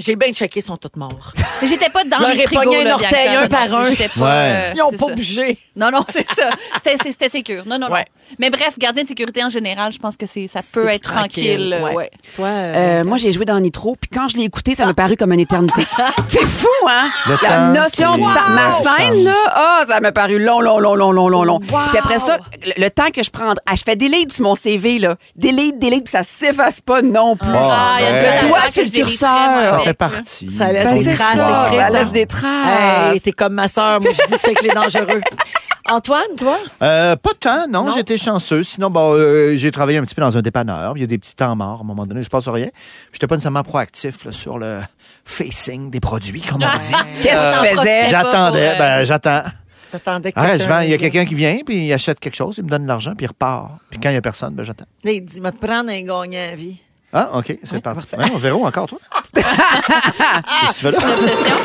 S3: J'ai bien checké, ils sont toutes morts.
S4: Mais J'étais pas dans
S3: J'aurais
S4: les frigos,
S3: pogné un
S4: là,
S3: orteil,
S4: Bianca.
S3: un par un.
S4: J'étais pas,
S3: Ouais.
S4: euh,
S3: Ils ont
S4: c'est
S3: pas
S4: ça.
S3: bougé.
S4: Non, non, c'est ça. C'était- c'est- C'était sécure. Non, non,
S3: Ouais.
S4: non. Mais bref, gardien de sécurité en général, je pense que c'est ça peut
S5: C'est
S4: être
S5: plus
S4: tranquille.
S5: tranquille,
S4: euh,
S5: ouais.
S4: ouais.
S2: ben,
S5: Euh, moi, j'ai joué dans Nitro, puis quand je l'ai écouté,
S2: Ah!
S5: ça m'a paru comme une éternité. C'est fou, hein?
S4: Le
S5: la
S4: temps
S5: notion
S4: qui
S5: du temps. Ma
S4: change.
S5: scène, là, ah, ça m'a paru long, long, long, long, long, long, long. Puis après ça, le, le temps que je prends, ah, je fais delete sur mon CV, là. Delete, delete, puis ça s'efface pas non plus.
S2: Ah, il y a ben. des
S5: le doigt,
S2: affaires
S5: c'est
S2: que
S5: le
S2: je déliterais,
S5: curseur.
S2: moi, Ça avec, fait là. partie.
S3: Ça laisse
S5: Ben,
S3: des
S5: c'est
S3: traces
S5: ça.
S3: écrites.
S5: Ça laisse des traces.
S3: Hey, t'es Ah, comme ma sœur, moi, je dis c'est que les dangereux. Antoine, toi?
S2: Euh, pas tant, non, j'étais chanceux. Sinon, bon, euh, j'ai travaillé un petit peu dans un dépanneur. Il y a des petits temps morts à un moment donné, je pense à rien. J'étais pas nécessairement proactif là, sur le facing des produits, comme on dit. Euh,
S5: Qu'est-ce
S4: Euh,
S5: que tu faisais?
S2: J'attendais,
S5: Pas pour, euh,
S2: ben j'attends.
S3: T'attendais que
S2: Ah, je vends,
S3: quelqu'un-
S2: il y a quelqu'un qui vient, puis il achète quelque chose, il me donne de l'argent, puis il repart. Puis quand il y a personne, ben j'attends.
S3: Là, il dit, m'a te prendre un gagnant à vie.
S2: Ah, OK, c'est parti. Ouais, on verra encore, toi. Qu'est-ce que tu fais là?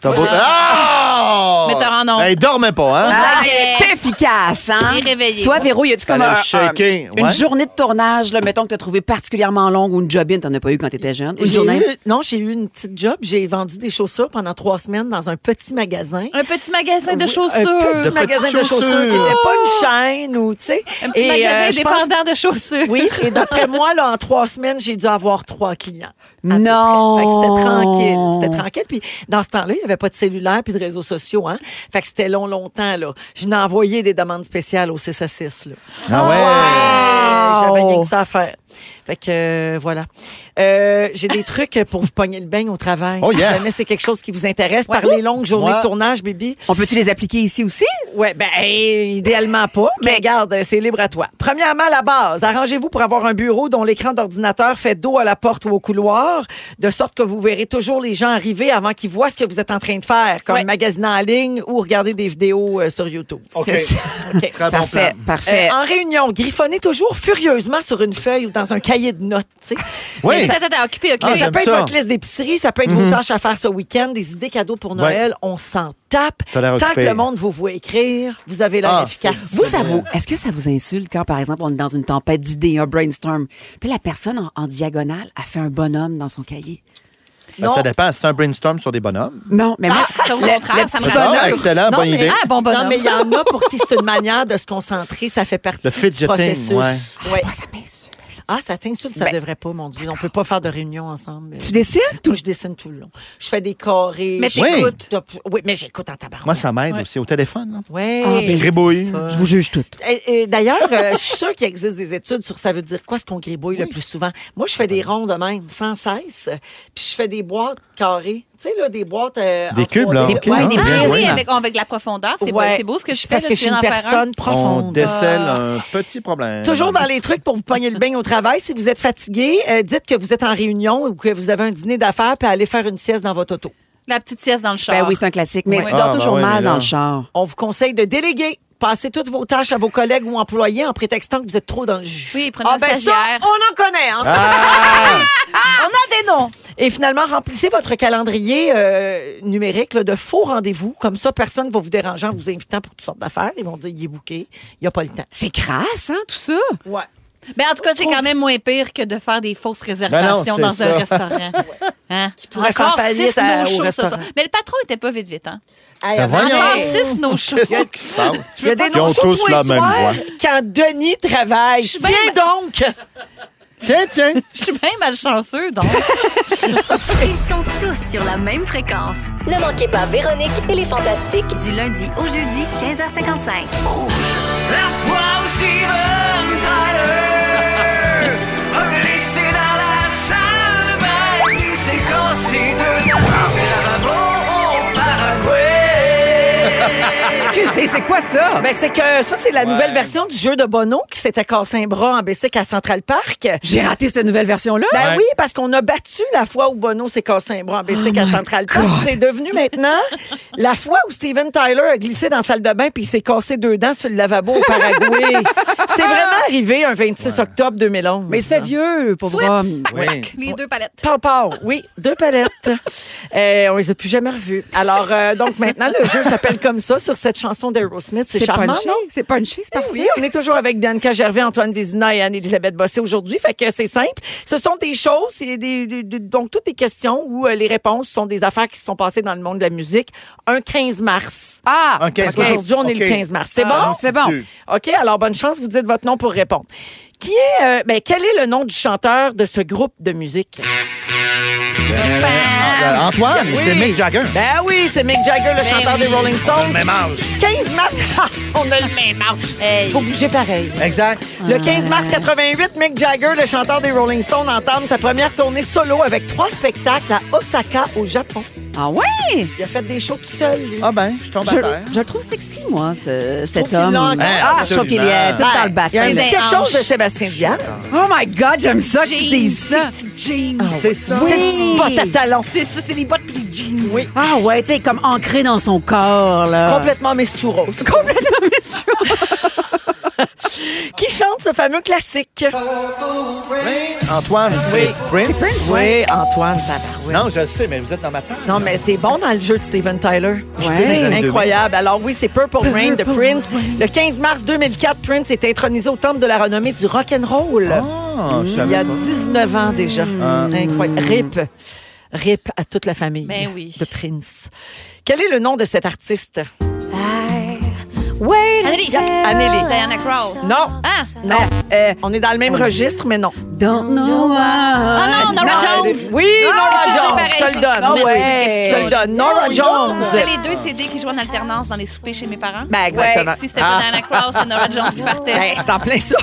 S2: T'as beau.
S4: Genre-
S2: Ah!
S5: Metteur en ondes.
S2: Hey, dormez pas, hein?
S5: Ah, elle est efficace, hein?
S4: Il est réveillé.
S5: Toi, Véro, y a-tu comme
S2: Fallait
S5: un-
S2: le
S5: un-
S2: shaker,
S5: une
S2: ouais.
S5: journée de tournage, là, mettons que t'as trouvé particulièrement longue ou une job-in, t'en as pas eu quand t'étais jeune? Une
S3: J'ai
S5: journée?
S3: eu- non, j'ai eu une petite job. J'ai vendu des chaussures pendant trois semaines dans un petit magasin.
S4: Un petit magasin de chaussures.
S3: Un petit magasin de chaussures, qui n'était pas une chaîne ou, tu sais.
S4: Un petit
S3: Et, euh,
S4: magasin
S3: je pense-
S4: dépendant de chaussures.
S3: Oui, et d'après moi, là, en trois semaines, j'ai dû avoir trois clients. à peu
S5: Non.
S3: près. Fait que c'était tranquille. C'était tranquille. Puis dans ce temps-là, il n'y avait pas de cellulaire puis de réseaux sociaux. Hein? Fait que c'était long, longtemps. Là. Je n'ai envoyé des demandes spéciales au 6 à 6. Là.
S2: Ah
S3: ouais!
S2: ouais!
S3: J'avais rien que ça à faire. Fait que euh, voilà. Euh, J'ai des trucs pour vous pogner le beigne au travail.
S2: Oh, yes!
S3: Si jamais c'est quelque chose qui vous intéresse par les longues journées
S2: Ouais.
S3: de tournage, bébé.
S5: On peut-tu les appliquer ici aussi?
S3: Oui, ben hey, idéalement pas, mais regarde, c'est libre à toi. Premièrement, la base. Arrangez-vous pour avoir un bureau dont l'écran d'ordinateur fait dos à la porte ou au couloir, de sorte que vous verrez toujours les gens arriver avant qu'ils voient ce que vous êtes en train de faire, comme
S4: Ouais.
S3: magasiner en ligne ou regarder des vidéos euh, sur YouTube.
S2: OK.
S5: C'est-
S3: OK.
S2: Très bon plan.
S5: Parfait, parfait.
S3: Euh, en réunion, griffonnez toujours furieusement sur une feuille ou dans un cahier de notes. tu sais.
S2: Oui.
S4: Ça t'a occupé, occupé.
S2: Ah,
S3: ça
S2: j'aime
S3: peut être
S2: ça. Mhm.
S3: votre liste d'épicerie, ça peut être vos tâches à faire ce week-end, des idées cadeaux pour Noël. On s'en tape.
S2: T'as l'air
S3: Tant que
S2: occupé.
S3: le monde vous voit écrire, vous avez l'air
S2: Ah,
S3: efficace.
S2: c'est-
S5: Euh, Vous, ça vous, est-ce que ça vous insulte quand, par exemple, on est dans une tempête d'idées, un brainstorm, puis la personne en, en diagonale a fait un bonhomme dans son cahier?
S2: Ben, Ça dépend. C'est un brainstorm sur des bonhommes.
S5: Non,
S3: Ah,
S5: mais moi,
S4: ça, au contraire, ça me
S2: C'est bon,
S4: rassure.
S2: excellent,
S3: Non,
S2: bonne
S3: mais-
S2: idée.
S4: Ah, bon bonhomme.
S3: Non, mais il y en a pour qui c'est une manière de se concentrer, ça fait partie
S2: Le
S3: du
S2: fidgeting,
S3: processus.
S2: ouais.
S3: Ouais.
S5: moi, ça m'insulte.
S3: Ah, ça t'insulte, ça devrait pas, mon Dieu. On peut pas faire de réunion ensemble.
S5: Tu décides?
S3: Moi, je dessine tout le long. Je fais des carrés.
S4: Mais
S3: je-
S4: t'écoutes.
S3: Oui, mais j'écoute en tabac.
S2: Moi, ça m'aide aussi au téléphone. là.
S3: Oui.
S2: ben Je gribouille.
S5: Je vous juge toutes.
S3: Et- et D'ailleurs, euh, je suis sûre qu'il existe des études sur ça veut dire quoi ce qu'on gribouille le plus souvent. Moi, je fais des ronds de même, sans cesse. Puis je fais des boîtes carrées. Tu sais, là, des boîtes. euh,
S2: Des
S3: en
S2: cubes,
S3: trois-
S2: là.
S3: Des-
S2: OK,
S3: ouais,
S2: hein,
S4: des
S2: bien
S4: ah,
S2: joué.
S4: oui, avec, avec de la profondeur. C'est beau,
S3: Ouais.
S4: c'est beau ce que je fais.
S3: Parce
S4: là,
S3: que
S4: tu
S3: je suis
S4: viens
S3: une
S4: d'en faire un.
S3: personne
S2: On
S3: profonde. Ah.
S2: décèle un petit problème.
S3: Toujours dans les trucs pour vous pogner le bain au travail. Si vous êtes fatigué, euh, dites que vous êtes en réunion ou que vous avez un dîner d'affaires puis allez faire une sieste dans votre auto.
S4: La petite sieste dans le char.
S5: Ben oui, c'est un classique. Mais
S2: Ouais.
S5: tu
S2: Ah,
S5: dors
S2: ben
S5: toujours
S2: ouais, mais
S5: mal
S2: là-
S5: dans le char.
S3: On vous conseille de déléguer. Passez toutes vos tâches à vos collègues ou employés en prétextant que vous êtes trop dans le jus.
S4: Oui, prenez
S3: ah,
S4: un
S3: ben ça,
S4: stagiaire.
S3: on en connaît. hein.
S2: Ah!
S4: On a des noms.
S3: Et finalement, remplissez votre calendrier euh, numérique là, de faux rendez-vous. Comme ça, personne ne va vous déranger en vous invitant pour toutes sortes d'affaires. Ils vont dire, il est bouqué, il n'y a pas le temps.
S5: C'est crasse, hein, tout ça?
S3: Ouais.
S4: Ben, en tout cas, c'est quand même moins pire que de faire des fausses réservations
S2: Ben non,
S4: dans
S2: c'est
S4: un
S2: ça.
S4: restaurant. Hein?
S3: pourrait
S4: Encore
S3: faire faillite
S4: six
S3: à- au
S4: no-shows ce
S3: restaurant.
S4: soir. Mais le patron était pas vite vite. Hein?
S3: Hey,
S2: Ben
S3: avant-
S2: voyons.
S4: Encore
S2: Hey.
S4: six no-shows.
S2: Qu'est-ce qui se passe?
S3: Il y a des
S2: Ils ont
S3: noms
S2: tous
S3: tous les
S2: la même
S3: soirs
S2: voix.
S3: quand Denis travaille.
S4: Je suis
S3: Tiens donc!
S2: Tiens, tiens.
S4: Je suis bien malchanceux, donc.
S6: Ils sont tous sur la même fréquence.
S7: Ne manquez pas Véronique et les Fantastiques.
S6: Du lundi au jeudi, 15h55.
S14: La foi où Steven Tyler a glissé dans la salle de bain. Il s'est cassé deux dents. C'est lavabo au Paraguay.
S5: Tu sais, c'est quoi ça?
S3: Ben, c'est que ça, c'est la nouvelle version du jeu de Bono qui s'était cassé un bras en bicycle à Central Park.
S5: J'ai raté cette nouvelle version-là?
S3: Ben
S2: Ouais.
S3: oui, parce qu'on a battu la fois où Bono s'est cassé un bras en bicycle à Central Park. C'est devenu maintenant la fois où Steven Tyler a glissé dans la salle de bain puis il s'est cassé deux dents sur le lavabo au Paraguay. c'est vraiment arrivé un 26 octobre 2011.
S5: mais il se fait vieux, pauvre homme.
S2: Oui.
S4: Les deux palettes.
S3: Pow, pow. oui, deux palettes. Euh, on les a plus jamais revus. Alors, euh, donc maintenant, le jeu s'appelle comme ça sur cette chanson d'Aerosmith. C'est
S5: C'est Eh
S3: charmant,
S5: punché.
S3: non?
S5: C'est punché, c'est parfait.
S3: Oui, on est toujours avec Bianca Gervais, Antoine Vézina et Anne-Elisabeth Bossé aujourd'hui. Fait que c'est simple. Ce sont des choses, c'est des- des- des- donc toutes des questions où euh, les réponses sont des affaires qui se sont passées dans le monde de la musique. Un 15 mars.
S5: Ah!
S2: Un 15
S3: Ok,
S2: mars.
S3: Aujourd'hui, on est
S2: Ok.
S3: le 15 mars. C'est
S5: Ah,
S3: bon?
S5: c'est bon.
S2: Constitue.
S3: OK, alors bonne chance, vous dites votre nom pour répondre. Qui est, euh, ben, quel est le nom du chanteur de ce groupe de musique?
S2: Euh, Antoine,
S3: Oui.
S2: c'est Mick Jagger.
S3: Ben oui, c'est Mick Jagger, le chanteur
S4: oui.
S3: des Rolling Stones.
S2: Même âge.
S3: 15 mars, Ah, on a le même âge.
S4: Hey.
S3: Faut bouger pareil.
S2: Exact.
S3: Le 15 mars 88, Mick Jagger, le chanteur des Rolling Stones, entame sa première tournée solo avec trois spectacles à Osaka, au Japon.
S5: Ah ouais?
S3: Il a fait des shows tout seul. lui.
S2: Ah ben, je tombe à
S5: Je,
S2: terre.
S5: je le trouve sexy, moi, ce- cet
S3: qu'il l'a
S5: homme.
S3: encore.
S5: Ah, je trouve qu'il est
S2: Absolument.
S5: tout dans le
S3: Il y a un
S5: bassin.
S4: des
S3: petit quelque chose de
S4: hanches.
S3: Sébastien Diane.
S5: Oh my God, j'aime ça que tu
S4: Jeans.
S5: dises ça. Ah
S4: Jeans.
S2: C'est ça.
S3: Cette petite botte à talons.
S4: C'est ça, c'est les bottes pis les jeans. Ah.
S3: Oui.
S5: Ah ouais, tu sais, comme ancré dans son corps, là.
S3: Complètement Miss Churros.
S5: Complètement messieurs.
S3: Qui chante ce fameux classique?
S2: Antoine, c'est Prince.
S3: Oui, Antoine Tabarouet.
S2: Non, je le sais, mais vous êtes dans ma tête.
S3: Non, mais t'es bon dans le jeu de Steven Tyler.
S5: Ouais.
S3: C'est Incroyable. Alors oui, c'est Purple Rain de Prince. Le 15 mars 2004, Prince est intronisé au temple de la renommée du rock and roll.
S2: Ah, je
S3: Il y
S2: savais
S3: a
S2: pas.
S3: 19 ans déjà. Incroyable. RIP. RIP à toute la famille
S4: Ben oui.
S3: de Prince. Quel est le nom de cet artiste?
S4: Anneli.
S3: Anneli.
S4: Diana Crow.
S3: Non.
S4: Ah,
S3: Non. On est dans le même registre, mais non.
S5: Don't know why.
S3: Ah
S4: non, Nora Jones.
S3: Oui,
S4: Ah,
S3: Nora
S4: c'est
S3: Jones,
S4: pareil.
S3: je te le donne.
S4: Ah
S3: Oui,
S4: ouais.
S3: Je te le donne. Nora Jones.
S4: C'était les deux CD qui jouaient en alternance dans les soupers chez mes parents.
S3: Ben, exactement.
S4: Ouais, si c'était pas
S3: Ah.
S4: Diana Cross, c'était Nora Jones qui partait.
S3: Ben, c'est en plein ça.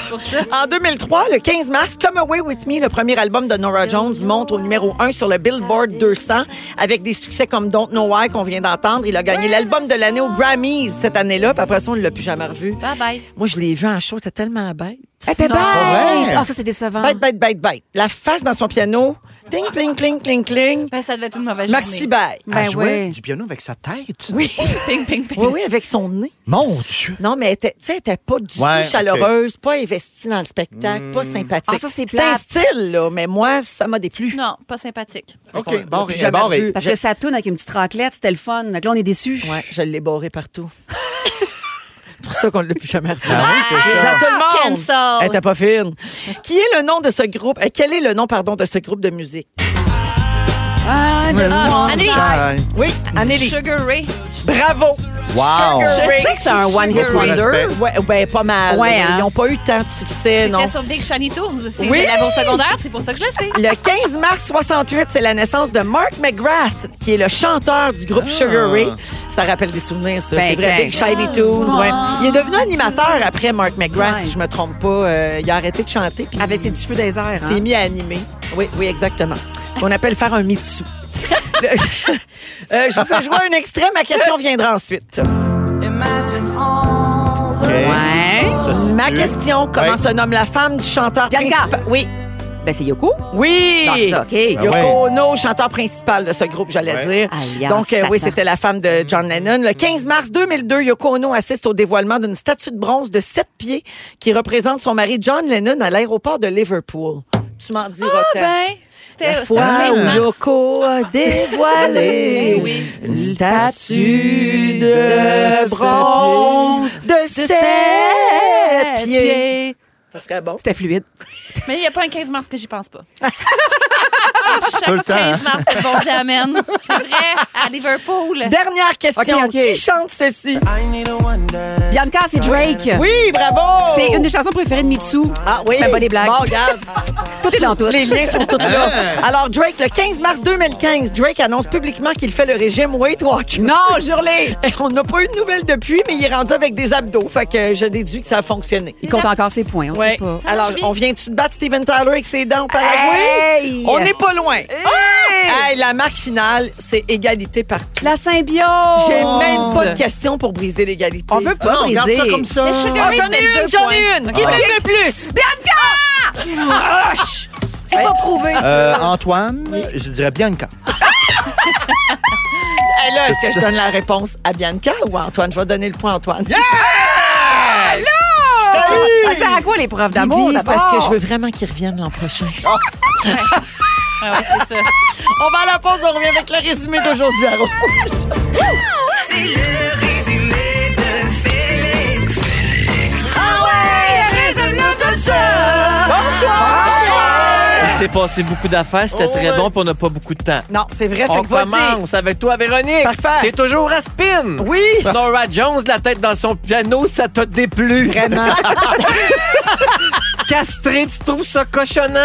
S3: En 2003, le 15 mars, Come Away With Me, le premier album de Nora Jones, monte au numéro 1 sur le Billboard 200 avec des succès comme Don't Know Why qu'on vient d'entendre. Il a gagné l'album de l'année aux Grammys cette année-là. Puis après ça, on ne l'a plus jamais revu.
S4: Bye bye.
S3: Moi, je l'ai vu en show, elle était tellement bête.
S5: Elle était
S3: Non.
S5: bête.
S3: Pas vrai.
S5: Ah, ça, c'est décevant.
S3: Bête, bête, bête, bête. La face dans son piano. Cling, cling, cling, cling, cling.
S4: Ben, ça devait être une mauvaise
S3: Merci,
S4: journée.
S3: bye.
S5: Ben
S2: Elle jouait du piano avec sa tête.
S3: Ben Oui.
S4: ping, ping, ping.
S3: Oui, oui, avec son nez.
S2: Mon Dieu.
S3: Non, mais elle était, tu sais, elle était pas du
S2: Ouais,
S3: tout chaleureuse, pas investie dans le spectacle, pas sympathique.
S5: Ah, ça, c'est
S3: un
S5: plate.
S3: style, là, mais moi, ça m'a déplu.
S4: Non, pas sympathique.
S2: OK,
S3: J'ai
S2: barré.
S3: jamais
S2: barré.
S3: revu.
S5: Parce que ça tourne avec une petite raclette, c'était le fun. Donc là, on est déçus.
S3: Ouais, je l'ai barré partout. C'est pour ça qu'on ne l'a plus jamais revu.
S2: Ah oui, c'est
S3: C'est
S2: ça.
S3: à tout le monde.
S4: Cancel.
S3: Elle était pas fine. Qui est le nom de ce groupe? euh, quel est le nom, pardon, de ce groupe de musique?
S5: Ah, just
S4: Ah,
S5: one
S4: Anneli.
S5: time.
S2: Bye.
S3: Oui, Anneli.
S4: Sugar Ray.
S3: Bravo.
S2: Wow.
S5: Je
S3: Sugar Ray.
S5: sais que c'est un one hit
S2: Sugar
S5: wonder.
S2: Ray.
S3: Ouais, ben, pas mal.
S5: Ouais, hein.
S3: Ils n'ont pas eu tant de succès, non?
S4: C'était sur Big Shiny Toons. C'est
S3: Oui.
S4: oui. la bourse secondaire, c'est pour ça que je le sais.
S3: Le 15 mars 68, c'est la naissance de Mark McGrath, qui est le chanteur du groupe Sugar Ray. Ça rappelle des souvenirs, ça.
S5: Ben,
S3: c'est vrai,
S5: ben.
S3: Big Shiny Tunes. ouais. Il est devenu animateur après Mark McGrath,
S5: Ouais.
S3: si je me trompe pas. Euh, il a arrêté de chanter, puis
S5: Avec ses petits cheveux des airs.
S3: il s'est mis à animer. Oui, oui, exactement. Ce qu'on appelle faire un mitsu. Euh, je vous fais jouer un extrait, ma question viendra ensuite.
S2: OK.
S5: Ouais.
S2: Ça, c'est
S3: Ma
S2: tu.
S3: question, comment
S2: Ouais.
S3: se nomme la femme du chanteur
S5: Bianca.
S3: principal? Oui,
S5: Ben, c'est Yoko. Non,
S3: oui!
S5: c'est ça, OK.
S2: Ah
S3: Yoko
S2: ouais.
S3: Ono, chanteur principal de ce groupe, j'allais
S2: Ouais.
S3: dire.
S5: Alliance
S3: Donc, euh, oui,
S5: ah, Satan.
S3: c'était la femme de John Lennon. Le 15 mars 2002, Yoko Ono assiste au dévoilement d'une statue de bronze de 7 pieds qui représente son mari John Lennon à l'aéroport de Liverpool. Tu m'en diras
S5: Ah,
S3: tant.
S4: Ben, c'était
S3: La
S4: c'était
S3: fois
S4: un
S3: où
S4: mars.
S3: Yoko a dévoilé
S4: Oui.
S3: une statue
S2: Euh,
S3: de bronze de 7 pieds. Ça serait bon.
S5: C'était fluide.
S4: Mais il n'y a pas un 15 mars que j'y pense pas.
S2: Tout le temps. hein.
S4: 15 mars, c'est bon Dieu, amen. C'est vrai, à Liverpool.
S3: Dernière question.
S5: Ok, ok. Ah.
S3: Qui chante ceci?
S5: Bianca, c'est Drake.
S3: Oui, bravo!
S5: C'est une des chansons préférées de Mitsu.
S3: Ah oui.
S5: Tu fais pas des blagues.
S3: Bon, regarde.
S5: Tout est dans tout.
S3: Les liens sont tous là. Alors, Drake, le 15 mars 2015, Drake annonce publiquement qu'il fait le régime Weight Watch.
S5: Non, jurlé.
S3: On n'a pas eu de nouvelles depuis, mais il est rendu avec des abdos. Fait que je déduis que ça a fonctionné.
S5: Il compte encore ses points, on sait
S3: Ouais.
S5: pas.
S3: Alors, on vient-tu de battre Steven Tyler avec ses dents au Paraguay?
S5: Hey!
S3: On n'est pas loin. Ah! Hey, la marque finale, c'est égalité partout.
S5: La symbiose.
S3: J'ai même pas de question pour briser l'égalité.
S5: Oh! On veut pas
S2: Ah non, regarde
S5: briser.
S2: ça comme ça.
S4: Mais Sugar
S3: Ah,
S4: Ray,
S3: j'en ai
S4: c'était
S3: une,
S4: deux
S3: j'en
S4: points.
S3: ai une. Qui
S2: Ah.
S3: m'aime le plus?
S5: C'est pas prouvé.
S3: Ah,
S2: Euh, Antoine, je dirais Bianca.
S3: Hey, Eh, là, est-ce que je donne la réponse à Bianca ou à Antoine? Je vais donner le point à Antoine.
S5: Ça sert à quoi l'épreuve d'amour?
S3: Bibi, c'est
S5: d'abord?
S3: parce que je veux vraiment qu'il revienne l'an prochain.
S4: Ah ouais, c'est ça.
S3: On va à la pause, on revient avec le résumé d'aujourd'hui à Rouge.
S14: C'est le résumé de Félix. Félix. Ah ouais, résume-nous tout ça.
S12: Il s'est passé beaucoup d'affaires, c'était
S3: Oh,
S12: très
S3: ouais.
S12: bon, puis on n'a pas beaucoup de temps.
S3: Non, c'est vrai, fait
S12: On
S3: que voici.
S12: commence avec toi, Véronique.
S3: Parfait.
S12: T'es toujours à spin.
S3: Oui!
S12: Nora Jones, la tête dans son piano, ça t'a déplu.
S3: Vraiment.
S12: Castré, tu trouves ça cochonnant.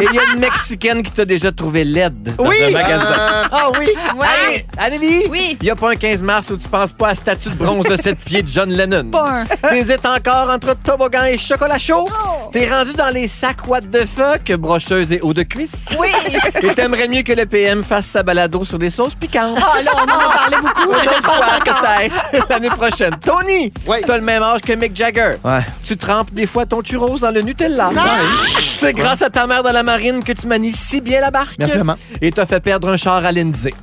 S12: Et il y a une Mexicaine qui t'a déjà trouvé laide dans
S3: Oui.
S12: un magasin.
S3: Ah oui!
S4: Ouais.
S12: Anneli,
S4: Oui.
S12: il n'y a pas un 15 mars où tu penses pas à la statue de bronze de 7 pieds de John Lennon.
S4: Pas un.
S12: T'hésites encore entre toboggan et chocolat chaud.
S5: Oh!
S12: T'es rendu dans les sacs what the fuck, brocheuse et eau de cuisse.
S4: Oui.
S12: Et t'aimerais mieux que le PM fasse sa balado sur les sauces piquantes.
S5: Ah là, on en a parlé beaucoup.
S12: Une autre fois, peut-être l'année prochaine. Tony,
S2: Ouais.
S12: t'as le même âge que Mick Jagger.
S2: Ouais.
S12: Tu trempes des fois ton churros dans le Nutella.
S5: Ah!
S12: C'est grâce à ta mère dans la marine que tu manies si bien la barque.
S2: Merci, maman.
S12: Et t'as fait perdre un char à Lindsay.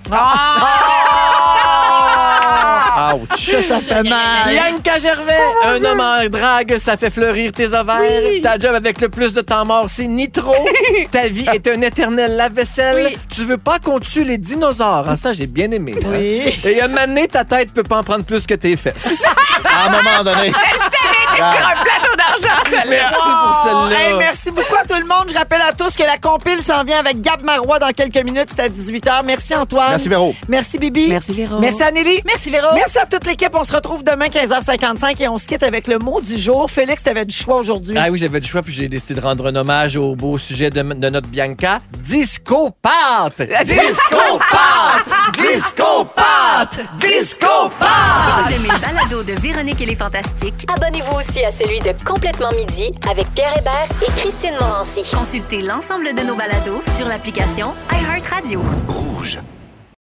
S5: Ah!
S2: Ouch.
S3: Ça, ça fait mal.
S12: Bianca Gervais,
S3: Oh,
S12: un homme en drague, ça fait fleurir tes ovaires. Ta job avec le plus de temps mort, c'est Nitro. Ta vie est un éternel lave-vaisselle. Tu veux pas qu'on tue les dinosaures. Ah, ça, j'ai bien aimé. ça.
S3: Oui.
S12: Et à un moment donné, ta tête peut pas en prendre plus que tes fesses.
S2: À un moment donné.
S3: sur un plateau d'argent, celle-là.
S12: Merci pour celle-là.
S3: Oh! Hey, merci beaucoup à tout le monde. Je rappelle à tous que la compile s'en vient avec Gab Marois dans quelques minutes. C'est à 18h. Merci Antoine.
S2: Merci, Véro.
S3: Merci Bibi.
S5: Merci, Véro.
S3: Merci Anneli.
S4: Merci Véro.
S3: Merci à toute l'équipe. On se retrouve demain 15h55 et on se quitte avec le mot du jour. Félix, t'avais du choix aujourd'hui.
S12: Ah oui, j'avais du choix, puis j'ai décidé de rendre un hommage au beau sujet de, de notre Bianca. Disco-pâte!
S14: Disco-pâte!
S12: Disco-pâte!
S7: Disco-pâte!
S6: Si vous aimez le balado de Véronique et les Fantastiques,
S7: Ah! Abonnez-vous aussi à celui de Complètement Midi avec Pierre Hébert et Christine Morancy.
S6: consultez l'ensemble de nos balados sur l'application iHeartRadio.
S7: Rouge.